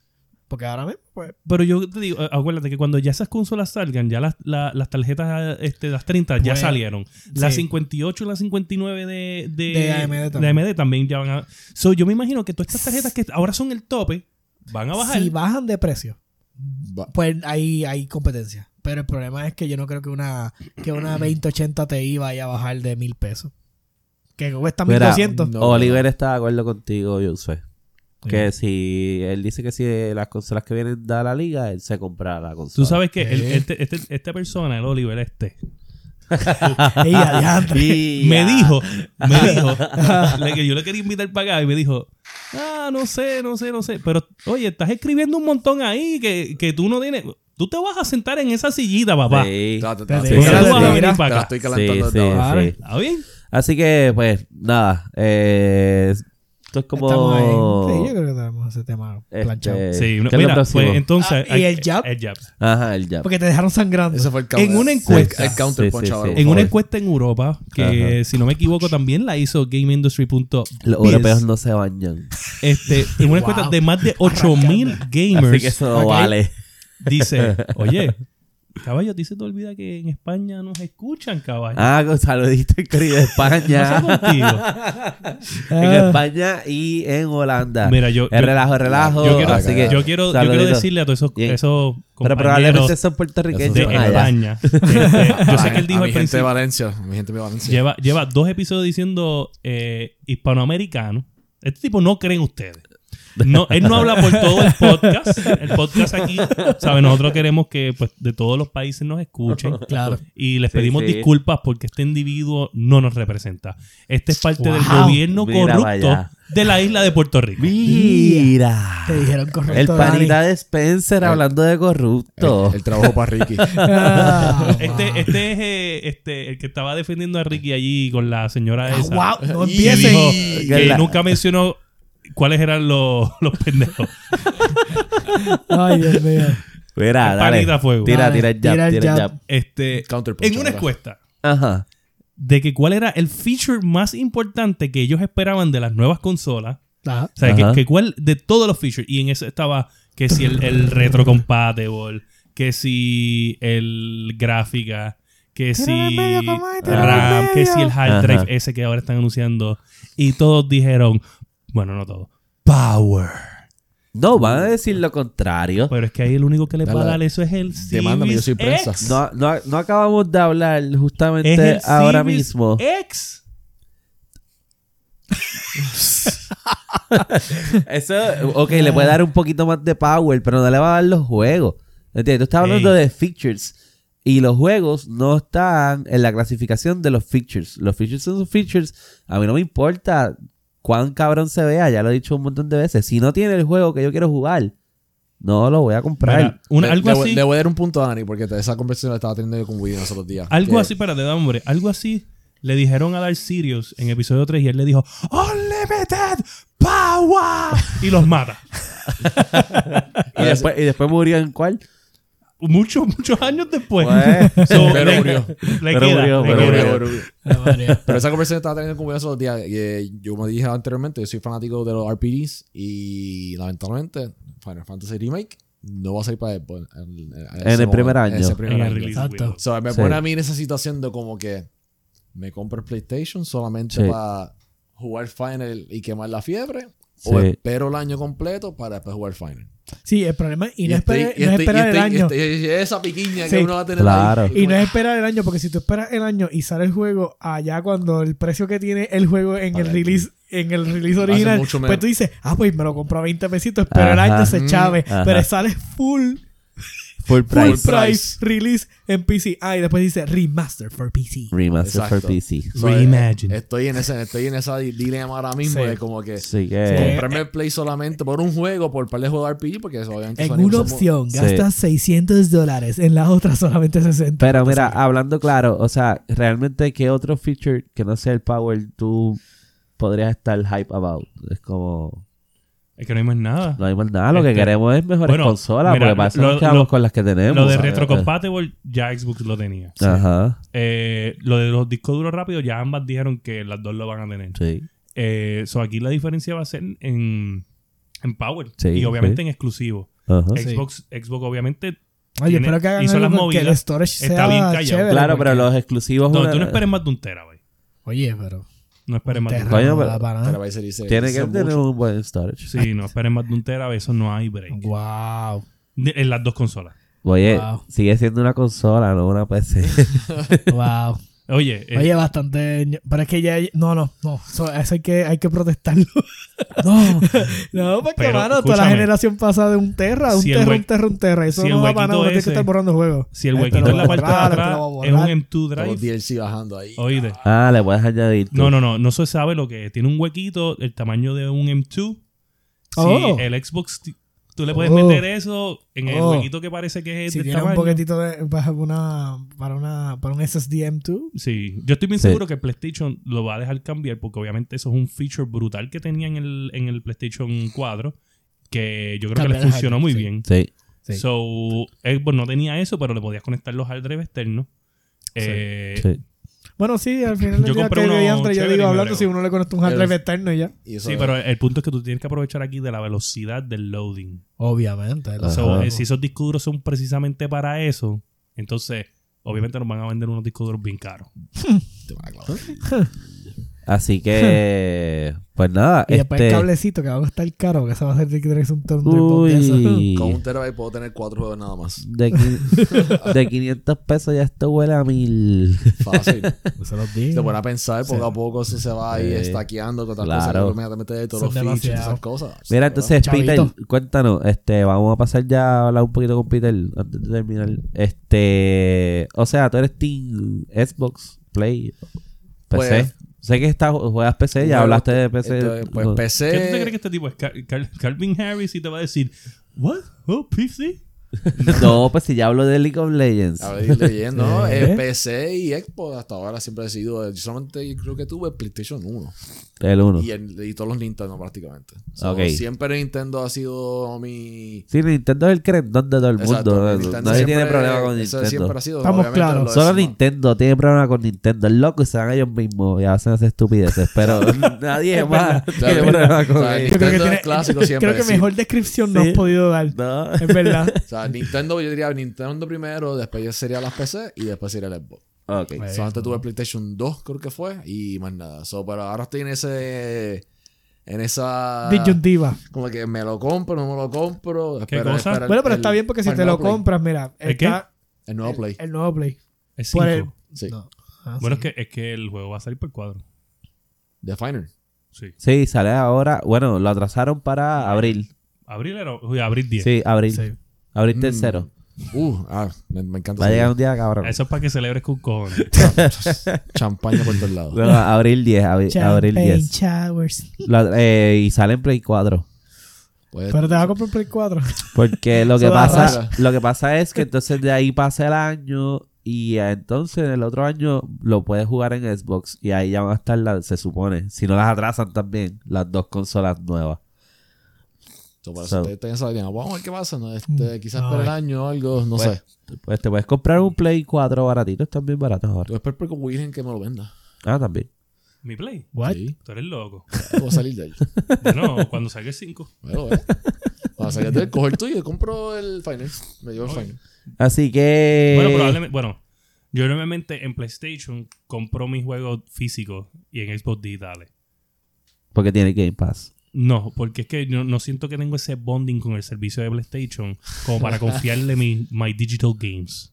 [SPEAKER 2] Porque ahora mismo pues
[SPEAKER 4] Pero yo te digo, eh, acuérdate que cuando ya esas consolas salgan, ya las, la- las tarjetas, este, las 30 ya
[SPEAKER 2] Pues,
[SPEAKER 4] salieron. Las
[SPEAKER 2] sí.
[SPEAKER 4] 58 y las 59 de, de,
[SPEAKER 2] De AMD también.
[SPEAKER 4] de AMD también ya van a... So, yo me imagino que todas estas tarjetas que ahora son el tope van a bajar.
[SPEAKER 2] si bajan de precio,
[SPEAKER 3] Va-
[SPEAKER 2] pues ahí hay competencia. Pero el problema es que yo no creo que una que una 2080 Ti vaya a bajar de mil pesos. Que cuesta
[SPEAKER 1] Mira,
[SPEAKER 2] 1200.
[SPEAKER 3] No,
[SPEAKER 1] Oliver está de acuerdo contigo, yo sé. Que si él dice que si las consolas que vienen da la liga, él se compra la consola.
[SPEAKER 4] Tú sabes que el-
[SPEAKER 3] ¿Eh?
[SPEAKER 4] este- este- esta persona, el Oliver este,
[SPEAKER 2] Ey, adiantre.
[SPEAKER 1] Ah, Y
[SPEAKER 4] me
[SPEAKER 1] ya.
[SPEAKER 4] dijo, me dijo, le- que yo le quería invitar para acá y me dijo, ah, no sé, no sé, no sé, pero oye, estás escribiendo un montón ahí que, que tú no tienes, tú te vas a sentar en esa sillita, papá.
[SPEAKER 1] Sí.
[SPEAKER 3] Ta- ta-
[SPEAKER 2] Te
[SPEAKER 3] ta-
[SPEAKER 2] de-
[SPEAKER 3] te-
[SPEAKER 4] Tú
[SPEAKER 3] te-
[SPEAKER 2] Mira,
[SPEAKER 4] no vas a
[SPEAKER 2] mira.
[SPEAKER 3] te-
[SPEAKER 4] venir
[SPEAKER 3] te
[SPEAKER 4] para
[SPEAKER 3] la
[SPEAKER 4] acá.
[SPEAKER 3] estoy
[SPEAKER 1] Sí,
[SPEAKER 3] calentando
[SPEAKER 1] sí,
[SPEAKER 3] desde ahora.
[SPEAKER 1] sí.
[SPEAKER 4] ¿Está bien?
[SPEAKER 1] Así que, pues, nada. eh, esto es como.
[SPEAKER 2] Estamos ahí. Sí, yo creo que tenemos ese tema
[SPEAKER 1] Este,
[SPEAKER 2] planchado.
[SPEAKER 4] Sí,
[SPEAKER 1] ¿qué
[SPEAKER 4] no,
[SPEAKER 1] es lo
[SPEAKER 4] mira,
[SPEAKER 1] próximo?
[SPEAKER 4] pues entonces.
[SPEAKER 2] Ah, ¿y el jab?
[SPEAKER 4] El jab.
[SPEAKER 1] Ajá, el ya.
[SPEAKER 2] Porque te dejaron sangrando.
[SPEAKER 3] Ese fue el
[SPEAKER 4] En
[SPEAKER 3] counter-
[SPEAKER 4] una encuesta.
[SPEAKER 3] El, el counter
[SPEAKER 1] Sí,
[SPEAKER 3] punch
[SPEAKER 1] sí,
[SPEAKER 3] ahora,
[SPEAKER 1] sí.
[SPEAKER 3] por
[SPEAKER 4] En una
[SPEAKER 3] favor.
[SPEAKER 4] encuesta en Europa, que
[SPEAKER 1] Ajá.
[SPEAKER 4] si no me equivoco también la hizo GameIndustry.biz.
[SPEAKER 1] Los europeos no se bañan.
[SPEAKER 4] Este, en una encuesta
[SPEAKER 2] Wow.
[SPEAKER 4] de más de 8000
[SPEAKER 1] Así que
[SPEAKER 4] gamers,
[SPEAKER 1] eso no
[SPEAKER 2] ok.
[SPEAKER 1] vale.
[SPEAKER 4] dice: Oye, caballo, a ti se te olvida que en España nos escuchan, caballo.
[SPEAKER 1] Ah, con saludito en querida España.
[SPEAKER 4] No sé contigo.
[SPEAKER 1] en
[SPEAKER 2] Ah.
[SPEAKER 1] España y en Holanda.
[SPEAKER 4] Mira, yo-
[SPEAKER 1] El
[SPEAKER 4] yo-
[SPEAKER 1] relajo, relajo.
[SPEAKER 4] Yo quiero,
[SPEAKER 1] así que,
[SPEAKER 4] yo quiero, yo quiero
[SPEAKER 1] saludito.
[SPEAKER 4] decirle a todos esos,
[SPEAKER 1] Bien.
[SPEAKER 4] esos
[SPEAKER 1] Pero
[SPEAKER 4] compañeros
[SPEAKER 1] probablemente son
[SPEAKER 4] de
[SPEAKER 1] puertorriqueños.
[SPEAKER 3] Eso
[SPEAKER 1] Ah, ya.
[SPEAKER 4] España. Este, yo sé que él
[SPEAKER 3] A
[SPEAKER 4] dijo
[SPEAKER 3] mi
[SPEAKER 4] al
[SPEAKER 3] gente de
[SPEAKER 4] principio.
[SPEAKER 3] Valencia. a Mi gente de Valencia.
[SPEAKER 4] Lleva, lleva dos episodios diciendo eh, hispanoamericano. Este tipo no cree en ustedes. No, él no habla por todo el podcast. El podcast aquí, ¿sabes? Nosotros queremos que pues, de todos los países nos escuchen.
[SPEAKER 2] Claro.
[SPEAKER 4] Y les
[SPEAKER 1] Sí,
[SPEAKER 4] pedimos
[SPEAKER 1] sí.
[SPEAKER 4] disculpas porque este individuo no nos representa. Este es parte del
[SPEAKER 2] Wow.
[SPEAKER 4] gobierno
[SPEAKER 1] Mira
[SPEAKER 4] corrupto
[SPEAKER 1] vaya.
[SPEAKER 4] de la isla de Puerto Rico.
[SPEAKER 1] Mira.
[SPEAKER 2] Te dijeron correcto.
[SPEAKER 1] El
[SPEAKER 2] Dani.
[SPEAKER 1] panita de Spencer hablando de corrupto.
[SPEAKER 3] El, el trabajo para Ricky.
[SPEAKER 2] Ah,
[SPEAKER 4] Este,
[SPEAKER 2] wow.
[SPEAKER 4] este es eh, este, el que estaba defendiendo a Ricky allí con la señora
[SPEAKER 2] Ah,
[SPEAKER 4] esa.
[SPEAKER 2] wow, no
[SPEAKER 3] Y-
[SPEAKER 4] que
[SPEAKER 2] empiecen.
[SPEAKER 4] dijo
[SPEAKER 3] Y-
[SPEAKER 4] que
[SPEAKER 1] la-
[SPEAKER 4] nunca mencionó cuáles eran los, los pendejos.
[SPEAKER 2] Ay, Dios mío.
[SPEAKER 1] Mira,
[SPEAKER 4] el
[SPEAKER 1] dale.
[SPEAKER 4] panita fuego.
[SPEAKER 1] Tira,
[SPEAKER 2] Dale,
[SPEAKER 1] tira el jab, tira
[SPEAKER 2] tira el
[SPEAKER 1] el
[SPEAKER 2] jab.
[SPEAKER 1] jab.
[SPEAKER 4] Este,
[SPEAKER 3] Counter punch
[SPEAKER 4] en una
[SPEAKER 3] ahora.
[SPEAKER 4] encuesta
[SPEAKER 1] Ajá.
[SPEAKER 4] de que cuál era el feature más importante que ellos esperaban de las nuevas consolas.
[SPEAKER 2] Ajá.
[SPEAKER 4] O sea, que,
[SPEAKER 1] Ajá.
[SPEAKER 4] que cuál de todos los features. Y en eso estaba que si el, el retrocompatible, que si el gráfica, que si
[SPEAKER 2] Tíralo en medio, comadre, tíralo en
[SPEAKER 4] RAM, que si el hard drive
[SPEAKER 1] Ajá.
[SPEAKER 4] ese que ahora están anunciando. Y todos dijeron, bueno, no todos, power.
[SPEAKER 1] No, van a decir lo contrario.
[SPEAKER 4] Pero es que ahí el único que le va a
[SPEAKER 3] Dale,
[SPEAKER 4] dar eso es el
[SPEAKER 3] Demándame, yo soy
[SPEAKER 4] Series
[SPEAKER 3] prensa.
[SPEAKER 4] X.
[SPEAKER 1] No, no, no acabamos de hablar
[SPEAKER 4] Es
[SPEAKER 1] justamente
[SPEAKER 4] el
[SPEAKER 1] ahora
[SPEAKER 4] Series
[SPEAKER 1] mismo.
[SPEAKER 4] X.
[SPEAKER 1] Eso, ok, le puede dar un poquito más de power, pero no le va a dar los juegos. ¿Entiendes? Tú estás hablando
[SPEAKER 4] Ey.
[SPEAKER 1] de features. Y los juegos no están en la clasificación de los features. Los features son sus features. A mí no me importa cuán cabrón se vea, ya lo he dicho un montón de veces. Si no tiene el juego que yo quiero jugar, no lo voy a comprar.
[SPEAKER 4] Mira, una-
[SPEAKER 3] Le-
[SPEAKER 4] algo
[SPEAKER 3] le, voy-
[SPEAKER 4] así.
[SPEAKER 3] Le voy a dar un punto a Dani porque esa conversación la estaba teniendo yo con Willy en los otros días.
[SPEAKER 4] Algo
[SPEAKER 3] Que-
[SPEAKER 4] así, espérate, da, hombre. Algo así le dijeron a Dark Sirius en episodio 3 y él le dijo Unlimited Power y los mata.
[SPEAKER 1] y, después, y después murió en cuál.
[SPEAKER 4] Muchos, muchos años después.
[SPEAKER 1] Pues,
[SPEAKER 4] So,
[SPEAKER 3] pero
[SPEAKER 4] le-
[SPEAKER 3] murió.
[SPEAKER 4] Le
[SPEAKER 1] Pero
[SPEAKER 4] queda,
[SPEAKER 1] murió,
[SPEAKER 4] le
[SPEAKER 3] Pero,
[SPEAKER 1] Pero-
[SPEAKER 4] queda.
[SPEAKER 3] pero- pero esa conversación estaba teniendo con Willy en los otros días. Y, eh, yo me dije anteriormente, yo soy fanático de los RPGs y lamentablemente Final Fantasy Remake no va a salir para Xbox en,
[SPEAKER 1] En el primer año.
[SPEAKER 3] ese
[SPEAKER 4] En
[SPEAKER 3] primer
[SPEAKER 4] el
[SPEAKER 3] año.
[SPEAKER 4] release
[SPEAKER 2] Exacto.
[SPEAKER 4] window.
[SPEAKER 3] So, me
[SPEAKER 1] Sí.
[SPEAKER 3] pone a mí en esa situación de como que me compro el PlayStation solamente
[SPEAKER 1] Sí.
[SPEAKER 3] para jugar Final y quemar la fiebre. O
[SPEAKER 1] Sí.
[SPEAKER 3] espero el año completo para después jugar Final.
[SPEAKER 2] Sí, el problema es, y no,
[SPEAKER 3] estoy-
[SPEAKER 2] espera-
[SPEAKER 3] y
[SPEAKER 2] no es
[SPEAKER 3] estoy- y
[SPEAKER 2] esperar el
[SPEAKER 3] estoy- y
[SPEAKER 2] año.
[SPEAKER 3] estoy- y esa piquiña
[SPEAKER 2] Sí.
[SPEAKER 3] que uno va a tener
[SPEAKER 1] Claro.
[SPEAKER 3] ahí.
[SPEAKER 2] Y no es esperar el año, porque si tú esperas el año y sale el juego allá cuando el precio que tiene el juego en el
[SPEAKER 3] Vale.
[SPEAKER 2] release en el release
[SPEAKER 3] Hace
[SPEAKER 2] original,
[SPEAKER 3] mucho menos.
[SPEAKER 2] pues tú dices, ah, pues me lo compro a 20 pesitos, pero el
[SPEAKER 1] Ajá. Mm,
[SPEAKER 2] año se chave,
[SPEAKER 1] Ajá.
[SPEAKER 2] pero sale full,
[SPEAKER 1] Full
[SPEAKER 2] full
[SPEAKER 1] price.
[SPEAKER 2] price. release en PC. Ah, y después dice remaster for PC.
[SPEAKER 1] Remaster
[SPEAKER 3] Exacto.
[SPEAKER 1] for PC.
[SPEAKER 3] So,
[SPEAKER 4] Reimagine.
[SPEAKER 3] eh, Estoy en ese, estoy en esa di- dilema ahora mismo
[SPEAKER 2] Sí.
[SPEAKER 3] de como que
[SPEAKER 1] Así
[SPEAKER 2] Sí.
[SPEAKER 1] que.
[SPEAKER 3] comprarme el Play solamente por un juego, por un par de juegos de RPG, porque eso obviamente
[SPEAKER 2] En
[SPEAKER 3] Sony
[SPEAKER 2] una
[SPEAKER 3] usa mu-
[SPEAKER 2] opción
[SPEAKER 1] Sí.
[SPEAKER 2] gastas 600 dólares, en la otra solamente 60.
[SPEAKER 1] Pero mira, hablando claro, o sea, realmente, ¿qué otro feature que no sea el Power tú podrías estar hype about? Es como.
[SPEAKER 4] Es que no hay más nada.
[SPEAKER 1] No hay más nada, lo que
[SPEAKER 4] Este,
[SPEAKER 1] queremos es mejores
[SPEAKER 4] bueno,
[SPEAKER 1] consolas,
[SPEAKER 4] mira,
[SPEAKER 1] porque para eso
[SPEAKER 4] lo-
[SPEAKER 1] nos quedamos
[SPEAKER 4] lo-
[SPEAKER 1] con las que tenemos.
[SPEAKER 4] Lo de
[SPEAKER 1] ¿sabes?
[SPEAKER 4] retrocompatible ya Xbox lo tenía.
[SPEAKER 1] Eh, Ajá,
[SPEAKER 4] Eh, lo de los discos duros rápidos ya ambas dijeron que las dos lo van a tener.
[SPEAKER 1] sí.
[SPEAKER 4] Eh, so aquí la diferencia va a ser en, en Power
[SPEAKER 1] Sí,
[SPEAKER 4] y obviamente
[SPEAKER 1] sí. Ah,
[SPEAKER 4] en exclusivo.
[SPEAKER 1] ajá.
[SPEAKER 2] Sí.
[SPEAKER 4] Xbox, Xbox obviamente
[SPEAKER 2] Oye,
[SPEAKER 4] tiene-
[SPEAKER 2] espero que hagan
[SPEAKER 4] hizo las
[SPEAKER 2] algo con que el
[SPEAKER 4] movidas.
[SPEAKER 2] storage
[SPEAKER 4] Está
[SPEAKER 2] sea
[SPEAKER 4] bien callado.
[SPEAKER 2] chévere,
[SPEAKER 1] Claro,
[SPEAKER 2] porque-
[SPEAKER 1] pero los exclusivos.
[SPEAKER 4] No,
[SPEAKER 1] una-
[SPEAKER 4] tú no esperes más de un terabyte.
[SPEAKER 2] Oye, pero...
[SPEAKER 4] No esperes más de un
[SPEAKER 2] Terra
[SPEAKER 1] Coño,
[SPEAKER 2] no
[SPEAKER 1] pero-
[SPEAKER 2] da para
[SPEAKER 4] ¿ah?
[SPEAKER 2] nada.
[SPEAKER 3] Pero ahí se dice,
[SPEAKER 1] Tiene que
[SPEAKER 3] eso es
[SPEAKER 1] tener
[SPEAKER 3] mucho.
[SPEAKER 1] un buen storage.
[SPEAKER 4] Sí, no esperes más de un terabyte. Eso no hay break.
[SPEAKER 2] Wow.
[SPEAKER 4] De- en las dos consolas.
[SPEAKER 1] Oye,
[SPEAKER 2] Wow.
[SPEAKER 1] sigue siendo una consola, no una PC.
[SPEAKER 2] Wow.
[SPEAKER 4] Oye, eh,
[SPEAKER 2] Oye, bastante. ño- Pero es que ya. No, no, no. Eso, eso hay, que, hay que protestarlo.
[SPEAKER 1] no.
[SPEAKER 2] no, porque,
[SPEAKER 4] Pero,
[SPEAKER 2] mano, toda la
[SPEAKER 4] escúchame.
[SPEAKER 2] generación pasa de un terra, un
[SPEAKER 4] Si el
[SPEAKER 2] terra,
[SPEAKER 4] hue-
[SPEAKER 2] un terra, un terra. Eso
[SPEAKER 4] si el
[SPEAKER 2] no va para nada.
[SPEAKER 4] huequito
[SPEAKER 2] Uno tiene que
[SPEAKER 4] ese-
[SPEAKER 2] estar borrando juegos.
[SPEAKER 4] si el
[SPEAKER 2] Este
[SPEAKER 4] huequito
[SPEAKER 2] lo
[SPEAKER 4] en la
[SPEAKER 2] voy a
[SPEAKER 4] parte de
[SPEAKER 2] borrar, este
[SPEAKER 4] atrás
[SPEAKER 2] lo voy a
[SPEAKER 4] es un
[SPEAKER 2] borrar.
[SPEAKER 4] M2
[SPEAKER 3] Todos los
[SPEAKER 4] Drive,
[SPEAKER 3] DLC bajando ahí.
[SPEAKER 4] oíde.
[SPEAKER 1] Ah, le puedes añadir. tú.
[SPEAKER 4] No, no, no, no se sabe lo que es. Tiene un huequito, el tamaño de un M2. Si
[SPEAKER 2] Oh.
[SPEAKER 4] el Xbox, t- tú le puedes
[SPEAKER 2] Oh.
[SPEAKER 4] meter eso en el
[SPEAKER 2] Oh.
[SPEAKER 4] huequito que parece que es
[SPEAKER 2] Si
[SPEAKER 4] del
[SPEAKER 2] tiene un
[SPEAKER 4] este tamaño.
[SPEAKER 2] poquitito de. Para, una, para, una, para un SSD M2.
[SPEAKER 4] Sí, yo estoy bien
[SPEAKER 1] Sí.
[SPEAKER 4] seguro que PlayStation lo va a dejar cambiar porque obviamente eso es un feature brutal que tenía en el, en el PlayStation 4 que yo creo que
[SPEAKER 2] Cambiar
[SPEAKER 4] le
[SPEAKER 2] el
[SPEAKER 4] funcionó
[SPEAKER 2] hardware,
[SPEAKER 4] muy
[SPEAKER 2] sí.
[SPEAKER 4] bien.
[SPEAKER 1] Sí.
[SPEAKER 2] Sí.
[SPEAKER 4] So, Xbox no tenía eso, pero le podías conectar los hard drive externos. Eh,
[SPEAKER 1] sí.
[SPEAKER 2] Bueno, sí, al final del
[SPEAKER 4] Yo
[SPEAKER 2] día
[SPEAKER 4] compré
[SPEAKER 2] que
[SPEAKER 4] uno
[SPEAKER 2] yo entre, yo
[SPEAKER 4] chévere y
[SPEAKER 2] digo
[SPEAKER 4] me
[SPEAKER 2] hablando,
[SPEAKER 4] brego.
[SPEAKER 2] si uno le conecta un hard drive
[SPEAKER 3] Pero-
[SPEAKER 2] externo y ya.
[SPEAKER 3] Y eso-
[SPEAKER 4] Sí, pero el punto es que tú tienes que aprovechar aquí de la velocidad del loading.
[SPEAKER 2] Obviamente.
[SPEAKER 1] lo
[SPEAKER 4] So,
[SPEAKER 1] Ajá.
[SPEAKER 4] eh, si esos discos duros son precisamente para eso, entonces obviamente nos van a vender unos discos duros bien caros.
[SPEAKER 3] Te van a clavar.
[SPEAKER 1] Así que. pues nada.
[SPEAKER 2] Y después
[SPEAKER 1] este,
[SPEAKER 2] el cablecito que va a costar caro, que se va a hacer de que tenés un turntable de esos.
[SPEAKER 1] Uy.
[SPEAKER 3] Con un terabyte puedo tener cuatro juegos nada más.
[SPEAKER 1] De, qui- de 500 pesos ya esto huele a mil.
[SPEAKER 3] Fácil.
[SPEAKER 2] Se los
[SPEAKER 3] Si
[SPEAKER 2] digo.
[SPEAKER 3] te pones a pensar, poco a poco eso se va ahí
[SPEAKER 1] Sí.
[SPEAKER 3] estaqueando con otras
[SPEAKER 1] Claro.
[SPEAKER 3] cosas. Inmediatamente de todos los
[SPEAKER 2] Son
[SPEAKER 3] features y
[SPEAKER 2] demasiado.
[SPEAKER 3] esas cosas.
[SPEAKER 1] Mira, entonces,
[SPEAKER 2] Chavito.
[SPEAKER 1] Peter, cuéntanos. Este, vamos a pasar ya a hablar un poquito con Peter antes de terminar. Este, o sea, tú eres Team Xbox, Play,
[SPEAKER 3] Pues-
[SPEAKER 1] PC. sé que estás, juegas PC, ya
[SPEAKER 3] Bueno,
[SPEAKER 1] hablaste de PC.
[SPEAKER 3] entonces, Pues
[SPEAKER 1] No.
[SPEAKER 3] PC.
[SPEAKER 4] ¿Qué tú te crees que este tipo es Cal- Cal- Calvin Harris y te va a decir, ¿What? ¿Oh, PC?
[SPEAKER 1] no, pues si ya hablo de League of Legends.
[SPEAKER 3] A ver, leyendo, ¿no?
[SPEAKER 2] Eh.
[SPEAKER 3] Eh, PC y Xbox hasta ahora siempre he sido. Yo solamente yo creo que tuve PlayStation 1
[SPEAKER 1] El 1.
[SPEAKER 3] y, el- y todos los Nintendo prácticamente. So,
[SPEAKER 1] Ah. Ok.
[SPEAKER 3] Siempre Nintendo ha sido mi.
[SPEAKER 1] Sí, Nintendo es el crendón de todo el
[SPEAKER 3] Exacto,
[SPEAKER 1] mundo. No-
[SPEAKER 3] Nintendo
[SPEAKER 1] Nadie
[SPEAKER 3] siempre-
[SPEAKER 1] tiene problema con
[SPEAKER 3] eso
[SPEAKER 1] Nintendo.
[SPEAKER 3] siempre ha sido.
[SPEAKER 2] Estamos
[SPEAKER 3] obviamente,
[SPEAKER 2] claros.
[SPEAKER 3] lo de
[SPEAKER 1] Solo
[SPEAKER 3] Smash.
[SPEAKER 1] Nintendo tiene problema con Nintendo. Es loco y se dan ellos mismos y hacen esas estupideces. Pero nadie más tiene
[SPEAKER 3] Claro.
[SPEAKER 1] problema
[SPEAKER 3] O
[SPEAKER 1] con
[SPEAKER 3] sea,
[SPEAKER 1] ellos.
[SPEAKER 2] Yo creo que
[SPEAKER 3] Nintendo
[SPEAKER 2] tiene,
[SPEAKER 3] es clásico siempre,
[SPEAKER 2] creo que
[SPEAKER 3] sí.
[SPEAKER 2] mejor descripción no
[SPEAKER 1] Sí.
[SPEAKER 2] has podido dar.
[SPEAKER 1] No.
[SPEAKER 2] Es verdad.
[SPEAKER 3] O sea, Nintendo, yo diría Nintendo primero, después ya sería las PC y después sería el Xbox.
[SPEAKER 1] Ok.
[SPEAKER 2] Bueno.
[SPEAKER 3] So, antes tuve PlayStation 2, creo que fue, y más nada. So, pero ahora estoy en ese. En esa.
[SPEAKER 2] Disyuntiva.
[SPEAKER 3] Como que me lo compro, no me lo compro.
[SPEAKER 4] ¿Qué
[SPEAKER 3] espero-
[SPEAKER 4] cosa?
[SPEAKER 3] espero el-
[SPEAKER 2] Bueno, pero
[SPEAKER 3] el-
[SPEAKER 2] está bien porque si
[SPEAKER 3] el
[SPEAKER 2] te lo
[SPEAKER 3] nuevo Play.
[SPEAKER 2] compras, mira.
[SPEAKER 4] ¿El qué?
[SPEAKER 2] está
[SPEAKER 3] El nuevo Play.
[SPEAKER 2] El nuevo Play.
[SPEAKER 4] Es
[SPEAKER 2] Por
[SPEAKER 4] 5.
[SPEAKER 2] el-
[SPEAKER 3] Sí.
[SPEAKER 2] No. Ah,
[SPEAKER 4] Bueno,
[SPEAKER 2] sí.
[SPEAKER 4] es, que, es que el juego va a salir por cuadro.
[SPEAKER 3] The Finer.
[SPEAKER 4] Sí.
[SPEAKER 1] Sí, sale ahora. Bueno, lo atrasaron para abril.
[SPEAKER 4] Abril era. uy, abril 10.
[SPEAKER 1] Sí, abril.
[SPEAKER 2] Sí.
[SPEAKER 1] Abril
[SPEAKER 3] Mm.
[SPEAKER 1] tercero.
[SPEAKER 3] Uh, ah, me, me encanta.
[SPEAKER 1] Este Va a
[SPEAKER 3] ese
[SPEAKER 1] llegar un día, cabrón.
[SPEAKER 4] Eso es para que celebres con cojones.
[SPEAKER 3] Champaña por todos lados.
[SPEAKER 1] Bueno, abril 10, abri- abril
[SPEAKER 2] Champagne
[SPEAKER 1] 10.
[SPEAKER 2] Showers.
[SPEAKER 1] Lo- eh, y sale en Play 4.
[SPEAKER 3] Pues,
[SPEAKER 2] Pero te vas a comprar un Play 4.
[SPEAKER 1] Porque lo que
[SPEAKER 2] Eso da
[SPEAKER 1] pasa,
[SPEAKER 3] rara.
[SPEAKER 1] lo que pasa es que entonces de ahí pasa el año y entonces el otro año lo puedes jugar en Xbox y ahí ya van a estar las, se supone, si no las atrasan también, las dos consolas nuevas.
[SPEAKER 3] so, por
[SPEAKER 1] so-
[SPEAKER 3] eso ustedes ustedes sabían, este vamos a ver qué pasa. ¿no? Este, quizás
[SPEAKER 2] Ay.
[SPEAKER 3] por el año o algo, no
[SPEAKER 1] Pues-
[SPEAKER 3] sé.
[SPEAKER 1] Pues te puedes comprar un Play 4 baratito, están bien baratos ahora.
[SPEAKER 3] Yo espero porque William que me lo venda.
[SPEAKER 1] Ah, también.
[SPEAKER 4] Mi play.
[SPEAKER 2] What?
[SPEAKER 3] Sí.
[SPEAKER 4] Tú eres loco.
[SPEAKER 3] Voy a salir de él.
[SPEAKER 4] Bueno, cuando salga el 5.
[SPEAKER 3] Bueno, eh. Para salir de él, cojo el tuyo y compro el final. Me llevo el
[SPEAKER 4] Ok.
[SPEAKER 3] final.
[SPEAKER 1] Así que
[SPEAKER 4] Bueno, probablemente. Bueno, yo normalmente en PlayStation compro mis juegos físicos y en Xbox digitales.
[SPEAKER 1] porque tiene Game Pass.
[SPEAKER 4] No, porque es que no, no siento que tengo ese bonding con el servicio de PlayStation como para confiarle mi, my digital games.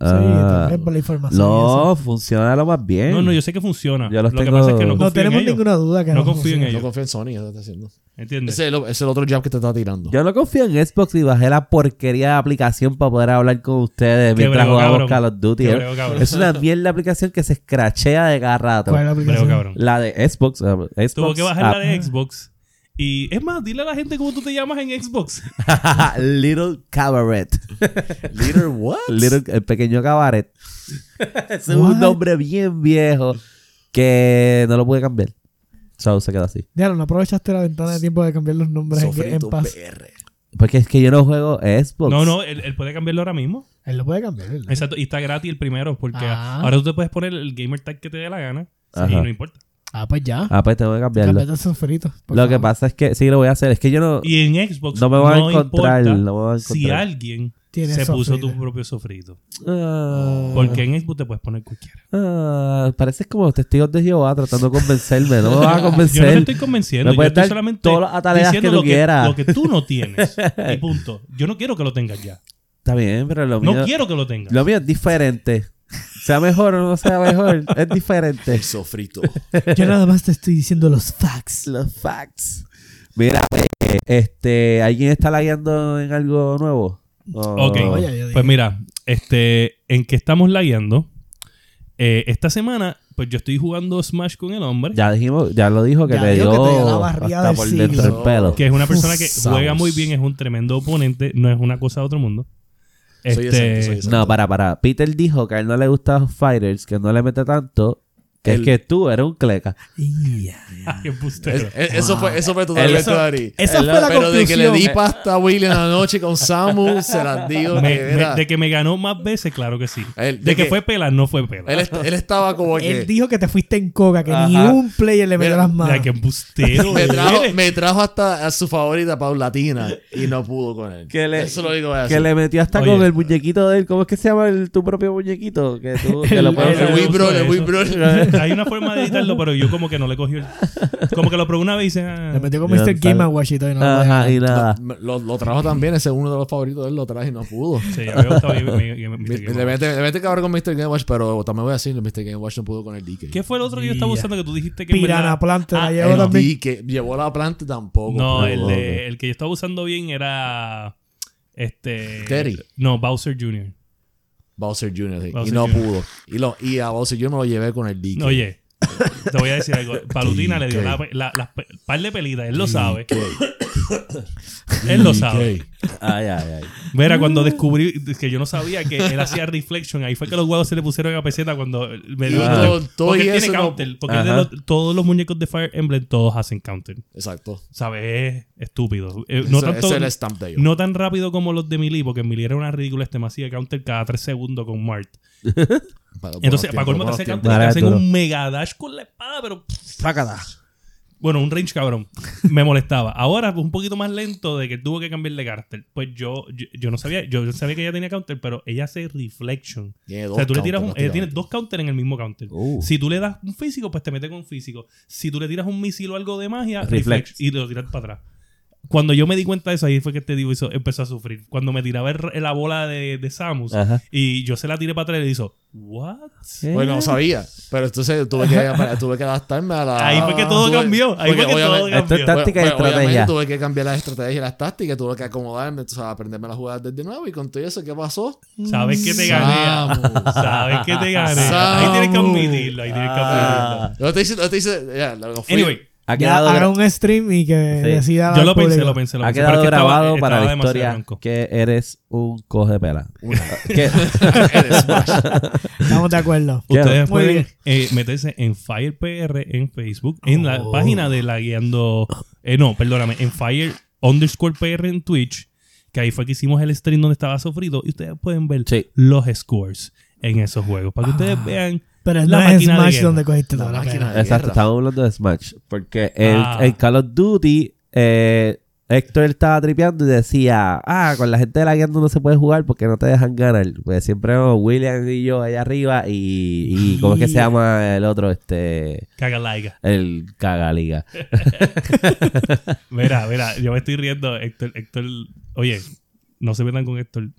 [SPEAKER 1] Ah,
[SPEAKER 2] sí, también por la información. y eso.
[SPEAKER 1] no, funciona lo más bien.
[SPEAKER 4] No, no, yo sé que funciona.
[SPEAKER 1] Yo los
[SPEAKER 4] Lo que
[SPEAKER 1] tengo-
[SPEAKER 4] pasa es que
[SPEAKER 1] No
[SPEAKER 4] no confío
[SPEAKER 2] No tenemos
[SPEAKER 4] en ellos.
[SPEAKER 2] ninguna duda que
[SPEAKER 4] No confío en
[SPEAKER 2] funciona.
[SPEAKER 3] No
[SPEAKER 4] ellos.
[SPEAKER 3] confío en Sony, eso está haciendo.
[SPEAKER 4] ¿Entiendes?
[SPEAKER 3] Ese es, el, ese es el otro jab que te está tirando.
[SPEAKER 1] Yo no confío en Xbox y bajé la porquería de aplicación para poder hablar con ustedes
[SPEAKER 4] Qué
[SPEAKER 1] mientras
[SPEAKER 4] brego,
[SPEAKER 1] jugamos
[SPEAKER 4] cabrón.
[SPEAKER 1] Call of Duty.
[SPEAKER 4] Qué
[SPEAKER 1] ¿eh?
[SPEAKER 4] brego, cabrón.
[SPEAKER 1] Es una mierda aplicación que se escrachea de cada rato.
[SPEAKER 2] ¿Cuál es la
[SPEAKER 4] Pero,
[SPEAKER 2] aplicación?
[SPEAKER 4] cabrón.
[SPEAKER 1] La de Xbox. eh, Xbox
[SPEAKER 4] Tuvo que bajar la
[SPEAKER 1] app.
[SPEAKER 4] de Xbox. Y es más, dile a la gente cómo tú te llamas en Xbox.
[SPEAKER 1] Little Cabaret.
[SPEAKER 3] Leader, what?
[SPEAKER 1] Little, el pequeño cabaret. es un
[SPEAKER 2] What?
[SPEAKER 1] nombre bien viejo que no lo pude cambiar. So, se quedó así.
[SPEAKER 2] Ya no aprovechaste la ventana de tiempo de cambiar los nombres en, en
[SPEAKER 3] Sofrito
[SPEAKER 2] paz.
[SPEAKER 3] PR.
[SPEAKER 1] Porque es que yo no juego Xbox.
[SPEAKER 4] No, no, él, él puede cambiarlo ahora mismo.
[SPEAKER 2] Él lo puede cambiar, ¿verdad?
[SPEAKER 4] Exacto, y está gratis el primero porque
[SPEAKER 2] Ah.
[SPEAKER 4] ahora tú te puedes poner el gamer tag que te dé la gana y
[SPEAKER 1] Ajá.
[SPEAKER 4] no importa.
[SPEAKER 2] Ah, pues ya.
[SPEAKER 1] Ah, pues tengo que cambiarlo.
[SPEAKER 2] Cámbiate esos fritos, por
[SPEAKER 1] Lo que
[SPEAKER 2] favor.
[SPEAKER 1] pasa es que sí lo voy a hacer. Es que yo no,
[SPEAKER 4] Y en Xbox
[SPEAKER 1] no me voy a
[SPEAKER 4] importa
[SPEAKER 1] encontrar. No me voy a
[SPEAKER 4] si
[SPEAKER 1] encontrar.
[SPEAKER 4] alguien
[SPEAKER 2] Tiene
[SPEAKER 4] se puso
[SPEAKER 2] sofrito.
[SPEAKER 4] tu propio sofrito.
[SPEAKER 1] Ah.
[SPEAKER 4] Porque en Xbox te puedes poner cualquiera.
[SPEAKER 1] Ah, pareces como los testigos de Jehová tratando de convencerme. No me vas a
[SPEAKER 4] Yo no
[SPEAKER 1] convencer.
[SPEAKER 4] te estoy convenciendo.
[SPEAKER 1] Me puedes
[SPEAKER 4] yo estoy
[SPEAKER 1] dar
[SPEAKER 4] solamente
[SPEAKER 1] todas las ataleas
[SPEAKER 4] diciendo
[SPEAKER 1] que tú
[SPEAKER 4] lo
[SPEAKER 1] quieras.
[SPEAKER 4] lo que tú no tienes. y punto. Yo no quiero que lo tengas ya.
[SPEAKER 1] Está bien, pero lo
[SPEAKER 4] No
[SPEAKER 1] mío,
[SPEAKER 4] quiero que lo tengas.
[SPEAKER 1] lo mío es diferente. Sea mejor o no sea mejor, es diferente.
[SPEAKER 3] El sofrito.
[SPEAKER 2] Yo nada más te estoy diciendo los facts.
[SPEAKER 1] Los facts. Mira, eh, este, ¿alguien está lagueando en algo nuevo? O-
[SPEAKER 4] Ok.
[SPEAKER 2] Oye, yo
[SPEAKER 4] Pues
[SPEAKER 2] dije,
[SPEAKER 4] mira, este, en que estamos lagueando, eh, esta semana, pues yo estoy jugando Smash con el hombre,
[SPEAKER 1] Ya dijimos, ya lo dijo que
[SPEAKER 2] Ya
[SPEAKER 1] le
[SPEAKER 2] dijo
[SPEAKER 1] dio
[SPEAKER 2] que te dio la barriga
[SPEAKER 1] hasta
[SPEAKER 2] del
[SPEAKER 1] por dentro
[SPEAKER 3] siglo.
[SPEAKER 1] el pelo.
[SPEAKER 4] que es una persona que
[SPEAKER 3] Usamos.
[SPEAKER 4] juega muy bien, es un tremendo oponente, no es una cosa de otro mundo.
[SPEAKER 3] Soy
[SPEAKER 4] Este,
[SPEAKER 3] decente, soy decente.
[SPEAKER 1] No, para, para. Peter dijo que a él no le gustan los fighters, que no le mete tanto, que es
[SPEAKER 3] El-
[SPEAKER 1] que tú eres un cleca.
[SPEAKER 2] "Ya".
[SPEAKER 4] Ay, qué embustero.
[SPEAKER 3] Es- es- Eh, eso, fue, eso fue totalmente
[SPEAKER 1] Eso-
[SPEAKER 3] Ari.
[SPEAKER 2] esa fue la
[SPEAKER 3] Eh, Pero de que le
[SPEAKER 2] conclusión.
[SPEAKER 3] di pasta a William anoche con Samu, se las digo.
[SPEAKER 4] Me-
[SPEAKER 3] que
[SPEAKER 4] me-
[SPEAKER 3] era-
[SPEAKER 4] de que me ganó más veces, claro que sí.
[SPEAKER 3] Él-
[SPEAKER 4] de
[SPEAKER 3] de
[SPEAKER 4] que,
[SPEAKER 3] que-
[SPEAKER 4] fue pela, no fue pela.
[SPEAKER 3] él, est- él estaba como que.
[SPEAKER 2] Él dijo que te fuiste en coca, que ni
[SPEAKER 1] Ajá.
[SPEAKER 2] un player le metió
[SPEAKER 3] Mira,
[SPEAKER 2] las
[SPEAKER 4] Ay,
[SPEAKER 2] manos.
[SPEAKER 4] qué embustero.
[SPEAKER 3] me, trajo,
[SPEAKER 4] eres.
[SPEAKER 3] me trajo hasta a su favorita paulatina y no pudo con él.
[SPEAKER 1] Que le-
[SPEAKER 3] eso lo digo así.
[SPEAKER 1] Que le metió hasta
[SPEAKER 4] Oye.
[SPEAKER 1] con el muñequito de él. ¿Cómo es que se llama el, tu propio muñequito? Que tú que lo
[SPEAKER 2] El-
[SPEAKER 1] puedes
[SPEAKER 3] el
[SPEAKER 4] Eso,
[SPEAKER 1] hacer.
[SPEAKER 3] Wii
[SPEAKER 4] eso,
[SPEAKER 3] Brother,
[SPEAKER 4] eso.
[SPEAKER 3] Wii Brother.
[SPEAKER 4] Hay una forma de editarlo, pero yo como que no le cogí el... Como que lo probé una vez y hice... ah,
[SPEAKER 2] Le metió con
[SPEAKER 1] Ya,
[SPEAKER 2] Mr.
[SPEAKER 1] sale.
[SPEAKER 2] Game a Washington y no lo puede
[SPEAKER 1] Ajá,
[SPEAKER 2] ganar.
[SPEAKER 1] y nada.
[SPEAKER 3] Lo, lo trajo también, ese es uno de los favoritos de él, lo trajo y no pudo.
[SPEAKER 4] Sí, a mí me gustaba bien, me- me- me-
[SPEAKER 3] Mi- Le mete, le mete cabrón con Mr. Game Watch, pero también voy a decir, Mr. Game Watch no pudo con el DK.
[SPEAKER 4] ¿Qué fue el otro que yo estaba usando que tú dijiste que... en
[SPEAKER 2] Pirana
[SPEAKER 4] verdad-
[SPEAKER 2] Planta
[SPEAKER 4] Ah,
[SPEAKER 2] la
[SPEAKER 3] El
[SPEAKER 2] llevó también.
[SPEAKER 3] DK llevó la planta y tampoco.
[SPEAKER 4] No,
[SPEAKER 3] pudo.
[SPEAKER 4] el, de- el que yo estaba usando bien era. Este.
[SPEAKER 3] Terry.
[SPEAKER 4] No, Bowser Jr.
[SPEAKER 3] Bowser Jr. sí,
[SPEAKER 4] Bowser
[SPEAKER 3] y no
[SPEAKER 4] Jr.
[SPEAKER 3] pudo. Y, lo, y a Bowser Jr. me lo llevé con el DK.
[SPEAKER 4] No, Oye, te voy a decir algo. Palutina le dio
[SPEAKER 3] DK.
[SPEAKER 4] la, la- las pe- par de pelitas, él lo sabe. él lo sabe.
[SPEAKER 1] Ay, ay, ay.
[SPEAKER 4] Mira, cuando descubrí que yo no sabía que él hacía reflection, ahí fue que los huevos se le pusieron a peseta cuando me dio.
[SPEAKER 1] Ah.
[SPEAKER 4] Porque
[SPEAKER 3] Todo y
[SPEAKER 4] él tiene
[SPEAKER 3] eso no-
[SPEAKER 4] counter. Porque él de
[SPEAKER 1] Ajá.
[SPEAKER 4] los- todos los muñecos de Fire Emblem, todos hacen counter.
[SPEAKER 3] Exacto.
[SPEAKER 4] ¿Sabes? Es estúpido. Eh,
[SPEAKER 3] Ese-
[SPEAKER 4] no
[SPEAKER 3] ese
[SPEAKER 4] tanto,
[SPEAKER 3] es el stamp de ellos.
[SPEAKER 4] No tan rápido como los de Melee, porque Melee era una ridícula este hacía counter cada 3 segundos con Mart.
[SPEAKER 3] Pa-
[SPEAKER 1] Pues,
[SPEAKER 3] buenos
[SPEAKER 4] Entonces,
[SPEAKER 3] tiempos,
[SPEAKER 4] para colmo te
[SPEAKER 3] buenos
[SPEAKER 4] hace
[SPEAKER 3] tiempos.
[SPEAKER 4] counter y te
[SPEAKER 1] Vale,
[SPEAKER 4] hacen
[SPEAKER 1] duro.
[SPEAKER 4] un mega dash con la espada, pero. Bueno, un range cabrón. Me molestaba. Ahora, pues un poquito más lento de que tuvo que cambiar de carácter. Pues yo, yo, yo no sabía, yo yo sabía que ella tenía counter, pero ella hace reflection.
[SPEAKER 3] Tiene
[SPEAKER 4] O
[SPEAKER 3] dos
[SPEAKER 4] sea, tú le tiras un,
[SPEAKER 3] counters,
[SPEAKER 4] ella tiene
[SPEAKER 3] prácticamente.
[SPEAKER 4] dos counters en el mismo counter.
[SPEAKER 1] Uh.
[SPEAKER 4] Si tú le das un físico, pues te mete con físico. Si tú le tiras un misil o algo de magia,
[SPEAKER 1] Reflex.
[SPEAKER 4] reflex, y lo tiras para atrás. Cuando yo me di cuenta de eso, ahí fue que este tipo hizo- empezó a sufrir. Cuando me tiraba el- la bola de, de Samus
[SPEAKER 1] Ajá.
[SPEAKER 4] y yo se la tiré para atrás y le hizo, ¿what? Pues,
[SPEAKER 3] Bueno, Pues no
[SPEAKER 1] Eh.
[SPEAKER 3] sabía. Pero entonces tuve que, tuve que adaptarme a la.
[SPEAKER 4] Ahí fue que todo
[SPEAKER 3] tuve-
[SPEAKER 4] cambió. Ahí
[SPEAKER 3] Ah, porque
[SPEAKER 4] fue que todo
[SPEAKER 3] obviamente-
[SPEAKER 4] cambió.
[SPEAKER 1] Esto está- Táctica y
[SPEAKER 3] Bueno, bueno, obviamente
[SPEAKER 1] estrategia.
[SPEAKER 3] Tuve que cambiar las estrategias y las tácticas, tuve que acomodarme, o sea, aprenderme las jugadas desde nuevo y con todo eso, ¿qué pasó?
[SPEAKER 4] Sabes que te gané.
[SPEAKER 3] Samus.
[SPEAKER 4] Sabes que te gané. Ahí
[SPEAKER 3] Samu.
[SPEAKER 4] tienes que admitirlo. Ahí tienes que admitirlo.
[SPEAKER 1] Ah.
[SPEAKER 3] Yo te hice, yo te hice, ya, lo fui.
[SPEAKER 4] Anyway,
[SPEAKER 1] Ha
[SPEAKER 2] Ya,
[SPEAKER 1] quedado,
[SPEAKER 2] haga
[SPEAKER 1] gra-
[SPEAKER 2] un stream y que
[SPEAKER 1] Sí.
[SPEAKER 2] decida.
[SPEAKER 4] yo
[SPEAKER 2] al
[SPEAKER 4] lo pensé,
[SPEAKER 2] público.
[SPEAKER 4] lo pensé, lo
[SPEAKER 1] ha
[SPEAKER 4] pensé. pero
[SPEAKER 1] quedado
[SPEAKER 4] es que estaba-
[SPEAKER 1] grabado para
[SPEAKER 4] estaba
[SPEAKER 1] la
[SPEAKER 4] demasiado
[SPEAKER 1] historia
[SPEAKER 4] blanco.
[SPEAKER 1] que eres un coge pela. Que-
[SPEAKER 3] Eres Smash.
[SPEAKER 2] Estamos de acuerdo. Muy
[SPEAKER 4] Ustedes pueden
[SPEAKER 2] bien.
[SPEAKER 4] eh, meterse en FirePR en Facebook, en la
[SPEAKER 2] Oh.
[SPEAKER 4] página de la guiando. eh, no, perdóname, en Fire underscore PR en Twitch, que ahí fue que hicimos el stream donde estaba sufrido. Y ustedes pueden ver
[SPEAKER 1] Sí.
[SPEAKER 4] los scores en esos juegos para que
[SPEAKER 2] Ah.
[SPEAKER 4] ustedes vean.
[SPEAKER 2] Pero
[SPEAKER 4] La
[SPEAKER 2] no es
[SPEAKER 4] máquina de
[SPEAKER 2] Smash
[SPEAKER 4] guerra.
[SPEAKER 2] donde cogiste
[SPEAKER 3] La
[SPEAKER 2] toda la
[SPEAKER 3] máquina
[SPEAKER 2] máquina.
[SPEAKER 3] de
[SPEAKER 1] Exacto,
[SPEAKER 3] guerra.
[SPEAKER 1] estaba hablando de Smash. Porque el,
[SPEAKER 4] Ah.
[SPEAKER 1] el Call of Duty, eh, Héctor estaba tripeando y decía: Ah, con la gente de la guiando no se puede jugar porque no te dejan ganar. Pues siempre vemos William y yo allá arriba y. y ¿Cómo es que se
[SPEAKER 2] Yeah.
[SPEAKER 1] llama el otro? Este.
[SPEAKER 4] Cagalaiga.
[SPEAKER 1] El Cagaliga.
[SPEAKER 4] Mira, mira, yo me estoy riendo. Héctor, Héctor, oye, no se metan con Héctor.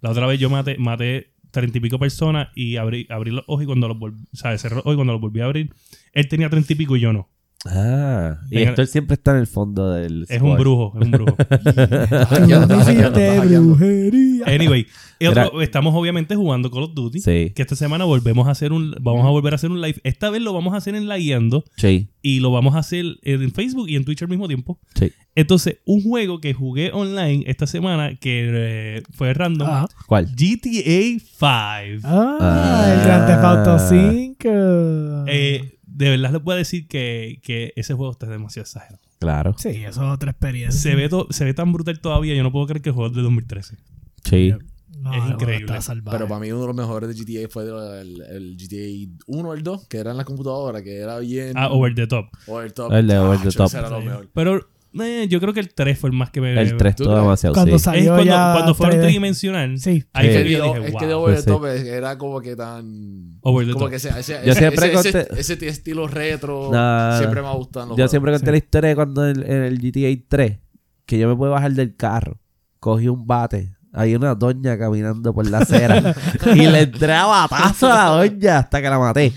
[SPEAKER 4] La otra vez yo maté, maté treinta y pico personas y abrí, abrí los ojos y cuando los volví, o sea, cerré los ojos y cuando los volví a abrir, él tenía treinta y pico y yo no.
[SPEAKER 1] Ah, y
[SPEAKER 4] Venga.
[SPEAKER 1] Héctor siempre está en el fondo del.
[SPEAKER 4] Es un
[SPEAKER 1] squad.
[SPEAKER 4] brujo, es un brujo.
[SPEAKER 3] Estás
[SPEAKER 2] Tú
[SPEAKER 3] hackeando, estás hackeando,
[SPEAKER 2] hiciste
[SPEAKER 3] estás hackeando.
[SPEAKER 2] brujería.
[SPEAKER 4] Anyway, y otro-
[SPEAKER 1] Mira.
[SPEAKER 4] estamos obviamente jugando Call of Duty.
[SPEAKER 1] Sí,
[SPEAKER 4] Que esta semana volvemos a hacer un, vamos a volver a hacer un live. Esta vez lo vamos a hacer en la guiando
[SPEAKER 1] sí,
[SPEAKER 4] y lo vamos a hacer en Facebook y en Twitch al mismo tiempo.
[SPEAKER 1] sí.
[SPEAKER 4] Entonces, un juego que jugué online esta semana que eh, fue random,
[SPEAKER 2] Ah,
[SPEAKER 1] ¿Cuál?
[SPEAKER 4] GTA V.
[SPEAKER 2] Ah, el
[SPEAKER 1] Ah.
[SPEAKER 2] Grand Theft Auto 5.
[SPEAKER 4] Eh, de verdad les voy a decir que, que ese juego está demasiado exagerado.
[SPEAKER 1] Claro.
[SPEAKER 2] sí, eso es otra experiencia.
[SPEAKER 4] Se ve, to- se ve tan brutal todavía, yo no puedo creer que el juego es de 2013.
[SPEAKER 1] Sí.
[SPEAKER 2] No,
[SPEAKER 4] es
[SPEAKER 2] el juego
[SPEAKER 4] increíble.
[SPEAKER 2] está salvaje.
[SPEAKER 3] Pero para mí uno de los mejores de GTA fue el, el GTA 1 o el 2, que era en la computadora, que era bien...
[SPEAKER 4] Ah, over the top.
[SPEAKER 3] over the top.
[SPEAKER 1] El de over the
[SPEAKER 3] Ah,
[SPEAKER 1] top.
[SPEAKER 3] ese era lo mejor.
[SPEAKER 4] Pero eh, yo creo que el 3 fue el más que me...
[SPEAKER 1] El 3
[SPEAKER 3] ¿tú
[SPEAKER 1] todo
[SPEAKER 3] crees?
[SPEAKER 1] demasiado.
[SPEAKER 2] cuando
[SPEAKER 1] sí.
[SPEAKER 4] Es
[SPEAKER 2] salió
[SPEAKER 4] cuando,
[SPEAKER 2] ya
[SPEAKER 4] cuando fueron
[SPEAKER 2] 3D.
[SPEAKER 4] tridimensional.
[SPEAKER 2] Sí.
[SPEAKER 4] Ahí
[SPEAKER 1] Sí.
[SPEAKER 4] fue
[SPEAKER 3] Es
[SPEAKER 4] que
[SPEAKER 3] que,
[SPEAKER 4] yo
[SPEAKER 3] el
[SPEAKER 4] dije,
[SPEAKER 3] que de
[SPEAKER 4] wow.
[SPEAKER 3] over
[SPEAKER 1] Pues
[SPEAKER 3] the
[SPEAKER 1] sí.
[SPEAKER 3] top es- era como que tan...
[SPEAKER 4] Over the
[SPEAKER 3] como
[SPEAKER 4] top.
[SPEAKER 3] que sea, ese,
[SPEAKER 1] Yo
[SPEAKER 3] ese-
[SPEAKER 1] siempre
[SPEAKER 3] ese- ese-
[SPEAKER 1] conté-
[SPEAKER 3] ese t- estilo retro
[SPEAKER 1] No.
[SPEAKER 3] siempre me ha gustado. en
[SPEAKER 1] Yo
[SPEAKER 3] los juegos.
[SPEAKER 1] siempre conté
[SPEAKER 2] Sí.
[SPEAKER 1] la historia de cuando en, en el GTA 3, que yo me pude bajar del carro, cogí un bate, hay una doña caminando por la acera y le entré a batazo a la doña hasta que la maté.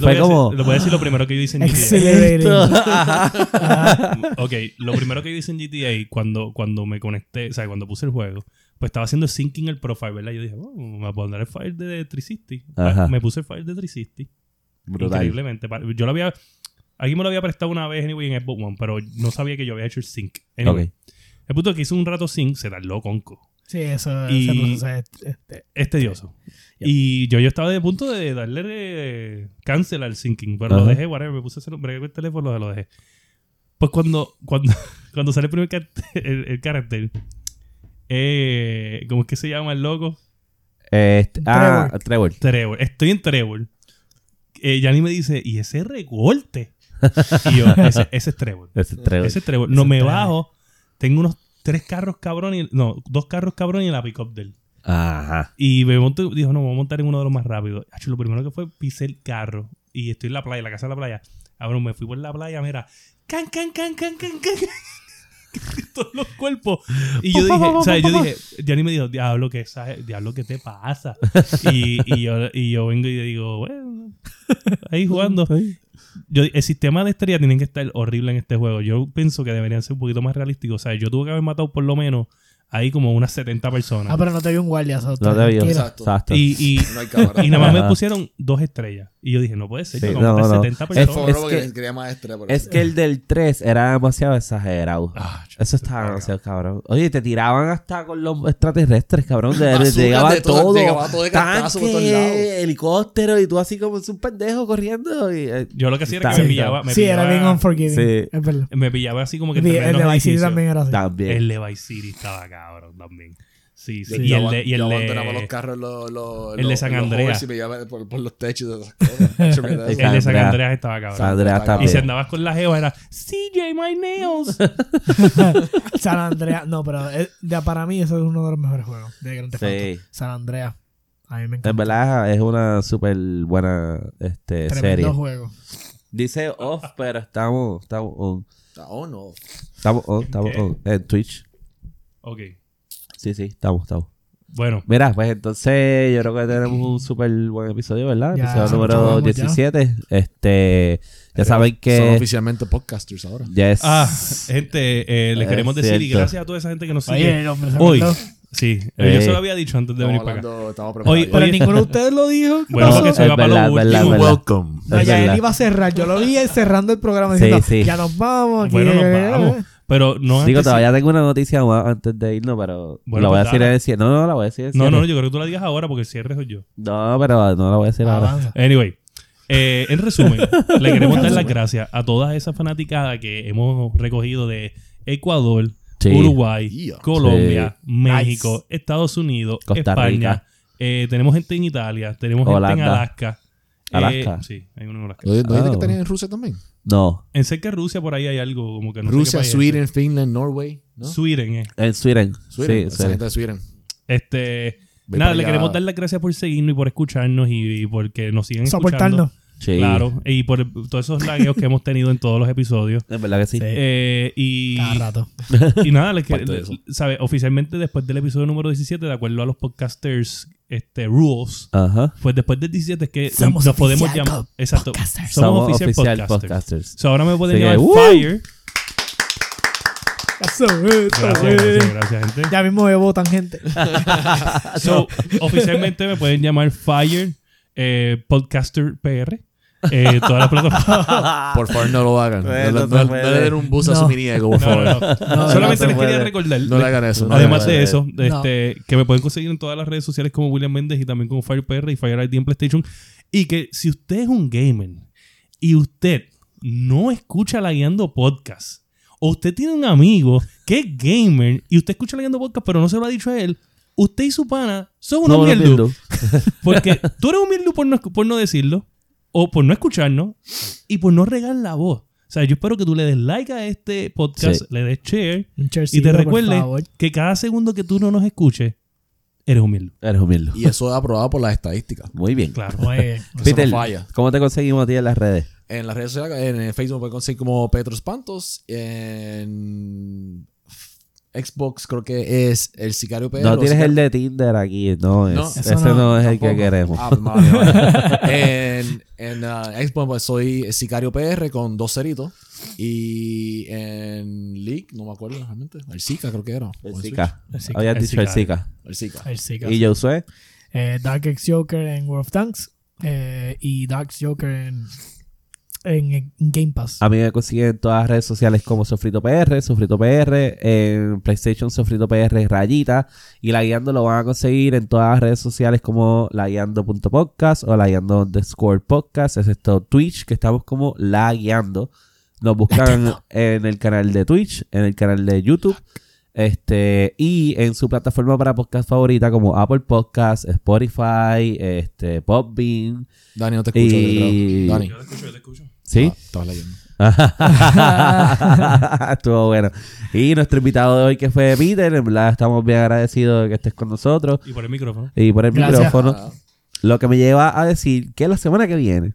[SPEAKER 1] Fue
[SPEAKER 4] te voy, a decir-
[SPEAKER 1] como-
[SPEAKER 4] le voy a decir lo primero que yo hice en GTA.
[SPEAKER 2] Accelerating.
[SPEAKER 4] ok, lo primero que yo hice en GTA cuando, cuando me conecté, o sea, cuando puse el juego, pues estaba haciendo syncing el profile, ¿verdad? Yo dije, oh, me voy a poner el file de 360.
[SPEAKER 1] Ajá.
[SPEAKER 4] Me puse el file de 360.
[SPEAKER 1] Brutal.
[SPEAKER 4] Increíblemente. Pa- Yo lo había... Alguien me lo había prestado una vez anyway, en Xbox One, pero no sabía que yo había hecho el sync. Anyway,
[SPEAKER 1] Ok.
[SPEAKER 4] El punto es que hice un rato sync, se tardó conco.
[SPEAKER 2] Sí, eso
[SPEAKER 4] Y-
[SPEAKER 2] ese proceso es- este,
[SPEAKER 4] es tedioso. Y yo, yo estaba de punto de darle eh, cancel al syncing, pero lo
[SPEAKER 1] Ajá.
[SPEAKER 4] dejé, whatever, me puse a hacer un break con el teléfono, lo dejé. Pues cuando, cuando, cuando sale el primer car- el, el carácter, eh, ¿cómo es que se llama el loco?
[SPEAKER 1] Este, ah,
[SPEAKER 2] Trevor.
[SPEAKER 1] Trevor.
[SPEAKER 4] Trevor, estoy en Trevor. Eh, Yanni me dice, ¿y ese recorte? Y yo, ese, ese es Trevor.
[SPEAKER 1] Ese es Trevor.
[SPEAKER 4] Ese es Trevor. No
[SPEAKER 2] Ese
[SPEAKER 4] me
[SPEAKER 2] Trevor.
[SPEAKER 4] bajo, tengo unos tres carros cabrones, no, dos carros cabrones y la pick-up de él.
[SPEAKER 1] Ajá.
[SPEAKER 4] Y me monto, dijo, no, vamos a montar en uno de los más rápidos. Hacho, lo primero que fue, pisé el carro. Y estoy en la playa, en la casa de la playa. Ahora me fui por la playa, mira. Can, can, can, can, can, can. Todos los cuerpos. Y yo dije, o sea, yo dije, Yanni me dijo, diablo, que esa- diablo, ¿qué te pasa? Y, y yo, y yo vengo y digo, bueno, ahí jugando. Yo, el sistema de estrella tiene que estar horrible en este juego. Yo pienso que deberían ser un poquito más realísticos. O sea, yo tuve que haber matado por lo menos ahí como unas 70 personas.
[SPEAKER 2] Ah, pero no te vi un guardia. eso está
[SPEAKER 1] No te vio.
[SPEAKER 2] tranquilo.
[SPEAKER 3] Exacto.
[SPEAKER 1] Exacto.
[SPEAKER 4] Y, y,
[SPEAKER 3] No hay cámara.
[SPEAKER 4] y nada más me
[SPEAKER 1] Ajá.
[SPEAKER 4] pusieron dos estrellas. Y yo dije, no puede ser,
[SPEAKER 1] Sí,
[SPEAKER 4] yo
[SPEAKER 1] no,
[SPEAKER 4] compré
[SPEAKER 1] no, no.
[SPEAKER 4] 70
[SPEAKER 3] Por
[SPEAKER 4] personas.
[SPEAKER 3] favor,
[SPEAKER 1] es
[SPEAKER 3] no, porque
[SPEAKER 1] que-
[SPEAKER 3] quería más estrella, por
[SPEAKER 1] Es
[SPEAKER 3] eso.
[SPEAKER 1] que el del 3 era demasiado exagerado.
[SPEAKER 4] Ah, ch-
[SPEAKER 1] Eso estaba demasiado cabrón. Oye, te tiraban hasta con los extraterrestres, cabrón. De,
[SPEAKER 3] Bazookas,
[SPEAKER 1] llegaba
[SPEAKER 3] de todo,
[SPEAKER 1] todo.
[SPEAKER 3] llegaba todo de cantazo por todos lados.
[SPEAKER 1] tanque, helicóptero y tú así como es un pendejo corriendo. Y, eh,
[SPEAKER 4] Yo lo que hacía era que
[SPEAKER 1] Está-
[SPEAKER 4] me pillaba, me
[SPEAKER 2] Sí,
[SPEAKER 4] pillaba,
[SPEAKER 2] era bien unforgiving.
[SPEAKER 1] Sí.
[SPEAKER 2] Es verdad.
[SPEAKER 4] me pillaba así como que
[SPEAKER 2] Sí,
[SPEAKER 4] entre
[SPEAKER 2] el
[SPEAKER 4] los
[SPEAKER 2] de Vice City
[SPEAKER 4] edificios.
[SPEAKER 2] también era así.
[SPEAKER 1] también.
[SPEAKER 4] El de Vice City estaba cabrón también. Sí, sí.
[SPEAKER 3] Yo-
[SPEAKER 4] Y
[SPEAKER 3] yo
[SPEAKER 4] el de,
[SPEAKER 3] aban-
[SPEAKER 4] y el
[SPEAKER 3] yo
[SPEAKER 4] de-
[SPEAKER 3] abandonaba los carros, los, los,
[SPEAKER 4] el de
[SPEAKER 3] los-
[SPEAKER 4] San
[SPEAKER 3] los
[SPEAKER 4] Andreas.
[SPEAKER 3] Horse y me llevaba por, por los techos de esas cosas. Yo me daba
[SPEAKER 1] Exacto.
[SPEAKER 4] el de San
[SPEAKER 1] Andrea.
[SPEAKER 4] Andreas estaba cabrón.
[SPEAKER 1] Andrea
[SPEAKER 3] Y
[SPEAKER 4] Y
[SPEAKER 1] también.
[SPEAKER 4] si andabas con la jeva era CJ my nails.
[SPEAKER 2] San Andreas. No, pero eh, ya para mí eso es uno de los mejores juegos de Grand Theft Auto.
[SPEAKER 1] Sí.
[SPEAKER 2] San Andreas. A mí me encanta.
[SPEAKER 1] En verdad es una súper buena este,
[SPEAKER 2] Tremendo
[SPEAKER 1] serie.
[SPEAKER 2] juego.
[SPEAKER 1] Dice off, pero estamos, estamos on.
[SPEAKER 3] Oh, no.
[SPEAKER 1] Estamos on, estamos
[SPEAKER 4] ¿Qué?
[SPEAKER 1] on. En Twitch.
[SPEAKER 4] Ok.
[SPEAKER 1] Sí, sí, estamos, estamos.
[SPEAKER 4] Bueno,
[SPEAKER 1] Mira, pues entonces yo creo que tenemos un súper buen episodio, ¿verdad?
[SPEAKER 2] Ya,
[SPEAKER 1] episodio
[SPEAKER 2] nos
[SPEAKER 1] número
[SPEAKER 2] vamos ya.
[SPEAKER 1] 17. Este, ya saben
[SPEAKER 3] Son
[SPEAKER 1] que...
[SPEAKER 3] oficialmente podcasters ahora.
[SPEAKER 1] Yes.
[SPEAKER 4] ah, gente, eh, les
[SPEAKER 1] Es
[SPEAKER 4] queremos decir y
[SPEAKER 1] cierto.
[SPEAKER 4] gracias a toda esa gente que nos
[SPEAKER 2] Oye,
[SPEAKER 4] sigue.
[SPEAKER 2] el hombre se
[SPEAKER 4] Hoy,
[SPEAKER 2] acordó.
[SPEAKER 4] sí,
[SPEAKER 1] Eh.
[SPEAKER 4] eh, yo se lo había dicho antes de venir para acá.
[SPEAKER 3] hablando, estamos
[SPEAKER 4] Hoy-
[SPEAKER 3] preparados.
[SPEAKER 2] Pero
[SPEAKER 4] Oye.
[SPEAKER 2] ninguno de ustedes lo dijo. ¿Qué
[SPEAKER 4] Bueno,
[SPEAKER 2] pasó?
[SPEAKER 4] porque se va
[SPEAKER 1] Es
[SPEAKER 4] para
[SPEAKER 1] verdad,
[SPEAKER 4] lo
[SPEAKER 1] verdad,
[SPEAKER 4] último.
[SPEAKER 1] verdad.
[SPEAKER 5] Welcome.
[SPEAKER 2] No,
[SPEAKER 1] Es
[SPEAKER 2] ya él
[SPEAKER 1] verdad.
[SPEAKER 2] iba a cerrar. Yo lo vi él cerrando el programa
[SPEAKER 1] Sí,
[SPEAKER 2] diciendo,
[SPEAKER 1] sí.
[SPEAKER 2] ya nos vamos.
[SPEAKER 4] Bueno,
[SPEAKER 2] que-
[SPEAKER 4] nos vamos. Pero no
[SPEAKER 1] Digo,
[SPEAKER 4] antes-
[SPEAKER 1] todavía tengo una noticia más antes de irnos, pero
[SPEAKER 4] Bueno,
[SPEAKER 1] la voy a
[SPEAKER 4] pues
[SPEAKER 1] decir
[SPEAKER 4] dale.
[SPEAKER 1] en el cierre. No, no, la voy a decir en el
[SPEAKER 4] No,
[SPEAKER 1] cierre.
[SPEAKER 4] no, yo creo que tú la digas ahora porque el cierre soy yo.
[SPEAKER 1] No, pero no la voy a decir
[SPEAKER 4] Ah,
[SPEAKER 1] ahora.
[SPEAKER 2] Avanza.
[SPEAKER 4] Anyway, eh, en resumen, le queremos dar las gracias a todas esas fanaticadas que hemos recogido de Ecuador,
[SPEAKER 1] Sí.
[SPEAKER 4] Uruguay,
[SPEAKER 3] Yeah.
[SPEAKER 4] Colombia, México, Estados Unidos,
[SPEAKER 1] Costa
[SPEAKER 4] España.
[SPEAKER 1] Rica.
[SPEAKER 4] Eh, tenemos gente en Italia, tenemos gente en
[SPEAKER 1] Holanda.
[SPEAKER 4] Alaska. Eh,
[SPEAKER 1] Alaska.
[SPEAKER 4] sí, hay uno en Alaska.
[SPEAKER 3] ¿No no dijiste
[SPEAKER 1] Ah,
[SPEAKER 3] que tenían
[SPEAKER 1] bueno.
[SPEAKER 3] en Rusia también?
[SPEAKER 1] No,
[SPEAKER 4] En cerca de Rusia por ahí hay algo como que no
[SPEAKER 3] Rusia,
[SPEAKER 4] sé qué país es.
[SPEAKER 3] Sweden, Finland, Norway. ¿no?
[SPEAKER 4] Sweden, eh.
[SPEAKER 1] en Sweden.
[SPEAKER 3] Sweden.
[SPEAKER 1] Sí,
[SPEAKER 3] esa
[SPEAKER 1] Sweden.
[SPEAKER 3] gente de Sweden.
[SPEAKER 4] Este,
[SPEAKER 3] Ve
[SPEAKER 4] nada,
[SPEAKER 3] para
[SPEAKER 4] le
[SPEAKER 3] allá.
[SPEAKER 4] queremos dar las gracias por seguirnos y por escucharnos y, y porque nos siguen
[SPEAKER 2] Soportarnos.
[SPEAKER 4] escuchando.
[SPEAKER 1] Sí.
[SPEAKER 4] Claro, y por todos esos lagueos que hemos tenido en todos los episodios.
[SPEAKER 1] Es verdad que sí.
[SPEAKER 2] Sí.
[SPEAKER 4] Eh, y,
[SPEAKER 2] Cada rato.
[SPEAKER 4] y nada, les que,
[SPEAKER 3] Parte de eso.
[SPEAKER 4] ¿sabe? oficialmente después del episodio número 17, de acuerdo a los podcasters este, rules,
[SPEAKER 1] Ajá.
[SPEAKER 4] pues después del 17 es que
[SPEAKER 2] Somos
[SPEAKER 4] nos podemos
[SPEAKER 2] oficial
[SPEAKER 4] llamar.
[SPEAKER 2] co-
[SPEAKER 4] Exacto.
[SPEAKER 2] podcasters.
[SPEAKER 4] Somos, oficial, podcasters.
[SPEAKER 1] podcasters.
[SPEAKER 4] So, ahora me pueden
[SPEAKER 1] Así que,
[SPEAKER 4] llamar
[SPEAKER 1] ¡uh!
[SPEAKER 4] Fire.
[SPEAKER 2] Eso, eh, eso,
[SPEAKER 4] Gracias,
[SPEAKER 2] eh.
[SPEAKER 4] gracias, gracias, gente.
[SPEAKER 2] Ya mismo me votan gente.
[SPEAKER 4] So, oficialmente me pueden llamar Fire eh, Podcaster PR. Eh, todas las plataformas.
[SPEAKER 3] Por favor, no lo hagan. No,
[SPEAKER 1] Eh,
[SPEAKER 3] no-
[SPEAKER 1] no te
[SPEAKER 3] no- no
[SPEAKER 1] puede.
[SPEAKER 3] le den un bus a
[SPEAKER 2] No.
[SPEAKER 3] su miniego, por
[SPEAKER 4] No, no,
[SPEAKER 3] favor.
[SPEAKER 4] no.
[SPEAKER 3] No,
[SPEAKER 4] Solamente
[SPEAKER 1] no
[SPEAKER 4] les
[SPEAKER 1] se
[SPEAKER 4] quería
[SPEAKER 1] puede.
[SPEAKER 4] recordar.
[SPEAKER 3] le hagan eso. no le
[SPEAKER 4] Además
[SPEAKER 3] hagan
[SPEAKER 4] de
[SPEAKER 1] vale.
[SPEAKER 4] eso,
[SPEAKER 2] No.
[SPEAKER 4] este, que me pueden conseguir en todas las redes sociales como William Méndez y también como FirePR y FireID en PlayStation. Y que si usted es un gamer y usted no escucha la guiando podcast, o usted tiene un amigo que es gamer y usted escucha la guiando podcast, pero no se lo ha dicho a él, usted y su pana son unos
[SPEAKER 1] Somos
[SPEAKER 4] mierdu.
[SPEAKER 1] mierdu.
[SPEAKER 4] Porque tú eres un mierdu por no, escu- por no decirlo, o por no escucharnos, y por no regar la voz. O sea, yo espero que tú le des like a este podcast,
[SPEAKER 1] Sí.
[SPEAKER 4] le des share.
[SPEAKER 2] Un
[SPEAKER 4] Y
[SPEAKER 2] chercito,
[SPEAKER 4] te
[SPEAKER 2] por
[SPEAKER 4] recuerde
[SPEAKER 2] favor.
[SPEAKER 4] que cada segundo que tú no nos escuches, eres humilde.
[SPEAKER 1] Eres un mierdu.
[SPEAKER 3] Y eso es aprobado por las estadísticas.
[SPEAKER 1] Muy bien.
[SPEAKER 4] Claro.
[SPEAKER 2] Oye,
[SPEAKER 3] Eso
[SPEAKER 1] Peter,
[SPEAKER 3] no falla.
[SPEAKER 1] ¿cómo te conseguimos a ti en las redes?
[SPEAKER 3] En las redes sociales, en el Facebook pueden conseguir como Petro Espantos. En Xbox creo que es el Sicario Pedro.
[SPEAKER 1] no tienes el de Tinder aquí, no.
[SPEAKER 3] No,
[SPEAKER 1] es-
[SPEAKER 2] eso
[SPEAKER 1] ese
[SPEAKER 2] no,
[SPEAKER 1] no, es el que
[SPEAKER 3] Tampoco.
[SPEAKER 1] queremos.
[SPEAKER 3] Ah, pues, madre, madre. en en ah, Xbox pues, soy Sicario PR con dos ceritos. Y en League, no me acuerdo realmente. El Zika creo que era.
[SPEAKER 1] el
[SPEAKER 3] O el
[SPEAKER 1] Zika.
[SPEAKER 2] El Zika.
[SPEAKER 1] Habías
[SPEAKER 4] El
[SPEAKER 1] dicho el
[SPEAKER 4] Sicario.
[SPEAKER 1] Zika.
[SPEAKER 3] Switch. El Zika.
[SPEAKER 2] el Zika.
[SPEAKER 1] Y Josué.
[SPEAKER 2] Eh, Dark Ex Joker en World of Tanks. eh, y Dark Joker en, en, en Game Pass.
[SPEAKER 1] A mí me consiguen en todas las redes sociales como Sofrito PR, Sofrito PR, en PlayStation Sofrito PR Rayita. Y la guiando lo van a conseguir en todas las redes sociales como laguiando.podcast o laguiando underscore podcast, excepto Twitch, que estamos como la guiando. Nos buscan en el canal de Twitch, en el canal de YouTube. Este, y en su plataforma para podcast favorita como Apple Podcast, Spotify, este, Popbean.
[SPEAKER 3] Dani, no te escucho.
[SPEAKER 1] Y-
[SPEAKER 3] yo creo. Dani.
[SPEAKER 4] te escucho, yo te escucho.
[SPEAKER 1] ¿Sí?
[SPEAKER 3] Ah, estabas leyendo.
[SPEAKER 1] Estuvo bueno. Y nuestro invitado de hoy que fue Peter, en verdad estamos bien agradecidos de que estés con nosotros
[SPEAKER 4] Y por el micrófono.
[SPEAKER 1] y por el
[SPEAKER 2] Gracias.
[SPEAKER 1] micrófono. Lo que me lleva a decir que la semana que viene,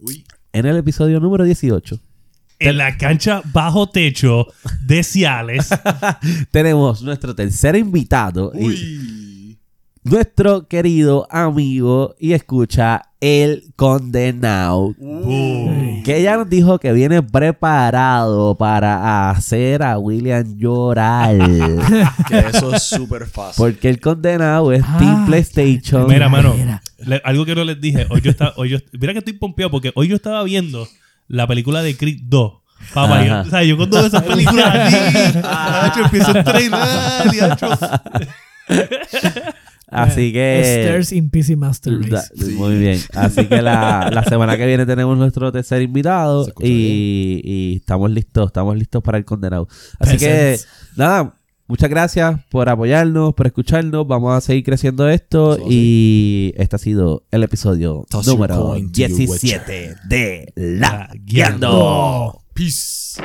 [SPEAKER 3] Uy.
[SPEAKER 1] en el episodio número 18,
[SPEAKER 4] En la cancha bajo techo de Ciales.
[SPEAKER 1] tenemos nuestro tercer invitado y
[SPEAKER 3] Uy.
[SPEAKER 1] nuestro querido amigo y escucha el condenado.
[SPEAKER 4] Boom.
[SPEAKER 1] Que ya nos dijo que viene preparado para hacer a William llorar.
[SPEAKER 3] Que eso es súper fácil.
[SPEAKER 1] Porque el condenado es
[SPEAKER 2] Ah,
[SPEAKER 1] Team PlayStation.
[SPEAKER 4] Mira, mano.
[SPEAKER 2] Mira.
[SPEAKER 4] le- algo que no les dije. Hoy yo estaba, hoy yo, mira que estoy pompeado porque hoy yo estaba viendo la película de Creed 2. Papá, yo,
[SPEAKER 1] Ajá.
[SPEAKER 4] o sea, yo con todas esas películas así, ah, yo empiezo a entrenar, y, ah, yo-
[SPEAKER 1] Así que.
[SPEAKER 2] Stairs in PC Master Race.
[SPEAKER 1] Da- Muy bien. Así que la, la semana que viene tenemos nuestro tercer invitado
[SPEAKER 3] Se escucha
[SPEAKER 1] y, y estamos listos, estamos listos para el condenado. Así que,
[SPEAKER 2] Presents.
[SPEAKER 1] nada, muchas gracias por apoyarnos, por escucharnos. Vamos a seguir creciendo esto
[SPEAKER 3] Eso
[SPEAKER 1] y este ha sido el episodio
[SPEAKER 3] Toss your
[SPEAKER 1] número
[SPEAKER 3] coin to your
[SPEAKER 2] Oh.
[SPEAKER 1] 17 de La Guiando.
[SPEAKER 3] Peace.